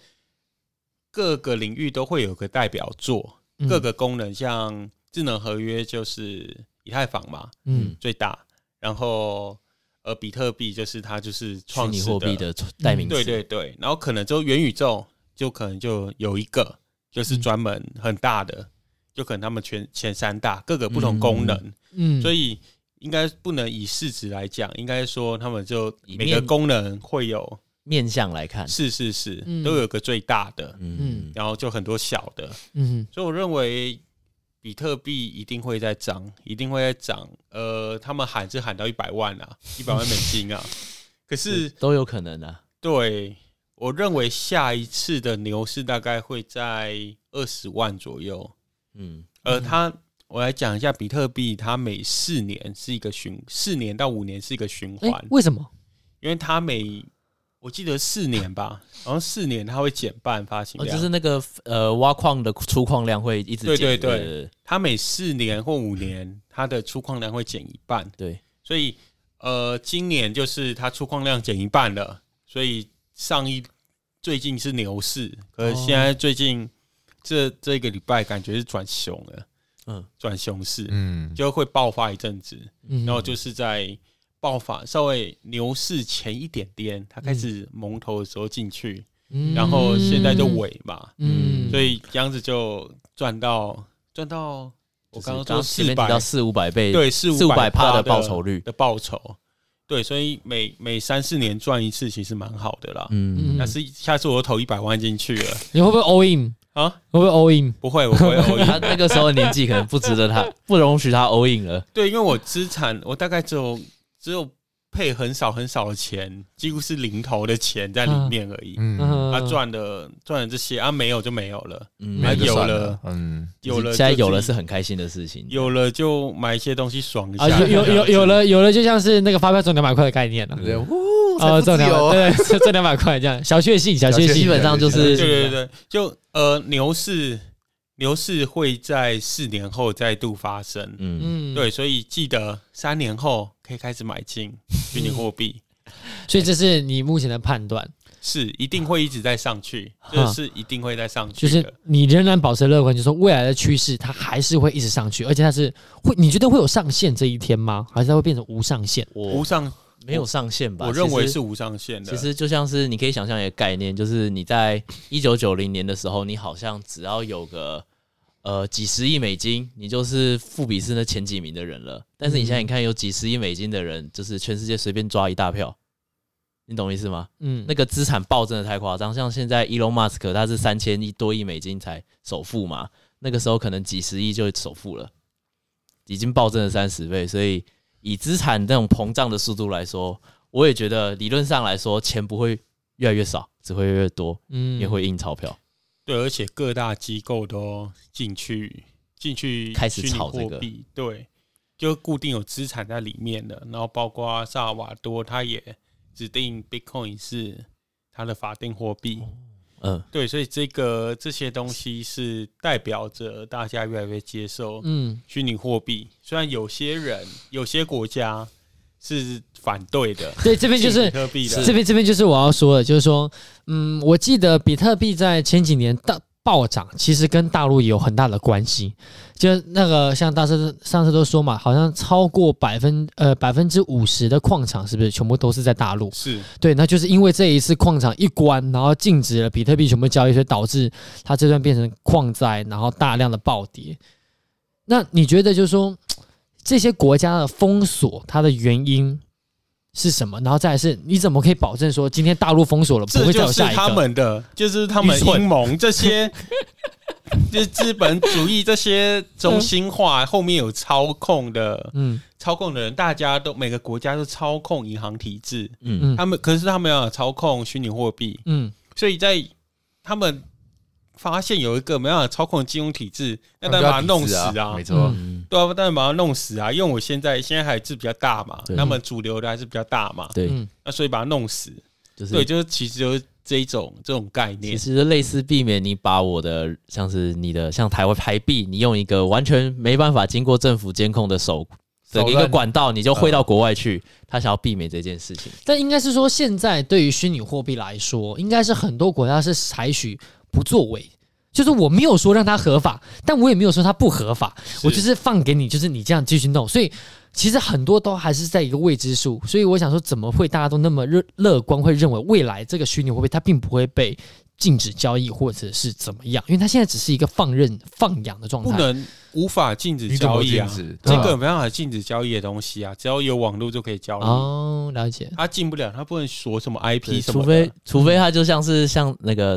[SPEAKER 4] 各个领域都会有个代表作，
[SPEAKER 1] 嗯
[SPEAKER 4] 各个功能，像智能合约就是以太坊嘛，
[SPEAKER 1] 嗯
[SPEAKER 4] 最大，然后呃，比特币就是它就是
[SPEAKER 2] 虚
[SPEAKER 4] 创
[SPEAKER 2] 拟
[SPEAKER 4] 始嗯
[SPEAKER 2] 货币的代名词，
[SPEAKER 4] 对对对，然后可能就元宇宙就可能就有一个，就是
[SPEAKER 2] 嗯
[SPEAKER 4] 专门很大的，就可能他们全前三大各个不同功能，
[SPEAKER 1] 嗯，
[SPEAKER 4] 所
[SPEAKER 1] 以
[SPEAKER 4] 以应该不能以市值来讲，应该说他们就
[SPEAKER 2] 以
[SPEAKER 4] 每个
[SPEAKER 2] 面
[SPEAKER 4] 功能会有
[SPEAKER 2] 面向来看，
[SPEAKER 4] 是是是，
[SPEAKER 1] 嗯
[SPEAKER 4] 都有个最大的，
[SPEAKER 2] 嗯，
[SPEAKER 4] 然后就很多小的，
[SPEAKER 1] 嗯
[SPEAKER 4] 所以我认为比特币一定会在涨，一定会在涨。呃，他们喊是喊到一百万啊，一百万美金啊。可是
[SPEAKER 2] 都有可能啊。
[SPEAKER 4] 对我认为下一次的牛市大概会在二十万左右。
[SPEAKER 2] 嗯，
[SPEAKER 4] 呃，
[SPEAKER 1] 嗯
[SPEAKER 4] 它我来讲一下，比特币它每四年是一个循，四年到五年是一个循
[SPEAKER 1] 哎、
[SPEAKER 4] 环，
[SPEAKER 1] 为什么？
[SPEAKER 4] 因为它每我记得四年吧，好像四年它会减半发行
[SPEAKER 2] 哦，
[SPEAKER 4] 量，
[SPEAKER 2] 就是那个呃挖矿的出矿量会一直
[SPEAKER 4] 对
[SPEAKER 2] 减
[SPEAKER 4] 对对
[SPEAKER 2] 对
[SPEAKER 4] 它每四年或五年它的出矿量会减一半。
[SPEAKER 2] 对，
[SPEAKER 4] 所以呃，今年就是它出矿量减一半了，所以上一最近是牛市，可是现在最近这这个礼拜感觉是转熊了，
[SPEAKER 2] 嗯，
[SPEAKER 4] 转熊市、
[SPEAKER 3] 嗯，
[SPEAKER 4] 就会爆发一阵子，
[SPEAKER 1] 嗯，
[SPEAKER 4] 然后就是在爆发稍微牛市前一点点，它开始蒙头的时候进去，
[SPEAKER 1] 嗯
[SPEAKER 4] 然后现在就，尾嘛，
[SPEAKER 1] 嗯，
[SPEAKER 4] 所以这样子就赚到赚到我刚刚
[SPEAKER 2] 刚
[SPEAKER 4] 说
[SPEAKER 2] 前面
[SPEAKER 4] 四
[SPEAKER 2] 提
[SPEAKER 4] 百
[SPEAKER 2] 到四五百倍，
[SPEAKER 4] 对，四
[SPEAKER 2] 四五百
[SPEAKER 4] 趴
[SPEAKER 2] 的报酬率，
[SPEAKER 4] 的报酬，对，所以每每三四年赚一次，其实蛮好的啦。
[SPEAKER 2] 嗯
[SPEAKER 1] 嗯
[SPEAKER 4] 但是下次我又投一百万进去了，
[SPEAKER 1] 你会不会 all in？
[SPEAKER 4] 啊，
[SPEAKER 1] 会不会 all in？
[SPEAKER 4] 不会，我不会 all in
[SPEAKER 2] 他那个时候的年纪可能不值得他，不容许他 all in 了。
[SPEAKER 4] 对，因为我资产我大概只有只有配很少很少的钱，几乎是零头的钱在里面而已。
[SPEAKER 3] 嗯，
[SPEAKER 1] 嗯
[SPEAKER 4] 啊，赚的赚了这些啊，没有就没有了，
[SPEAKER 2] 嗯，
[SPEAKER 4] 啊
[SPEAKER 3] 那就
[SPEAKER 4] 有
[SPEAKER 3] 算
[SPEAKER 4] 了，
[SPEAKER 3] 嗯，
[SPEAKER 4] 有了
[SPEAKER 2] 现在
[SPEAKER 4] 就
[SPEAKER 2] 有了
[SPEAKER 4] 自
[SPEAKER 2] 是
[SPEAKER 4] 己
[SPEAKER 2] 很开心的事情。
[SPEAKER 4] 有了就买一些东西爽一下。
[SPEAKER 1] 啊，有有有有了有了，就像是那个发票中两百块的概念了。呃
[SPEAKER 3] 对，呜，财富
[SPEAKER 1] 中
[SPEAKER 3] 自
[SPEAKER 1] 两
[SPEAKER 3] 由
[SPEAKER 1] 百，对，就中两百块这样，小确幸，小确
[SPEAKER 3] 小确
[SPEAKER 1] 幸
[SPEAKER 2] 基
[SPEAKER 3] 幸。
[SPEAKER 2] 本上就是
[SPEAKER 4] 对对对，就呃牛市牛市会在四年后再度发生，
[SPEAKER 2] 嗯，
[SPEAKER 1] 嗯，
[SPEAKER 4] 对，所以记得三年后可以开始买进虚拟货币，
[SPEAKER 1] 所以这是你目前的判断，
[SPEAKER 2] 嗯
[SPEAKER 4] [LAUGHS] 是一定会一直在上去，
[SPEAKER 1] 哈
[SPEAKER 4] 这是一定会再上
[SPEAKER 1] 就
[SPEAKER 4] 去
[SPEAKER 1] 是
[SPEAKER 4] 的。
[SPEAKER 1] 你仍然保持乐观，就是说未来的趋势它还是会一直上去，而且它是会，你觉得会有上限这一天吗？还是它会变成无上限？
[SPEAKER 4] 无
[SPEAKER 2] 我
[SPEAKER 4] 上，
[SPEAKER 2] 没有上限吧？
[SPEAKER 4] 我认为
[SPEAKER 2] 其实
[SPEAKER 4] 是无上限的。
[SPEAKER 2] 其实就像是你可以想象一个概念，就是你在一九九零年的时候，你好像只要有个呃几十亿美金，你就是富比士的前几名的人了。但是你现
[SPEAKER 4] 嗯
[SPEAKER 2] 在你看，有几十亿美金的人，就是全世界随便抓一大票，你懂我意思吗？
[SPEAKER 1] 嗯，
[SPEAKER 2] 那个资产暴增的太夸张，像现在 Elon Musk 他是三千亿多亿美金才首富嘛，那个时候可能几十亿就首富了，已经暴增了三十倍，所以以资产那种膨胀的速度来说，我也觉得理论上来说，钱不会越来越少，只会越来越多，
[SPEAKER 1] 嗯
[SPEAKER 2] 也会印钞票。
[SPEAKER 4] 对，而且各大机构都进去进去
[SPEAKER 2] 开始
[SPEAKER 4] 虚拟
[SPEAKER 2] 炒这
[SPEAKER 4] 货
[SPEAKER 2] 个
[SPEAKER 4] 币，对，就固定有资产在里面的。然后包括萨尔瓦多，他也指定 Bitcoin 是它的法定货币。
[SPEAKER 2] 嗯，
[SPEAKER 4] 对，所以这个这些东西是代表着大家越来越接受
[SPEAKER 1] 嗯
[SPEAKER 4] 虚拟货币。虽然有些人、有些国家是反对的，
[SPEAKER 1] 对，这边就是
[SPEAKER 4] 比特币
[SPEAKER 1] 这
[SPEAKER 4] 的，
[SPEAKER 1] 边这边就是我要说的，就是说，嗯，我记得比特币在前几年大暴涨，其实跟大陆也有很大的关系。就那个像大师上次都说嘛，好像超过百分呃百分之五十的矿场是不是全部都是在大陆？
[SPEAKER 4] 是
[SPEAKER 1] 对，那就是因为这一次矿场一关，然后禁止了比特币全部交易，所以导致它这段变成矿灾，然后大量的暴跌。那你觉得就是说这些国家的封锁它的原因是什么？然后再来是你怎么可以保证说今天大陆封锁了不
[SPEAKER 4] 这
[SPEAKER 1] 会再
[SPEAKER 4] 就
[SPEAKER 1] 有
[SPEAKER 4] 是
[SPEAKER 1] 下一
[SPEAKER 4] 他
[SPEAKER 1] 个？
[SPEAKER 4] 们的，就是他们
[SPEAKER 1] 愚蠢
[SPEAKER 4] 阴谋
[SPEAKER 1] [LAUGHS]
[SPEAKER 4] 这些，就是资本主义这些中心化后面有操控的，
[SPEAKER 1] 嗯
[SPEAKER 4] 操控的人，大家都每个国家都操控银行体制，
[SPEAKER 2] 嗯
[SPEAKER 1] 嗯
[SPEAKER 4] 他们可是他们要操控虚拟货币，
[SPEAKER 1] 嗯
[SPEAKER 4] 所以在他们发现有一个没办法操控的金融体制，那
[SPEAKER 3] 他
[SPEAKER 4] 当
[SPEAKER 3] 们就
[SPEAKER 4] 然把
[SPEAKER 3] 要
[SPEAKER 4] 它弄
[SPEAKER 3] 抵
[SPEAKER 4] 死
[SPEAKER 3] 制
[SPEAKER 4] 啊
[SPEAKER 3] 没，错，
[SPEAKER 2] 嗯，
[SPEAKER 4] 对啊，当然把它弄死啊，因为我现在现在还是比较大嘛，
[SPEAKER 2] 对
[SPEAKER 4] 他们主流的还是比较大嘛，
[SPEAKER 2] 对，
[SPEAKER 1] 嗯
[SPEAKER 4] 那所以把它弄死，
[SPEAKER 2] 就是
[SPEAKER 4] 对，就是其实就是这一种这种概
[SPEAKER 2] 其
[SPEAKER 4] 念。
[SPEAKER 2] 实就类似避免你把我的像是你的像台湾台币，你用一个完全没办法经过政府监控的手的
[SPEAKER 3] 手
[SPEAKER 2] 一个
[SPEAKER 3] 段
[SPEAKER 2] 管道，你就汇到国外去，他想要避免这件事情。
[SPEAKER 1] 但应该是说，现在对于虚拟货币来说，应该是很多国家是采取不作为，就是我没有说让它合法，但我也没有说它不合法，我就是放给你，就是你这样继续弄。所以其实很多都还是在一个未知数。所以我想说，怎么会大家都那么乐乐观，会认为未来这个虚拟货币它并不会被禁止交易或者是怎么样？因为它现在只是一个放任放养的状
[SPEAKER 4] 不
[SPEAKER 1] 态。
[SPEAKER 4] 能无法禁止
[SPEAKER 3] 你怎
[SPEAKER 4] 交
[SPEAKER 3] 么
[SPEAKER 4] 易
[SPEAKER 3] 禁
[SPEAKER 4] 啊，
[SPEAKER 3] 止？
[SPEAKER 4] 这
[SPEAKER 3] 对啊
[SPEAKER 4] 个没办法禁止交易的东西啊，只要有网络就可以交易，
[SPEAKER 1] [LAUGHS] 哦，了解。
[SPEAKER 4] 它进不了，它不能锁什么
[SPEAKER 2] 对
[SPEAKER 4] IP 什么
[SPEAKER 2] 除
[SPEAKER 4] 的，
[SPEAKER 2] 非除非他就像是像那个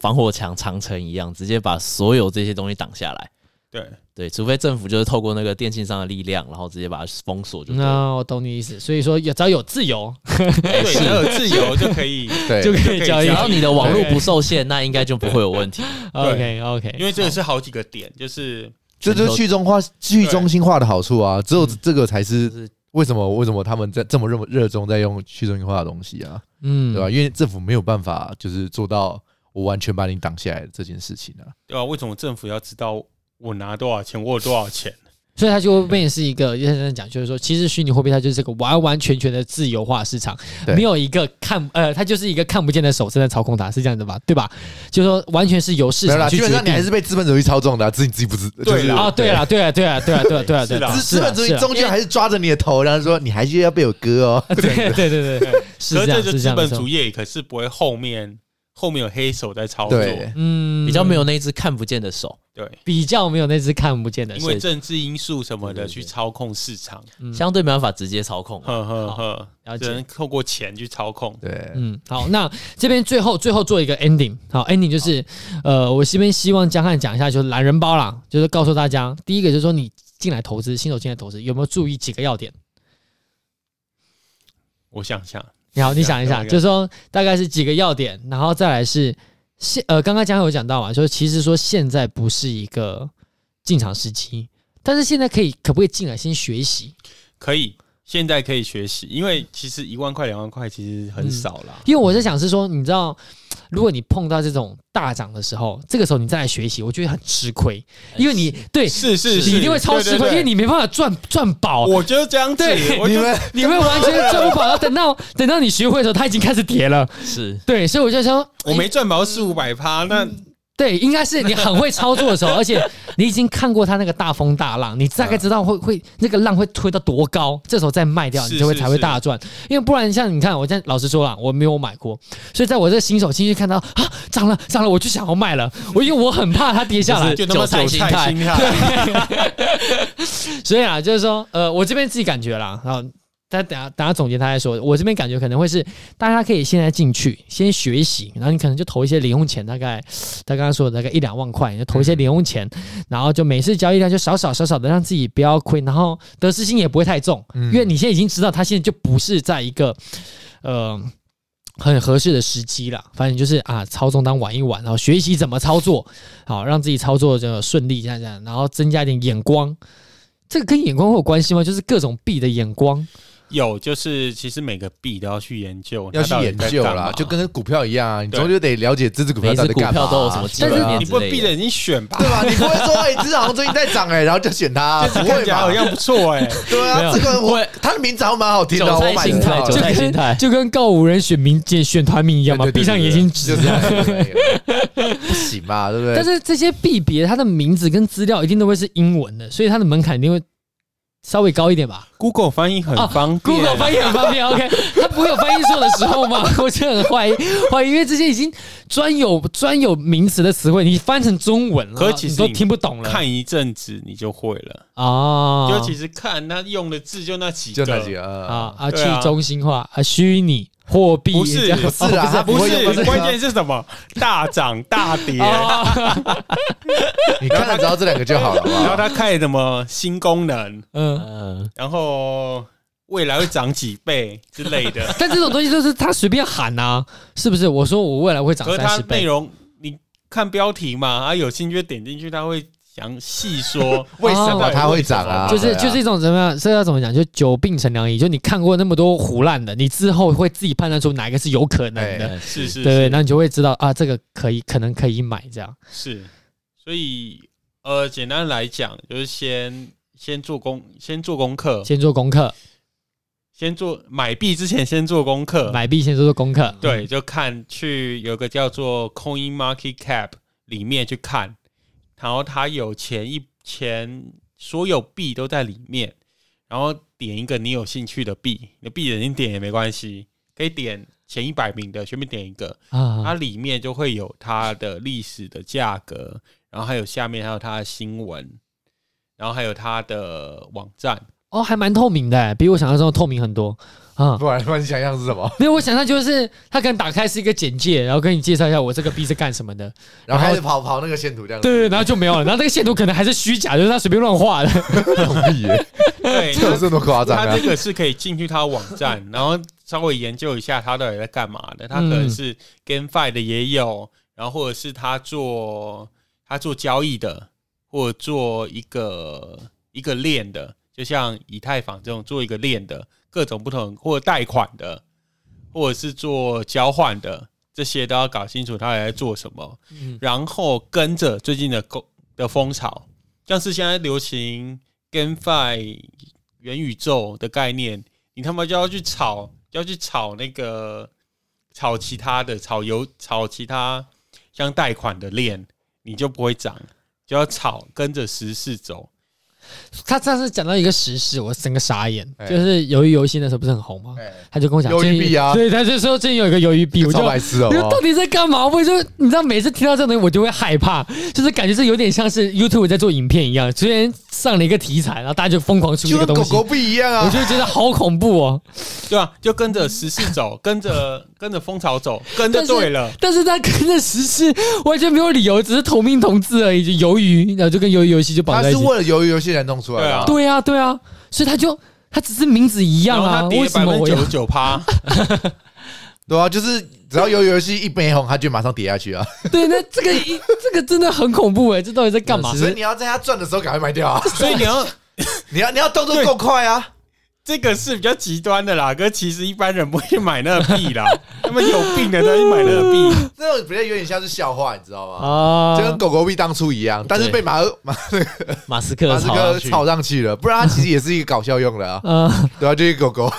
[SPEAKER 2] 防火墙长城一样，直接把所有这些东西挡下来。
[SPEAKER 4] 对
[SPEAKER 2] 对，除非政府就是透过那个电信商的力量，然后直接把它封锁就对了。
[SPEAKER 1] 那我懂你意思，所以说有只要有自由
[SPEAKER 4] 对，只要有自由就可以，
[SPEAKER 3] 对，
[SPEAKER 1] 就可
[SPEAKER 4] 可
[SPEAKER 1] 以
[SPEAKER 4] 以
[SPEAKER 1] 交
[SPEAKER 4] 交
[SPEAKER 1] 易
[SPEAKER 4] 易
[SPEAKER 2] 只
[SPEAKER 4] 对。
[SPEAKER 2] 要你的网络不受限，那应该就不会有问题。
[SPEAKER 1] OK OK，
[SPEAKER 4] 因为这个是好几个点，就是
[SPEAKER 3] 这就是去中化、去中心化的好处啊！只有这个才
[SPEAKER 2] 就是是
[SPEAKER 3] 为什么为什么他们在这么热热衷在用去中心化的东西啊，
[SPEAKER 1] 嗯
[SPEAKER 3] 对吧？因为政府没有办法就是做到我完全把你挡下来这件事情啊。
[SPEAKER 4] 对吧、为什么政府要知道我拿多少钱，我有多少钱？
[SPEAKER 1] 所以它就会变成是一个，认真讲，就是说，其实虚拟货币它就是个完完全全的自由化市场，
[SPEAKER 3] 对
[SPEAKER 1] 没有一个看呃，它就是一个看不见的手正在操控它，是这样的吧？对吧？就是说，完全是由市
[SPEAKER 3] 没有
[SPEAKER 1] 场
[SPEAKER 3] 啦，
[SPEAKER 1] 去
[SPEAKER 3] 基
[SPEAKER 1] 决
[SPEAKER 3] 本上你还
[SPEAKER 1] 定
[SPEAKER 3] 是。被资本主义操纵的啊，自己自己不知。就是
[SPEAKER 4] 对啦
[SPEAKER 1] 啊，对啊，对啊，对啊，对啊，对啊，对啊，对
[SPEAKER 4] 是
[SPEAKER 1] 啊，
[SPEAKER 4] 啦
[SPEAKER 3] 资
[SPEAKER 1] 是
[SPEAKER 3] 资
[SPEAKER 1] 啊
[SPEAKER 3] 本主义
[SPEAKER 1] 是啊
[SPEAKER 3] 终究 [LAUGHS] 还是抓着你的头，然后说你还是要被我割哦。
[SPEAKER 1] 对对对对，是这
[SPEAKER 4] 可是
[SPEAKER 1] 样，
[SPEAKER 4] 就是
[SPEAKER 1] 这
[SPEAKER 4] 资
[SPEAKER 1] 样，
[SPEAKER 4] 本
[SPEAKER 1] 是这样
[SPEAKER 4] 主义，可是不会后面后面有黑手在操作，
[SPEAKER 3] 对，
[SPEAKER 1] 嗯，
[SPEAKER 2] 比较没有那一只看不见的手。
[SPEAKER 4] 对
[SPEAKER 1] 比较没有那只看不见的
[SPEAKER 4] 因
[SPEAKER 1] 手
[SPEAKER 4] 为政治因素什么的去操控市场，
[SPEAKER 1] 嗯
[SPEAKER 2] 相对没办法直接操控啊。
[SPEAKER 4] 呵呵呵，
[SPEAKER 2] 了
[SPEAKER 4] 只能
[SPEAKER 2] 解。
[SPEAKER 4] 透过钱去操控。
[SPEAKER 3] 对，
[SPEAKER 1] 嗯，好，那这边最后最后做一个 ending，好，ending 就是，呃，我这边希望江汉讲一下，就是懒人包啦，就是告诉大家，第一个就是说你进来投资，新手进来投资有没有注意几个要点？
[SPEAKER 4] 我想想，
[SPEAKER 1] 然后你想一
[SPEAKER 4] 这样 [LAUGHS]
[SPEAKER 1] 想，
[SPEAKER 4] 这样
[SPEAKER 1] 就是说大概是几个要点，然后再来是现呃，刚刚江汉有讲到嘛，就是其实说现在不是一个进场时机，但是现在可以可不可以进来先学习？
[SPEAKER 4] 可以，现在可以学习，因为其实一万块、两万块其实很少啦。
[SPEAKER 1] 因为我在想是说，你知道，如果你碰到这种大涨的时候，这个时候你再来学习，我觉得很吃亏，因为你对
[SPEAKER 4] 是是是，
[SPEAKER 1] 你一定会超
[SPEAKER 4] 对
[SPEAKER 1] 吃亏，因为。
[SPEAKER 4] 对对
[SPEAKER 1] 你没办法赚赚饱，
[SPEAKER 4] 我就是这样子
[SPEAKER 1] 对，
[SPEAKER 4] 我就
[SPEAKER 3] 你们
[SPEAKER 1] 你会完
[SPEAKER 4] [LAUGHS]
[SPEAKER 1] 全赚不饱。然后等到等到你学会的时候，它已经开始跌了。
[SPEAKER 2] 是
[SPEAKER 1] 对，所以我就说，
[SPEAKER 4] 我没赚毛四五百趴，那
[SPEAKER 1] 对，应该是你很会操作的时候，而且你已经看过它那个大风大浪，你大概知道会会那个浪会推到多高，这时候再卖掉，
[SPEAKER 4] 是
[SPEAKER 1] 你就会
[SPEAKER 4] 是
[SPEAKER 1] 才会
[SPEAKER 4] 是
[SPEAKER 1] 大赚。因为不然，像你看，我现在老实说了，我没有买过，所以在我这个新手进去看到啊涨了涨了，我就想要卖了，我因为我很怕它跌下来
[SPEAKER 2] 就，
[SPEAKER 4] 就那么
[SPEAKER 2] 韭菜
[SPEAKER 4] 韭
[SPEAKER 2] 心
[SPEAKER 4] 菜
[SPEAKER 2] 态
[SPEAKER 4] 心态，
[SPEAKER 1] [LAUGHS] 所以啊，就是说，呃，我这边自己感觉啦，然后他等下等下总结他再说，我这边感觉可能会是大家可以现在进去先学习，然后你可能就投一些零用钱，大概他刚刚说的大概一两万块，你就投一些零用钱，然后就每次交易量就少少少少的，让自己不要亏，然后得失心也不会太重，因为你现在已经知道他现在就不是在一个呃。很合适的时机啦，反正就是啊，操纵当玩一玩，然后学习怎么操作，好让自己操作就顺利，这样这样，然后增加一点眼光，这个跟眼光会有关系吗？就是各种币的眼光，
[SPEAKER 4] [LAUGHS] 有就是其实每个币都要去研究，
[SPEAKER 3] 要
[SPEAKER 4] 它
[SPEAKER 3] 去
[SPEAKER 4] 到底
[SPEAKER 3] 研
[SPEAKER 4] 在
[SPEAKER 3] 究
[SPEAKER 4] 干
[SPEAKER 3] 啦，
[SPEAKER 4] 嘛
[SPEAKER 3] 就跟股票一样啊，你
[SPEAKER 4] 对
[SPEAKER 3] 终究得了解这只股票
[SPEAKER 2] 每一
[SPEAKER 3] 到
[SPEAKER 2] 只
[SPEAKER 3] 底
[SPEAKER 2] 股
[SPEAKER 3] 干嘛啊。
[SPEAKER 2] 票都有什么基
[SPEAKER 1] 但是
[SPEAKER 2] 本面
[SPEAKER 4] 你
[SPEAKER 2] 之
[SPEAKER 4] 不
[SPEAKER 2] 类
[SPEAKER 4] 闭着
[SPEAKER 2] 的。
[SPEAKER 4] 眼睛选吧
[SPEAKER 3] [LAUGHS] 对，吧？你不会说，哎，这只好像最近在涨哎，然后就选它，不
[SPEAKER 4] 看
[SPEAKER 3] 会
[SPEAKER 4] 起来
[SPEAKER 3] 吧
[SPEAKER 4] 好？像不错哎，
[SPEAKER 3] 对
[SPEAKER 1] 没有
[SPEAKER 3] 啊，这个我
[SPEAKER 2] 会
[SPEAKER 3] 它的名字好像蛮好听的，
[SPEAKER 2] 韭菜
[SPEAKER 3] 我买
[SPEAKER 2] 心
[SPEAKER 3] 知道
[SPEAKER 2] 态
[SPEAKER 3] 了
[SPEAKER 2] 韭
[SPEAKER 1] 就
[SPEAKER 2] 菜心态
[SPEAKER 1] 跟就跟告五人选民选选团名一样嘛，
[SPEAKER 3] 对对对
[SPEAKER 1] 闭上
[SPEAKER 3] 对
[SPEAKER 1] 眼睛指
[SPEAKER 3] 就。这样，不行嘛，对不对？
[SPEAKER 1] 但是这些币别它的名字跟资料一定都会是英文的，所以它的门槛一定会稍微高一点
[SPEAKER 3] [LAUGHS]
[SPEAKER 1] 吧。
[SPEAKER 4] Google 翻译很
[SPEAKER 1] 啊
[SPEAKER 4] 方便
[SPEAKER 1] Google 翻译很方便，OK，它不会有翻译错的时候吗？ [LAUGHS] 我就很怀疑，怀疑，因为这些已经专有专有名词的词汇，你翻成中文了，
[SPEAKER 4] 可是其实
[SPEAKER 1] 你都
[SPEAKER 4] 你
[SPEAKER 1] 听不懂了。
[SPEAKER 4] 看一阵子你就会了。
[SPEAKER 1] 啊，
[SPEAKER 4] 就其实看他用的字就那几
[SPEAKER 3] 就
[SPEAKER 4] 个，
[SPEAKER 3] 那几个啊，
[SPEAKER 1] 啊啊，去
[SPEAKER 4] 对啊
[SPEAKER 1] 中心化啊，虚拟货币
[SPEAKER 4] 不是
[SPEAKER 1] 这样哦
[SPEAKER 4] 不
[SPEAKER 3] 是啊，它
[SPEAKER 4] 不
[SPEAKER 3] 会用到
[SPEAKER 4] 是
[SPEAKER 3] 这个啊
[SPEAKER 4] 关键是什么？大涨大跌，
[SPEAKER 1] 啊，
[SPEAKER 3] 你看得着这两个就好了，好不
[SPEAKER 4] 然后
[SPEAKER 3] 好？
[SPEAKER 4] 他看什么新功能，
[SPEAKER 1] 嗯。
[SPEAKER 2] 嗯，
[SPEAKER 4] 然后未来会涨几倍之类
[SPEAKER 3] [LAUGHS]
[SPEAKER 4] 的。
[SPEAKER 1] 但这种东西就是他随便喊呐、 [LAUGHS] 是不是？我说我未来会涨
[SPEAKER 4] 可是
[SPEAKER 1] 三
[SPEAKER 4] 它
[SPEAKER 1] 十
[SPEAKER 4] 内
[SPEAKER 1] 倍，
[SPEAKER 4] 容你看标题嘛，啊有兴趣就点进去，他会详细说
[SPEAKER 3] [LAUGHS] 为什么
[SPEAKER 4] 哦
[SPEAKER 3] 它会涨啊？
[SPEAKER 1] 就是
[SPEAKER 3] 对啊
[SPEAKER 1] 就是一种怎么样？这要怎么讲？就久病成良医，就你看过那么多胡乱的，你之后会自己判断出哪一个是有可能
[SPEAKER 2] 呃
[SPEAKER 1] 的，
[SPEAKER 3] 哎
[SPEAKER 4] 是是
[SPEAKER 1] 对对，
[SPEAKER 4] 是
[SPEAKER 1] 那你就会知道啊，这个可以，可能可以买这样。
[SPEAKER 4] 是，所以呃，简单来讲就是先先做功，先做功课，
[SPEAKER 1] 先做功课，
[SPEAKER 4] 先做买币之前先做功课，
[SPEAKER 1] 买币先做做功课。
[SPEAKER 4] 对，就看去有个叫做 Coin Market Cap 里面去看，然后它有前一前所有币都在里面，然后点一个你有兴趣的币，你闭着眼睛点也没关系，可以点前一百名的，随便点一个，它
[SPEAKER 3] 嗯
[SPEAKER 1] 啊，
[SPEAKER 4] 里面就会有它的历史的价格，然后还有下面还有它的新闻，然后还有它的网站，
[SPEAKER 1] 哦，还蛮透明的欸，比我想象中的透明很多
[SPEAKER 4] [LAUGHS]
[SPEAKER 1] 啊。
[SPEAKER 3] 不然不然你想象是什么？
[SPEAKER 1] 没有，我想象就是他可能打开是一个简介，然后跟你介绍一下我这个币是干什么的，
[SPEAKER 3] 然后开始跑跑那个线图这样子，
[SPEAKER 1] 对对，然后就没有了。然后那个线图可能还是虚假，就是他随便乱画的。
[SPEAKER 3] 同意耶，[LAUGHS]
[SPEAKER 4] 对，
[SPEAKER 3] 这有这么夸张
[SPEAKER 4] 他 [LAUGHS]
[SPEAKER 3] 啊
[SPEAKER 4] 这？个是可以进去他的网站，然后稍微研究一下他到底在干嘛的。他可能是 GameFi 的也有，然后或者是他做他做交易的，或者做一个一个链的，就像以太坊这种做一个链的，各种不同或者贷款的，或者是做交换的，这些都要搞清楚他到底在做什么，
[SPEAKER 1] 嗯
[SPEAKER 4] 然后跟着最近的风的风潮，像是现在流行 GameFi 元宇宙的概念，你他妈就要去炒，就要去炒那个炒其他的，炒油，炒其他像贷款的链，你就不会涨，就要炒跟着时事走。
[SPEAKER 1] 他上次讲到一个时事，我整个傻眼，
[SPEAKER 3] 哎
[SPEAKER 1] 就是鱿鱼游戏那时候不是很红吗？
[SPEAKER 3] 哎
[SPEAKER 1] 他就跟我讲
[SPEAKER 3] 鱿鱼
[SPEAKER 1] 最近
[SPEAKER 3] 币啊
[SPEAKER 1] 对，他就说最近有一个鱿鱼币，我就
[SPEAKER 3] 超白痴哦
[SPEAKER 1] 你，们到底在干嘛？我就你知道，每次听到这种东西，我就会害怕，就是感觉是有点像是 YouTube 在做影片一样，突然上了一个题材，然后大家就疯狂出这
[SPEAKER 3] 就
[SPEAKER 1] 个
[SPEAKER 3] 跟
[SPEAKER 1] 东西，
[SPEAKER 3] 狗狗币一样
[SPEAKER 1] 我
[SPEAKER 3] 啊。
[SPEAKER 1] 就觉得好恐怖哦。
[SPEAKER 4] 对吧、就跟着时事走，跟着 [COUGHS] 跟着风潮走，跟着对了。
[SPEAKER 1] 但是他跟着时事完全没有理由，只是同名同字而已，就鱿鱼，然后就跟鱿鱼游戏就绑
[SPEAKER 3] 他
[SPEAKER 1] 在一
[SPEAKER 3] 是
[SPEAKER 1] 起。
[SPEAKER 3] 为了鱿鱼游戏才弄出来的啊，
[SPEAKER 1] 对啊，对啊，所以他就他只是名字一
[SPEAKER 4] 然
[SPEAKER 1] 样
[SPEAKER 4] 后
[SPEAKER 1] 啊
[SPEAKER 4] 它，跌
[SPEAKER 1] 为什
[SPEAKER 4] 百
[SPEAKER 1] 么
[SPEAKER 4] 分之
[SPEAKER 1] 我
[SPEAKER 4] 九
[SPEAKER 1] 要
[SPEAKER 4] 十？九趴，
[SPEAKER 3] 对啊，就是只要鱿鱼游戏一没红，他就马上跌下去啊。
[SPEAKER 1] 对，那这个
[SPEAKER 3] [LAUGHS]
[SPEAKER 1] 一这个真的很恐怖哎、这到底在干嘛
[SPEAKER 2] 其？
[SPEAKER 3] 所以
[SPEAKER 2] 实
[SPEAKER 3] 你要在他赚的时候赶快卖掉啊，
[SPEAKER 4] 所以你要
[SPEAKER 3] 你要你要动作够快啊。
[SPEAKER 4] 这个是比较极端的啦。哥，其实一般人不会买那个币啦，他们有病的才去买那个币。
[SPEAKER 3] 这种比较有点像是笑话，你知道吗？
[SPEAKER 1] 啊，
[SPEAKER 3] 就跟狗狗币当初一样，但是被马尔马
[SPEAKER 2] 马斯克
[SPEAKER 3] 马斯
[SPEAKER 2] 炒
[SPEAKER 3] 克
[SPEAKER 2] 上去
[SPEAKER 3] 炒上去了，不然它其实也是一个搞笑用的啊
[SPEAKER 1] [LAUGHS] 啊，
[SPEAKER 3] 对啊，就一个狗狗，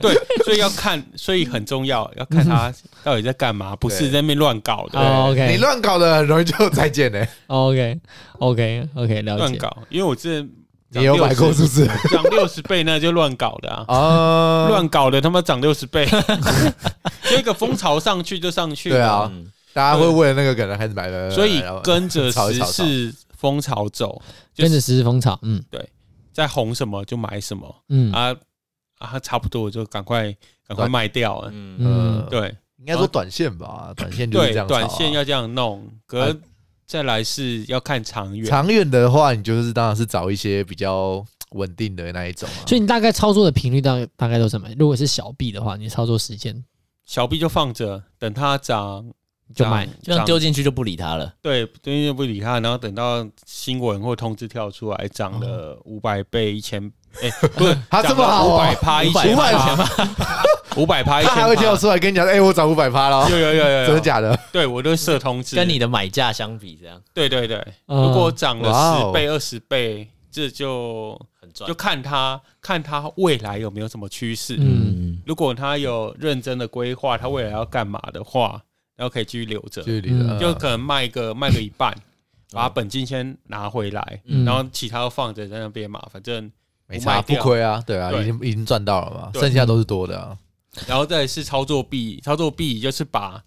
[SPEAKER 4] 对，所以要看，所以很重要，要
[SPEAKER 1] [LAUGHS]
[SPEAKER 4] 看他到底在干嘛，不是在那边乱搞的，
[SPEAKER 1] 哦，OK
[SPEAKER 3] 你乱搞的很容易就再见欸呢。
[SPEAKER 1] OK OK OK，了
[SPEAKER 4] 乱
[SPEAKER 1] 解。
[SPEAKER 4] 搞。因为我之前
[SPEAKER 3] 你有买过是不是？
[SPEAKER 4] 涨六十倍那就乱搞的
[SPEAKER 1] 哦
[SPEAKER 4] 啊，
[SPEAKER 3] 啊，
[SPEAKER 4] 乱搞的他妈涨六十倍，这个风潮上去就上去，
[SPEAKER 3] 对啊
[SPEAKER 2] 嗯，
[SPEAKER 3] 大家会为了那个可能开始买买买，
[SPEAKER 4] 所以
[SPEAKER 3] 买买买
[SPEAKER 4] 跟着
[SPEAKER 3] 炒一
[SPEAKER 4] 时
[SPEAKER 3] 炒
[SPEAKER 4] 事风潮走，就
[SPEAKER 1] 跟着
[SPEAKER 4] 是
[SPEAKER 1] 时事风潮，嗯
[SPEAKER 4] 在红什么就买什么
[SPEAKER 1] 嗯
[SPEAKER 4] 啊啊，差不多我就赶快赶快卖掉了。
[SPEAKER 2] 嗯，
[SPEAKER 1] 嗯
[SPEAKER 3] 呃，
[SPEAKER 4] 对
[SPEAKER 3] 应该说短线吧，短线就是这
[SPEAKER 4] 对
[SPEAKER 3] 样，炒啊。啊
[SPEAKER 4] 短线要这样弄，可再来是要看长远。
[SPEAKER 3] 长远的话，你就是当然是找一些比较稳定的那一种啊。
[SPEAKER 1] 所以你大概操作的频率大概大概都是什么？如果是小币的话，你操作时间
[SPEAKER 4] 小币就放着，等它涨
[SPEAKER 1] 就卖，
[SPEAKER 4] 涨
[SPEAKER 2] 就像丢进去就不理他了。
[SPEAKER 4] 对，对，不理它，然后等到新闻或通知跳出来，涨了五百倍、一千，
[SPEAKER 3] [LAUGHS]
[SPEAKER 4] 哎，不是
[SPEAKER 3] 嗯它这么好
[SPEAKER 4] 五
[SPEAKER 3] 哦
[SPEAKER 4] 百趴、一千趴、五百趴、一
[SPEAKER 3] 他
[SPEAKER 4] 千
[SPEAKER 3] 还会跳出来跟你讲，哎，我涨五百趴
[SPEAKER 4] [LAUGHS]
[SPEAKER 3] 了哦，
[SPEAKER 4] 有有有有，有
[SPEAKER 3] 真的？假的？
[SPEAKER 4] 对，我都设通知，
[SPEAKER 2] 跟你的买价相比，这样
[SPEAKER 4] 对对对，
[SPEAKER 1] 嗯
[SPEAKER 4] 如果涨
[SPEAKER 3] 哇
[SPEAKER 4] 了
[SPEAKER 3] 哦
[SPEAKER 4] 十倍、二十倍，这就
[SPEAKER 2] 很赚
[SPEAKER 4] 就。看它看它未来有没有什么趋势。
[SPEAKER 1] 嗯，
[SPEAKER 2] 嗯，
[SPEAKER 4] 如果他有认真的规划，他未来要干嘛的话，然后可以继续留着，
[SPEAKER 3] 距离
[SPEAKER 1] 嗯
[SPEAKER 4] 就可能卖个卖个一
[SPEAKER 3] [LAUGHS]
[SPEAKER 4] 半，把本金先拿回来，
[SPEAKER 1] 嗯
[SPEAKER 4] 然后其他都放着在那边嘛，反正
[SPEAKER 3] 没差，
[SPEAKER 4] 不卖
[SPEAKER 3] 不
[SPEAKER 4] 掉
[SPEAKER 3] 亏啊，对啊，
[SPEAKER 4] 对
[SPEAKER 3] 已经已经赚到了嘛，
[SPEAKER 4] 对
[SPEAKER 3] 剩下都是多的啊。
[SPEAKER 4] 然后再来是操作币，操作币就是把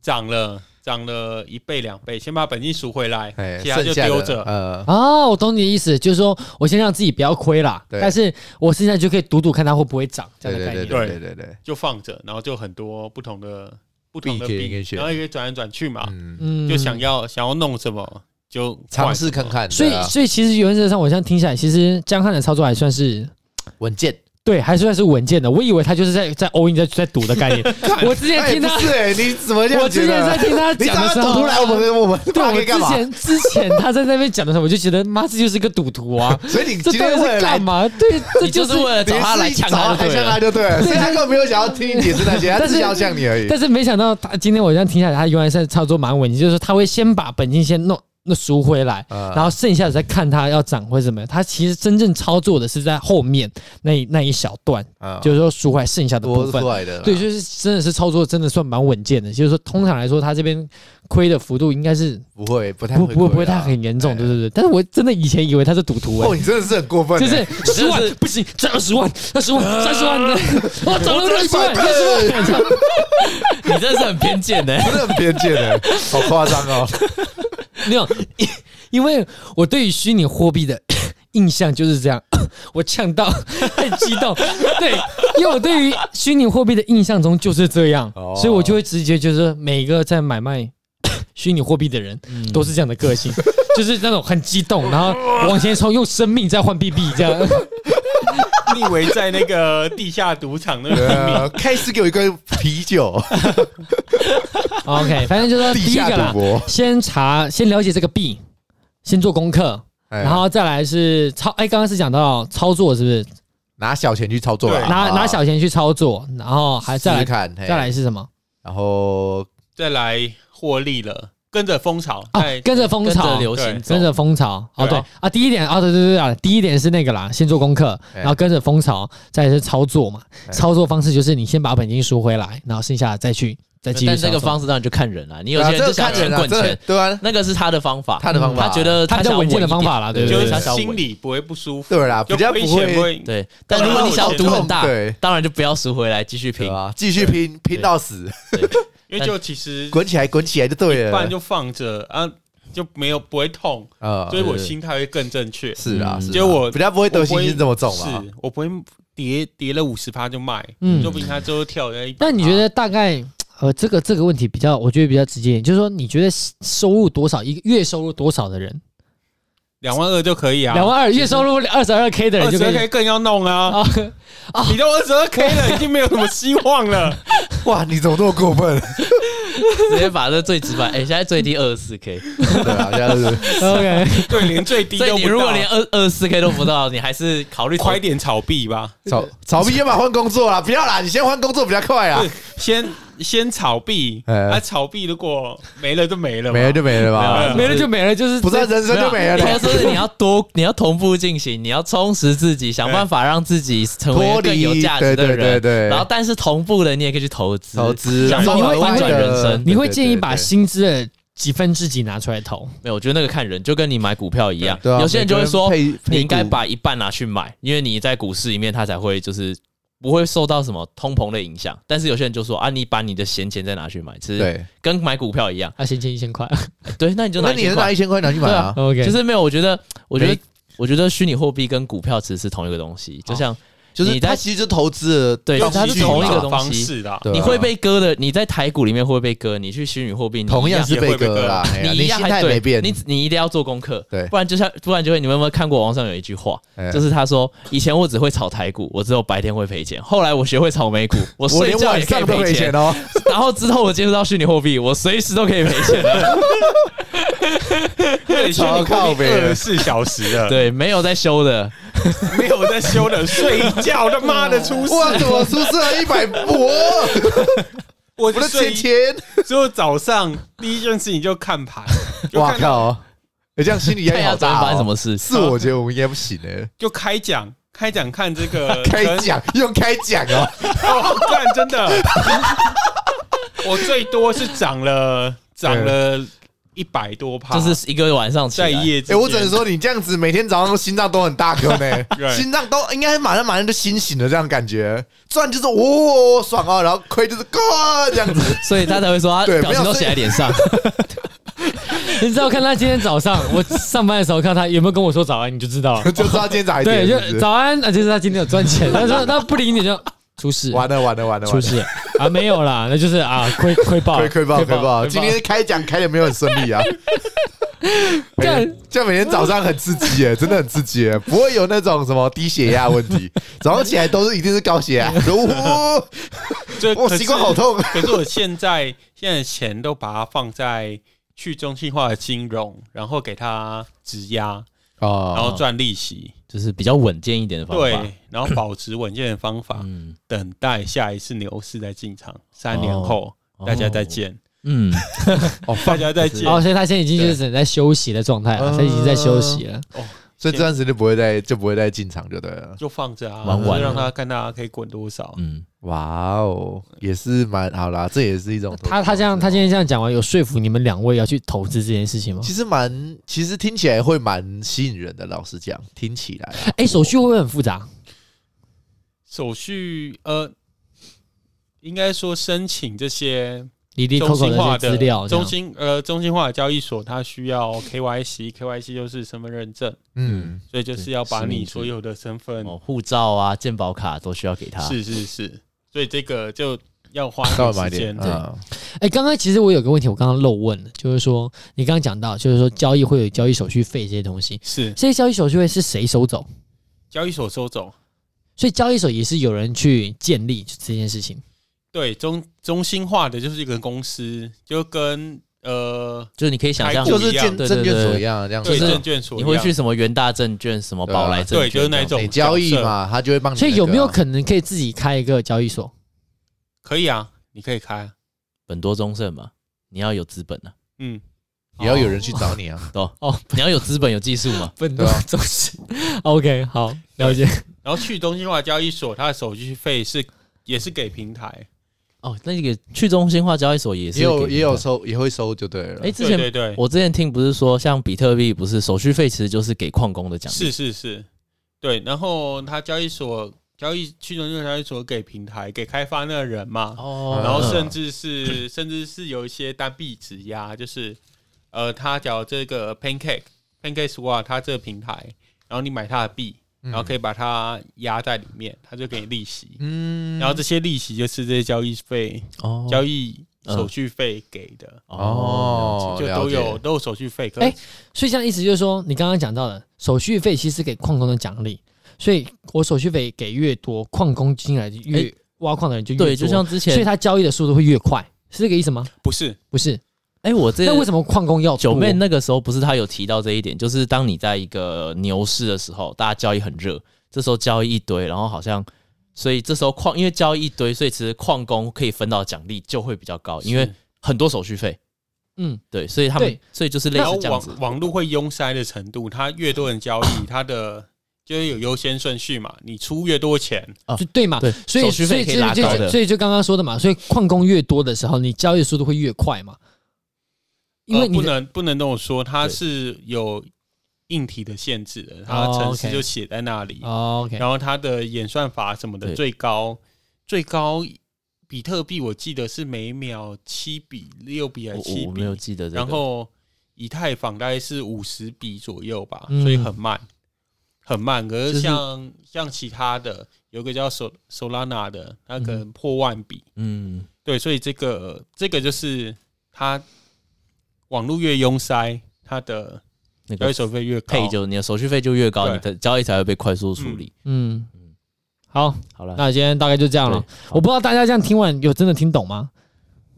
[SPEAKER 4] 涨了涨了一倍两倍，先把本金赎回来
[SPEAKER 3] 哎，，
[SPEAKER 4] 其他就
[SPEAKER 3] 剩下的
[SPEAKER 4] 丢着，
[SPEAKER 3] 呃，
[SPEAKER 1] 哦，我懂你的意思，就是说我先让自己不要亏啦，
[SPEAKER 3] 对
[SPEAKER 1] 但是我现在就可以赌赌看它会不会涨，这
[SPEAKER 3] 对
[SPEAKER 1] 样的概
[SPEAKER 3] 对对
[SPEAKER 1] 念。
[SPEAKER 3] 对对对对，
[SPEAKER 4] 就放着，然后就很多不同的不同
[SPEAKER 3] 币
[SPEAKER 4] 的
[SPEAKER 3] 可以可以
[SPEAKER 4] 币，
[SPEAKER 3] 选
[SPEAKER 4] 然后也可以转来转去嘛，
[SPEAKER 3] 嗯，
[SPEAKER 1] 嗯
[SPEAKER 4] 就想。要想要弄什么就
[SPEAKER 3] 尝试
[SPEAKER 4] 换什
[SPEAKER 3] 看
[SPEAKER 4] 么。
[SPEAKER 3] 看，
[SPEAKER 1] 所以
[SPEAKER 3] 对啊，
[SPEAKER 1] 所以其实原则上，我这样听下来，其实江汉的操作还算是
[SPEAKER 3] 稳健。
[SPEAKER 1] 对，还算是稳健的。我以为他就是在在 all in 在在赌的
[SPEAKER 3] [LAUGHS]
[SPEAKER 1] 概念。我之前
[SPEAKER 3] 哎，
[SPEAKER 1] 听
[SPEAKER 3] 不
[SPEAKER 1] 他，
[SPEAKER 3] 是哎，你怎么这
[SPEAKER 1] 我
[SPEAKER 3] 样
[SPEAKER 1] 之
[SPEAKER 3] 觉
[SPEAKER 1] 前在
[SPEAKER 3] 得？
[SPEAKER 1] 听他
[SPEAKER 3] 你
[SPEAKER 1] 讲
[SPEAKER 3] 早
[SPEAKER 1] 的
[SPEAKER 3] 上
[SPEAKER 1] 时
[SPEAKER 3] 赌
[SPEAKER 1] 候
[SPEAKER 3] 徒，来我们我们
[SPEAKER 1] 对
[SPEAKER 3] 趴
[SPEAKER 1] 我
[SPEAKER 3] 可以干
[SPEAKER 1] 之
[SPEAKER 3] 嘛？
[SPEAKER 1] 前之前他在那边讲的时候，我就觉得妈，这就是个赌徒
[SPEAKER 3] [LAUGHS]
[SPEAKER 1] 啊！
[SPEAKER 3] 所以你
[SPEAKER 1] 这
[SPEAKER 3] 今
[SPEAKER 1] 到
[SPEAKER 3] 天
[SPEAKER 1] 底
[SPEAKER 3] 为
[SPEAKER 1] 是
[SPEAKER 3] 了来
[SPEAKER 1] 干嘛？对，这
[SPEAKER 2] 你就是为了找他来抢他
[SPEAKER 3] 他，
[SPEAKER 2] 就对
[SPEAKER 3] 呛
[SPEAKER 2] 了
[SPEAKER 3] 他。就对了。所以他根本没有想要听你解释那些，他
[SPEAKER 1] 但
[SPEAKER 3] 只
[SPEAKER 1] 是
[SPEAKER 3] 想要呛你而已。
[SPEAKER 1] 但是没想到他今天我这样听下来，他原来是操作蛮稳，就是说他会先把本金先弄那赎回来，
[SPEAKER 3] 嗯
[SPEAKER 1] 然后剩下的再看他要涨或者怎么样。他其实真正操作的是在后面那一那一小段，
[SPEAKER 3] 嗯
[SPEAKER 1] 就是说赎回来剩下的
[SPEAKER 3] 多
[SPEAKER 1] 部
[SPEAKER 3] 是
[SPEAKER 1] 分
[SPEAKER 3] 出。来的啦，
[SPEAKER 1] 对，就是真的是操作真的算蛮稳健的，就是说通常来说，他这边亏的幅度应该是
[SPEAKER 3] 不会不太
[SPEAKER 1] 不不
[SPEAKER 3] 会啊
[SPEAKER 1] 不会太很严重，对对对。但是我真的以前以为他是赌徒哎、
[SPEAKER 3] 哎哦，你真的是很过分
[SPEAKER 1] 就
[SPEAKER 3] 欸，
[SPEAKER 1] 是十万不行，再二十万、二十万、三十万的，
[SPEAKER 3] 啊
[SPEAKER 1] 我涨了二十万、二十万。
[SPEAKER 2] 你
[SPEAKER 3] 啊
[SPEAKER 2] 真的是很偏见呢、
[SPEAKER 3] 真的很偏见的，好夸张
[SPEAKER 1] [LAUGHS]
[SPEAKER 3] 哦。
[SPEAKER 1] 没有，因因为我对于虚拟货币的 [COUGHS] 印象就是这样，我呛到太激动，对，因为我对于虚拟货币的印象中就是这样，
[SPEAKER 3] 哦
[SPEAKER 1] 所以我就会直接就是每个在买卖 [COUGHS] 虚拟货币的人
[SPEAKER 3] 嗯
[SPEAKER 1] 都是这样的个性，就是那种很激动，然后往前冲，用生命在换币币这样。
[SPEAKER 4] [LAUGHS] 你以为在那个地下赌场那边
[SPEAKER 3] 呃，开始给我一个啤酒， [LAUGHS]
[SPEAKER 1] OK，反正就是说
[SPEAKER 3] 地
[SPEAKER 1] 呃第一个
[SPEAKER 3] 下
[SPEAKER 1] 啦
[SPEAKER 3] 赌，博，
[SPEAKER 1] 先查先了解这个币，先做功课，
[SPEAKER 3] 哎
[SPEAKER 1] 然后再来是操，哎，刚刚是讲到操作是不是？
[SPEAKER 3] 拿小钱去操作啦，
[SPEAKER 1] 拿
[SPEAKER 3] 好不好
[SPEAKER 1] 拿小钱去操作，然后还再
[SPEAKER 3] 试
[SPEAKER 1] 来
[SPEAKER 3] 试啊看，哎嘿
[SPEAKER 1] 再来，是什么？
[SPEAKER 3] 然后
[SPEAKER 4] 再来获利了，跟着风潮，
[SPEAKER 1] 啊
[SPEAKER 3] 哦
[SPEAKER 4] 哎，，
[SPEAKER 1] 跟着 [LAUGHS] 风
[SPEAKER 2] 跟着
[SPEAKER 1] 潮，
[SPEAKER 2] 流行走
[SPEAKER 1] 跟，着风潮。哦，
[SPEAKER 4] 对
[SPEAKER 1] 对啊，第一点啊，对对对对啊，第一点是那个啦，先做功课，
[SPEAKER 3] 哎
[SPEAKER 1] 然后跟着风潮，再来是操作嘛。
[SPEAKER 3] 哎
[SPEAKER 1] 操作方式就是你先把本金赎回来，然后剩下的再去再继续销
[SPEAKER 2] 但
[SPEAKER 1] 售。
[SPEAKER 2] 这个方式当然就看人了，你有些人
[SPEAKER 3] 啊这
[SPEAKER 2] 就
[SPEAKER 3] 个
[SPEAKER 2] 想
[SPEAKER 3] 看
[SPEAKER 2] 钱
[SPEAKER 3] 人啊
[SPEAKER 2] 滚
[SPEAKER 3] 这
[SPEAKER 2] 钱，
[SPEAKER 3] 对啊，
[SPEAKER 2] 那个是他的方法，
[SPEAKER 3] 他的方法，
[SPEAKER 2] 他觉得
[SPEAKER 1] 他比较
[SPEAKER 2] 想要
[SPEAKER 1] 稳健的
[SPEAKER 2] 一
[SPEAKER 1] 方
[SPEAKER 2] 点
[SPEAKER 1] 法啦，对不
[SPEAKER 4] 就
[SPEAKER 1] 对？
[SPEAKER 4] 是
[SPEAKER 2] 他想
[SPEAKER 4] 心里不会不舒服，
[SPEAKER 3] 对啦，比较
[SPEAKER 4] 就亏
[SPEAKER 3] 不
[SPEAKER 4] 钱
[SPEAKER 3] 会
[SPEAKER 4] 会
[SPEAKER 2] 对，但如果你想要赌很大，
[SPEAKER 3] 对
[SPEAKER 2] 当然就不要输回来，继续拼
[SPEAKER 3] 对。啊，继续拼拼到死，
[SPEAKER 4] 因为就其实
[SPEAKER 3] 滚起来，滚起来就对
[SPEAKER 4] 不然
[SPEAKER 3] 了。
[SPEAKER 4] 就放着啊，就没有不会痛，
[SPEAKER 3] 啊
[SPEAKER 4] 所以我
[SPEAKER 2] 对对
[SPEAKER 4] 心态会更正确。
[SPEAKER 3] 是啊，
[SPEAKER 2] 嗯
[SPEAKER 3] 是啊
[SPEAKER 4] 就我
[SPEAKER 3] 比较不会得心心这么重嘛。啊
[SPEAKER 4] 是我不会跌跌了五十趴就卖，
[SPEAKER 1] 嗯
[SPEAKER 4] 说不定他最后跳了一。
[SPEAKER 1] 那你觉？
[SPEAKER 3] 啊
[SPEAKER 1] 得大概呃，这个这个问题比较，我觉得比较直接一点，就是说，你觉得收入多少一个月收入多少的人，
[SPEAKER 4] 两万二就可以啊，
[SPEAKER 1] 两万二月收入二十二 k 的人
[SPEAKER 4] 二
[SPEAKER 1] 就
[SPEAKER 4] 十
[SPEAKER 1] 可
[SPEAKER 4] 二
[SPEAKER 1] 以
[SPEAKER 4] k 更要弄啊！
[SPEAKER 1] 啊， [LAUGHS]
[SPEAKER 2] 哦
[SPEAKER 4] 你都二十二 k 了，已经没有什么希
[SPEAKER 2] [LAUGHS]
[SPEAKER 4] 望了。
[SPEAKER 3] 哇，你怎么那么过
[SPEAKER 4] [LAUGHS]
[SPEAKER 3] 分？
[SPEAKER 2] 直接把这最直白，哎、现在最低二十四
[SPEAKER 1] [LAUGHS]
[SPEAKER 2] K，
[SPEAKER 3] 对啊，现在是
[SPEAKER 1] OK，
[SPEAKER 3] [LAUGHS]
[SPEAKER 4] 对，连最低
[SPEAKER 2] 所以
[SPEAKER 4] 都
[SPEAKER 2] 你
[SPEAKER 4] 不
[SPEAKER 2] 如果
[SPEAKER 4] 到
[SPEAKER 2] 连二二十四 K 都不到，你还是考虑
[SPEAKER 4] 快点炒币吧，
[SPEAKER 3] 草草逼，要不要换工作啦？不要啦，你先换工作比较快啊
[SPEAKER 4] 对。先先炒币，
[SPEAKER 3] 哎
[SPEAKER 4] 啊，炒币如果没了就没了嘛，
[SPEAKER 3] 没了就没了
[SPEAKER 4] 没啊
[SPEAKER 3] 吧
[SPEAKER 4] 了，
[SPEAKER 1] 没了就没了，就是
[SPEAKER 3] 不是人生就没了啊
[SPEAKER 2] 应该
[SPEAKER 3] 嘞。
[SPEAKER 2] 说是你要多，你要同步进行，你要充实自己，想办法让自己成为一个更有价值的
[SPEAKER 3] 脱
[SPEAKER 2] 人。
[SPEAKER 3] 离对对对对
[SPEAKER 2] 然后，但是同步的你也可以去投资，
[SPEAKER 3] 投资，
[SPEAKER 2] 想
[SPEAKER 4] 办
[SPEAKER 3] 然后
[SPEAKER 1] 法
[SPEAKER 3] 额外
[SPEAKER 1] 翻转
[SPEAKER 3] 的
[SPEAKER 2] 人生
[SPEAKER 1] [LAUGHS] 你会建议把
[SPEAKER 3] 对对对对
[SPEAKER 1] 薪资的几分之几拿出来投？
[SPEAKER 2] 没有，我觉得那个看人，就跟你买股票一样，
[SPEAKER 3] 对啊
[SPEAKER 2] 有些人就会说，哎
[SPEAKER 3] 每个人配配股
[SPEAKER 2] 你应该把一半拿去买，因为你在股市里面，它才会就是不会受到什么通膨的影响。但是有些人就说啊，你把你的闲钱再拿去买，其实
[SPEAKER 3] 对，
[SPEAKER 2] 跟买股票一样，
[SPEAKER 1] 啊，先欠一千块
[SPEAKER 2] 对，那你就拿
[SPEAKER 3] 那你
[SPEAKER 2] 一
[SPEAKER 3] 也
[SPEAKER 2] 千
[SPEAKER 3] 是拿
[SPEAKER 2] 块
[SPEAKER 3] 一，千块拿去买啊？
[SPEAKER 1] [LAUGHS] ，OK，
[SPEAKER 2] 就是没有。我觉得，我觉得
[SPEAKER 3] 没，
[SPEAKER 2] 我觉得虚拟货币跟股票其实是同一个东西，就像
[SPEAKER 3] 就是
[SPEAKER 2] 你在
[SPEAKER 3] 它其实就投资了，
[SPEAKER 2] 对
[SPEAKER 4] 用
[SPEAKER 2] 它是
[SPEAKER 4] 几种
[SPEAKER 2] 同一个东西
[SPEAKER 4] 方式啦。
[SPEAKER 3] 对啊
[SPEAKER 2] 你会被割的，你在台股里面会被割，你去虚拟货币，你
[SPEAKER 3] 同
[SPEAKER 2] 一
[SPEAKER 3] 样
[SPEAKER 2] 样。
[SPEAKER 3] 是被割啦，哎呀
[SPEAKER 2] 你
[SPEAKER 3] 你
[SPEAKER 2] 一样
[SPEAKER 3] 心
[SPEAKER 2] 还
[SPEAKER 3] 态
[SPEAKER 2] 对
[SPEAKER 3] 没变，
[SPEAKER 2] 你你一定要做功课，
[SPEAKER 3] 对
[SPEAKER 2] 不然就像不然就会，你们有没有看过网上有一句话，
[SPEAKER 3] 哎
[SPEAKER 2] 就是他说以前我只会炒台股，我只有白天会赔钱，后来我学会炒美股，我
[SPEAKER 3] [LAUGHS] 我
[SPEAKER 2] 睡
[SPEAKER 3] 连
[SPEAKER 2] 觉
[SPEAKER 3] 晚
[SPEAKER 2] 也可以
[SPEAKER 3] 上都
[SPEAKER 2] 赔
[SPEAKER 3] 赔
[SPEAKER 2] 钱
[SPEAKER 3] 钱，哦。
[SPEAKER 2] [LAUGHS] 然后之后我接触到虚拟货币，我随时都可以赔
[SPEAKER 3] [LAUGHS]
[SPEAKER 2] 钱了，
[SPEAKER 4] 对，虚拟货
[SPEAKER 3] 超
[SPEAKER 4] 币
[SPEAKER 3] 靠北
[SPEAKER 4] 二十四小时的，
[SPEAKER 2] 对，没有在修的，
[SPEAKER 4] 没有在休的，睡一觉他妈的出事。
[SPEAKER 3] 哇，怎么出事了一
[SPEAKER 2] [LAUGHS]
[SPEAKER 3] 百波？
[SPEAKER 4] 我
[SPEAKER 3] 我
[SPEAKER 4] 就
[SPEAKER 3] 的钱
[SPEAKER 4] 睡一，
[SPEAKER 3] 钱！
[SPEAKER 4] 只有早上第一件事情就看盘，就
[SPEAKER 3] 哇
[SPEAKER 4] 看到
[SPEAKER 3] 靠！你这样心理压
[SPEAKER 2] [LAUGHS] 看一
[SPEAKER 3] 力
[SPEAKER 2] 下
[SPEAKER 3] 好
[SPEAKER 2] 昨天
[SPEAKER 3] 大
[SPEAKER 2] 发生什
[SPEAKER 3] 哦。
[SPEAKER 2] 么事。
[SPEAKER 3] 是我觉得我们应该不行
[SPEAKER 2] [LAUGHS]
[SPEAKER 3] 哎，
[SPEAKER 4] 就开奖，开奖看这个
[SPEAKER 3] [LAUGHS] 开奖用开奖
[SPEAKER 2] [LAUGHS]
[SPEAKER 3] 哦，
[SPEAKER 4] 哦，干真的， [LAUGHS] 我最多是涨了涨了一百多趴，
[SPEAKER 2] 就是一个晚上起来，
[SPEAKER 4] 在业之
[SPEAKER 3] 哎，
[SPEAKER 4] 间。
[SPEAKER 3] 我只能说你这样子每天早上心脏都很大颗
[SPEAKER 2] [LAUGHS]
[SPEAKER 3] 呢，
[SPEAKER 4] 对
[SPEAKER 3] 心脏都应该马上马上就清醒了，这样感觉赚就是哦爽哦，然后亏就是 [LAUGHS] 哥这样子，
[SPEAKER 2] 所以他才会说他
[SPEAKER 3] 对
[SPEAKER 2] 表情
[SPEAKER 3] 没有
[SPEAKER 2] 都
[SPEAKER 3] 所以
[SPEAKER 2] 写在
[SPEAKER 3] [LAUGHS]
[SPEAKER 2] 脸上。
[SPEAKER 1] 你知道，看他今天早上，我上班的时候看他有没有跟我说早安，你就知道了。
[SPEAKER 3] 就知道今天早一
[SPEAKER 1] 对，
[SPEAKER 3] 点是不
[SPEAKER 1] 就是早安，啊，就是他今天有赚钱， [LAUGHS] 但是他不理你就出事，
[SPEAKER 3] 完了完了完了，完
[SPEAKER 1] 出
[SPEAKER 3] 了
[SPEAKER 1] 事啊，没有啦，那就是啊，亏亏爆了，
[SPEAKER 3] 亏亏爆亏爆！今天开奖开的没有很顺利啊，
[SPEAKER 1] 干
[SPEAKER 3] 哎这样每天早上很刺激耶，真的很刺激耶，不会有那种什么低血压问题，早上起来都是一定是高血压，哦，
[SPEAKER 4] 就
[SPEAKER 3] 我
[SPEAKER 4] 可是
[SPEAKER 3] 习惯好痛，
[SPEAKER 4] 可是我现在现在钱都把它放在去中心化的金融，然后给它质押，然
[SPEAKER 3] 哦，
[SPEAKER 4] 后赚利息。
[SPEAKER 2] 就是比较稳健一点的方法。
[SPEAKER 4] 对，然后保持稳健的方法，
[SPEAKER 2] 嗯
[SPEAKER 4] 等待下一次牛市再进场。三年后
[SPEAKER 2] 哦
[SPEAKER 4] 大家再见，
[SPEAKER 2] 嗯，
[SPEAKER 3] 哦
[SPEAKER 4] 大家再见。
[SPEAKER 1] 哦，所以他现在已经就是只能在休息的状态了，
[SPEAKER 3] 对
[SPEAKER 1] 他已经在休息了。
[SPEAKER 3] 所以这段时间就不会再就不会再进场就对了。
[SPEAKER 4] 就放着啊，
[SPEAKER 2] 玩完
[SPEAKER 4] 就让他看他可以滚多少。
[SPEAKER 2] 嗯，
[SPEAKER 3] 哇哦，也是蛮好啦，这也是一种
[SPEAKER 1] 他他这样，他今天这样讲完，有说服你们两位要去投资这件事情吗？
[SPEAKER 3] 其实蛮其实听起来会蛮吸引人的，老实讲，听起来啊
[SPEAKER 1] 哎，手续会不会很复杂？
[SPEAKER 4] 手续呃，应该说申请这些
[SPEAKER 1] 里里
[SPEAKER 4] 中
[SPEAKER 1] 扣扣
[SPEAKER 4] 心
[SPEAKER 1] 的
[SPEAKER 4] 化
[SPEAKER 1] 这些
[SPEAKER 4] 的
[SPEAKER 1] 资料，这
[SPEAKER 4] 中
[SPEAKER 1] 样
[SPEAKER 4] 心呃中心化的交易所，它需要 KYC，KYC 就是身份认证，
[SPEAKER 3] 嗯，
[SPEAKER 4] 所以就是要把
[SPEAKER 2] 实名
[SPEAKER 4] 你
[SPEAKER 2] 制
[SPEAKER 4] 所有的身份，
[SPEAKER 2] 哦，护照啊、健保卡都需要给他。
[SPEAKER 4] 是是是，所以这个就要花一
[SPEAKER 3] 稍
[SPEAKER 4] 点
[SPEAKER 3] 微买
[SPEAKER 4] 时
[SPEAKER 3] 一点
[SPEAKER 4] 间。
[SPEAKER 3] 啊，
[SPEAKER 1] 哎，刚刚其实我有个问题，我刚刚漏问了，就是说你刚刚讲到，就是说交易会有交易手续费这些东西，
[SPEAKER 4] 是
[SPEAKER 1] 这些交易手续费是谁收走？
[SPEAKER 4] 交易所收走，
[SPEAKER 1] 所以交易所也是有人去建立这件事情。
[SPEAKER 4] 对中中心化的就是一个公司，就跟呃
[SPEAKER 2] 就是你可以想象，
[SPEAKER 4] 台
[SPEAKER 3] 就
[SPEAKER 4] 股
[SPEAKER 3] 是
[SPEAKER 4] 不一
[SPEAKER 3] 证
[SPEAKER 4] 样
[SPEAKER 2] 对
[SPEAKER 3] 证
[SPEAKER 2] 对
[SPEAKER 3] 券
[SPEAKER 2] 对
[SPEAKER 3] 所一样这样子，
[SPEAKER 4] 对
[SPEAKER 2] 哦就是
[SPEAKER 4] 证券所一
[SPEAKER 2] 你
[SPEAKER 4] 样
[SPEAKER 2] 会去什么元大证券、什么宝来证券
[SPEAKER 4] 对，就是那
[SPEAKER 2] 这样
[SPEAKER 4] 种
[SPEAKER 3] 得交易嘛，他就会帮你那
[SPEAKER 1] 所
[SPEAKER 3] 个啊。
[SPEAKER 1] 以有没有可能可以自己开一个交易所？
[SPEAKER 4] 可以啊，你可以开啊，
[SPEAKER 2] 本多终胜嘛。你要有资本
[SPEAKER 4] [LAUGHS]
[SPEAKER 2] 啊，
[SPEAKER 4] 嗯，
[SPEAKER 3] 也要有人去找你啊？
[SPEAKER 2] 懂？
[SPEAKER 1] 哦，
[SPEAKER 2] 你要有资本、有技术
[SPEAKER 4] [LAUGHS]
[SPEAKER 2] 嘛。
[SPEAKER 1] 分多 [LAUGHS]
[SPEAKER 3] 对啊
[SPEAKER 1] 中心。OK，好，了解。
[SPEAKER 4] 然后去中心化交易所，它的手续费是也是给平台，
[SPEAKER 2] 哦，那个去中心化交易所也是
[SPEAKER 3] 也有
[SPEAKER 2] 给
[SPEAKER 3] 也有
[SPEAKER 2] 比特
[SPEAKER 3] 收，也会收就对了。
[SPEAKER 2] 哎，之
[SPEAKER 4] 对
[SPEAKER 2] 前
[SPEAKER 4] 对对，
[SPEAKER 2] 我之前听不是说像比特币不是手续费，其实就是给矿工的奖
[SPEAKER 4] 是
[SPEAKER 2] 励，
[SPEAKER 4] 是是，对。然后他交易所交易去中心化交易所给平台给开发那个人嘛，
[SPEAKER 2] 哦
[SPEAKER 4] 然后
[SPEAKER 3] 是
[SPEAKER 4] 甚至
[SPEAKER 2] [LAUGHS]
[SPEAKER 4] 是、甚至是有一些单币质押，就是呃，他假如这个 Pancake Pancake Swap 它这个平台，然后你买它的币，
[SPEAKER 2] 嗯
[SPEAKER 4] 然后可以把它压在里面，它就给你利息。
[SPEAKER 3] 嗯，
[SPEAKER 4] 然后这些利息就是这些交易费、
[SPEAKER 2] 哦嗯
[SPEAKER 4] 交易手续费给的，
[SPEAKER 3] 哦，
[SPEAKER 4] 就
[SPEAKER 3] 了
[SPEAKER 4] 都
[SPEAKER 3] 解
[SPEAKER 4] 有都有手续费。可
[SPEAKER 1] 哎所以这样意思就是说，你刚刚讲到的手续费其实给矿工的奖励，所以我手续费给越多，矿工进来就越、
[SPEAKER 2] 哎
[SPEAKER 1] 挖矿的人就越多，
[SPEAKER 2] 对，就像之
[SPEAKER 1] 所以
[SPEAKER 2] 前
[SPEAKER 1] 他交易的速度会越快，是这个意思吗？
[SPEAKER 4] 不是
[SPEAKER 1] 不是，
[SPEAKER 2] 哎，我这
[SPEAKER 1] 那为什么矿工要
[SPEAKER 2] 九
[SPEAKER 1] 多
[SPEAKER 2] 妹那个时候不是她有提到这一点，就是当你在一个牛市的时候，大家交易很热，这时候交易一堆，然后好像，所以这时候矿因为交易一堆，所以其实矿工可以分到的奖励就会比较高，哦因为
[SPEAKER 4] 是
[SPEAKER 2] 很多手续费，
[SPEAKER 1] 嗯，
[SPEAKER 2] 对，所以他们
[SPEAKER 1] 对
[SPEAKER 2] 所以就是类
[SPEAKER 4] 然后
[SPEAKER 2] 似这样子
[SPEAKER 4] 网，网络会拥塞的程度，它越多人交易，它的就是有优先顺序嘛，你出越多钱，
[SPEAKER 1] 就对嘛？
[SPEAKER 2] 对
[SPEAKER 1] 所以
[SPEAKER 2] 手续
[SPEAKER 1] 所
[SPEAKER 2] 费
[SPEAKER 1] 以
[SPEAKER 2] 可以拉
[SPEAKER 1] 就
[SPEAKER 2] 高
[SPEAKER 1] 就
[SPEAKER 2] 的
[SPEAKER 1] 所以就刚刚说的嘛，所以矿工越多的时候，你交易的速度会越快嘛？因为
[SPEAKER 4] 呃
[SPEAKER 1] 你
[SPEAKER 4] 不
[SPEAKER 1] 的、
[SPEAKER 4] 能不能跟我说它
[SPEAKER 2] 对
[SPEAKER 4] 是有硬体的限制的，它
[SPEAKER 1] 哦
[SPEAKER 4] 程式
[SPEAKER 1] OK
[SPEAKER 4] 就写在那里，
[SPEAKER 1] 哦，OK，
[SPEAKER 4] 然后它的演算法什么的
[SPEAKER 2] 对
[SPEAKER 4] 最高最高比特币我记得是每秒七比六比还是
[SPEAKER 2] 我
[SPEAKER 4] 七
[SPEAKER 2] 我我
[SPEAKER 4] 比
[SPEAKER 2] 没有，记得这个，
[SPEAKER 4] 然后以太坊大概是五十比左右吧，
[SPEAKER 1] 嗯
[SPEAKER 4] 所以很慢，很慢。可
[SPEAKER 2] 就是
[SPEAKER 4] 是像、像其他的，有个叫 Sol Solana 的，它可能破万比，
[SPEAKER 2] 嗯，
[SPEAKER 4] 对，所以这个这个就是它网络越拥塞，它的
[SPEAKER 2] 那
[SPEAKER 4] 交易
[SPEAKER 2] 个
[SPEAKER 4] 手费越高
[SPEAKER 2] 配。就你的手续费就越高，
[SPEAKER 4] 对
[SPEAKER 2] 你的交易才会被快速处理。
[SPEAKER 1] 嗯，好，
[SPEAKER 2] 好了，
[SPEAKER 1] 那今天大概就这样了
[SPEAKER 2] 对。
[SPEAKER 1] 我不知道大家这样听完有真的听懂吗？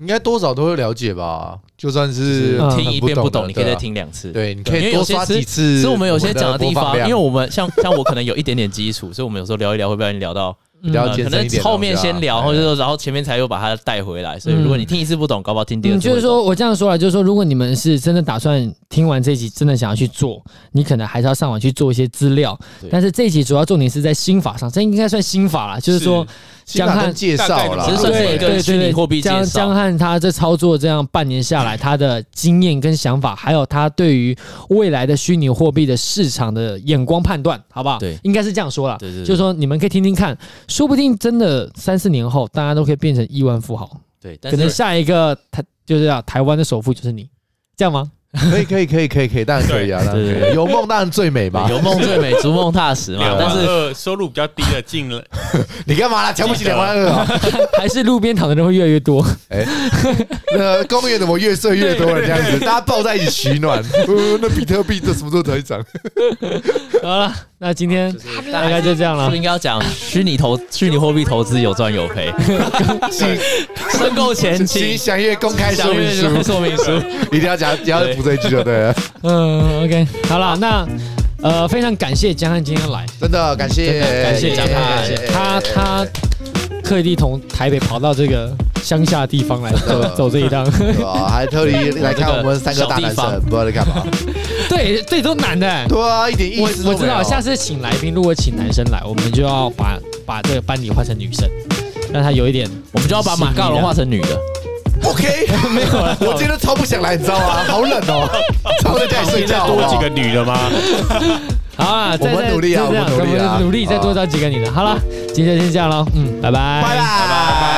[SPEAKER 3] 应该多少都会了解吧？就算是
[SPEAKER 1] 嗯
[SPEAKER 2] 听一遍不懂，
[SPEAKER 3] 的
[SPEAKER 2] 你可以再。
[SPEAKER 3] 对啊
[SPEAKER 2] 听两次。
[SPEAKER 3] 对，你可
[SPEAKER 2] 因
[SPEAKER 3] 以
[SPEAKER 2] 为有
[SPEAKER 3] 多
[SPEAKER 2] 些
[SPEAKER 3] 刷
[SPEAKER 2] 其实
[SPEAKER 3] 几次。
[SPEAKER 2] 所以我们有些讲
[SPEAKER 3] 的
[SPEAKER 2] 地
[SPEAKER 3] 播放
[SPEAKER 2] 方，因
[SPEAKER 3] 量
[SPEAKER 2] 为我们像 [LAUGHS] 像我可能有一点点基础，所以我们有时候聊一聊，会不会聊到
[SPEAKER 1] 嗯
[SPEAKER 3] 了
[SPEAKER 2] 呃
[SPEAKER 3] 解
[SPEAKER 2] 可
[SPEAKER 3] 健身一点
[SPEAKER 2] 能
[SPEAKER 3] 的
[SPEAKER 2] 后面
[SPEAKER 3] 东西啊
[SPEAKER 2] 先聊，然后就然后前面才又把它带回来。所以如果你听一次不懂，搞不好听第二
[SPEAKER 1] 嗯，
[SPEAKER 2] 次
[SPEAKER 1] 就
[SPEAKER 2] 会懂。
[SPEAKER 1] 是说我这样说了，就是说，如果你们是真的打算听完这一集，真的想要去做，你可能还是要上网去做一些资料
[SPEAKER 2] 对。
[SPEAKER 1] 但是这一集主要重点是在心法上，这应该算心法啦，就是说
[SPEAKER 3] 先打
[SPEAKER 1] 江
[SPEAKER 3] 跟
[SPEAKER 1] 汉
[SPEAKER 3] 介绍啦，
[SPEAKER 4] 大概
[SPEAKER 2] 只是
[SPEAKER 4] 怎
[SPEAKER 2] 算
[SPEAKER 4] 么对
[SPEAKER 2] 是一个虚拟货币介
[SPEAKER 1] 江江
[SPEAKER 2] 绍。
[SPEAKER 1] 汉他这操作这样半年下来，他的经验跟想法，还有他对于未来的虚拟货币的市场的眼光判断，好不好？
[SPEAKER 2] 对
[SPEAKER 1] 应该是这样说啦。
[SPEAKER 2] 对对，对
[SPEAKER 1] 就是说，你们可以听听看，说不定真的三四年后，大家都可以变成亿万富豪。
[SPEAKER 2] 对，但
[SPEAKER 1] 可能
[SPEAKER 2] 是
[SPEAKER 1] 下一个台就是啊，台湾的首富就是你，这样吗？
[SPEAKER 3] 可以可以可以可以可以，当然可以啊，当然
[SPEAKER 2] 对
[SPEAKER 3] 可以。有梦当然最美嘛。
[SPEAKER 2] 有梦最美，逐梦踏实嘛
[SPEAKER 4] [LAUGHS] 两。
[SPEAKER 2] 啊但
[SPEAKER 4] 万
[SPEAKER 2] 是
[SPEAKER 4] 二收入比较低的进
[SPEAKER 3] [LAUGHS]
[SPEAKER 4] 了，
[SPEAKER 3] 你干嘛啦？瞧不起两万二啊？
[SPEAKER 1] 还是路边躺的人会越来越多？
[SPEAKER 3] 哎那公园怎么越睡越多人这样子？大家抱在一起取暖。呃，那比特币这什么时候才涨？
[SPEAKER 1] [LAUGHS] 好了，那今天
[SPEAKER 2] 就是
[SPEAKER 1] 大
[SPEAKER 2] 大
[SPEAKER 1] 概
[SPEAKER 2] 概
[SPEAKER 1] 就这样
[SPEAKER 2] 是不
[SPEAKER 1] 了
[SPEAKER 2] 是。应该要讲虚拟投虚拟货币投资有赚有 [LAUGHS] 赔，
[SPEAKER 3] 请
[SPEAKER 2] [LAUGHS] 申购前
[SPEAKER 3] 请
[SPEAKER 2] 请
[SPEAKER 3] 详阅公开说
[SPEAKER 2] 详
[SPEAKER 3] 明
[SPEAKER 2] 阅
[SPEAKER 3] 书，
[SPEAKER 2] 说明书。
[SPEAKER 3] [LAUGHS] 一定要讲，一定要补这一句就对了。
[SPEAKER 1] 嗯，OK，好了，那呃，非常感谢江汉今天来，
[SPEAKER 3] 真的感
[SPEAKER 1] 真
[SPEAKER 3] 谢
[SPEAKER 1] 的感谢
[SPEAKER 2] 江汉
[SPEAKER 1] 感谢他他特地从台北跑到这个乡下地方来
[SPEAKER 3] 真的
[SPEAKER 1] 走走这一趟。
[SPEAKER 3] 啊，还特地来看我们三个大男
[SPEAKER 2] 小地
[SPEAKER 3] 生，不知道在干嘛。
[SPEAKER 1] [LAUGHS] 对，这都难的、
[SPEAKER 3] [LAUGHS] 对啊，一点意
[SPEAKER 1] 我
[SPEAKER 3] 思
[SPEAKER 1] 我
[SPEAKER 3] 都
[SPEAKER 1] 知
[SPEAKER 3] 没
[SPEAKER 1] 道，
[SPEAKER 3] 有。
[SPEAKER 1] 下次请来宾如果请男生来，我们就要把把这个班底换成女生，让他有一点
[SPEAKER 2] 我们就要把马嘎龙化成女的，
[SPEAKER 1] [LAUGHS]
[SPEAKER 3] OK，没有了。我今天超不想来，你知道吗？好冷哦， [LAUGHS] 超在家里睡觉。
[SPEAKER 4] 多
[SPEAKER 3] 哎好
[SPEAKER 4] 几
[SPEAKER 3] 不好
[SPEAKER 4] 个女的吗？
[SPEAKER 1] 好啊，
[SPEAKER 3] 我们
[SPEAKER 1] 再再
[SPEAKER 3] 努力啊
[SPEAKER 1] 就这样
[SPEAKER 3] 我们努力啊
[SPEAKER 1] 我们努力再多招几个女的。好了，今天就先这样喽，嗯，拜拜，
[SPEAKER 3] 拜拜。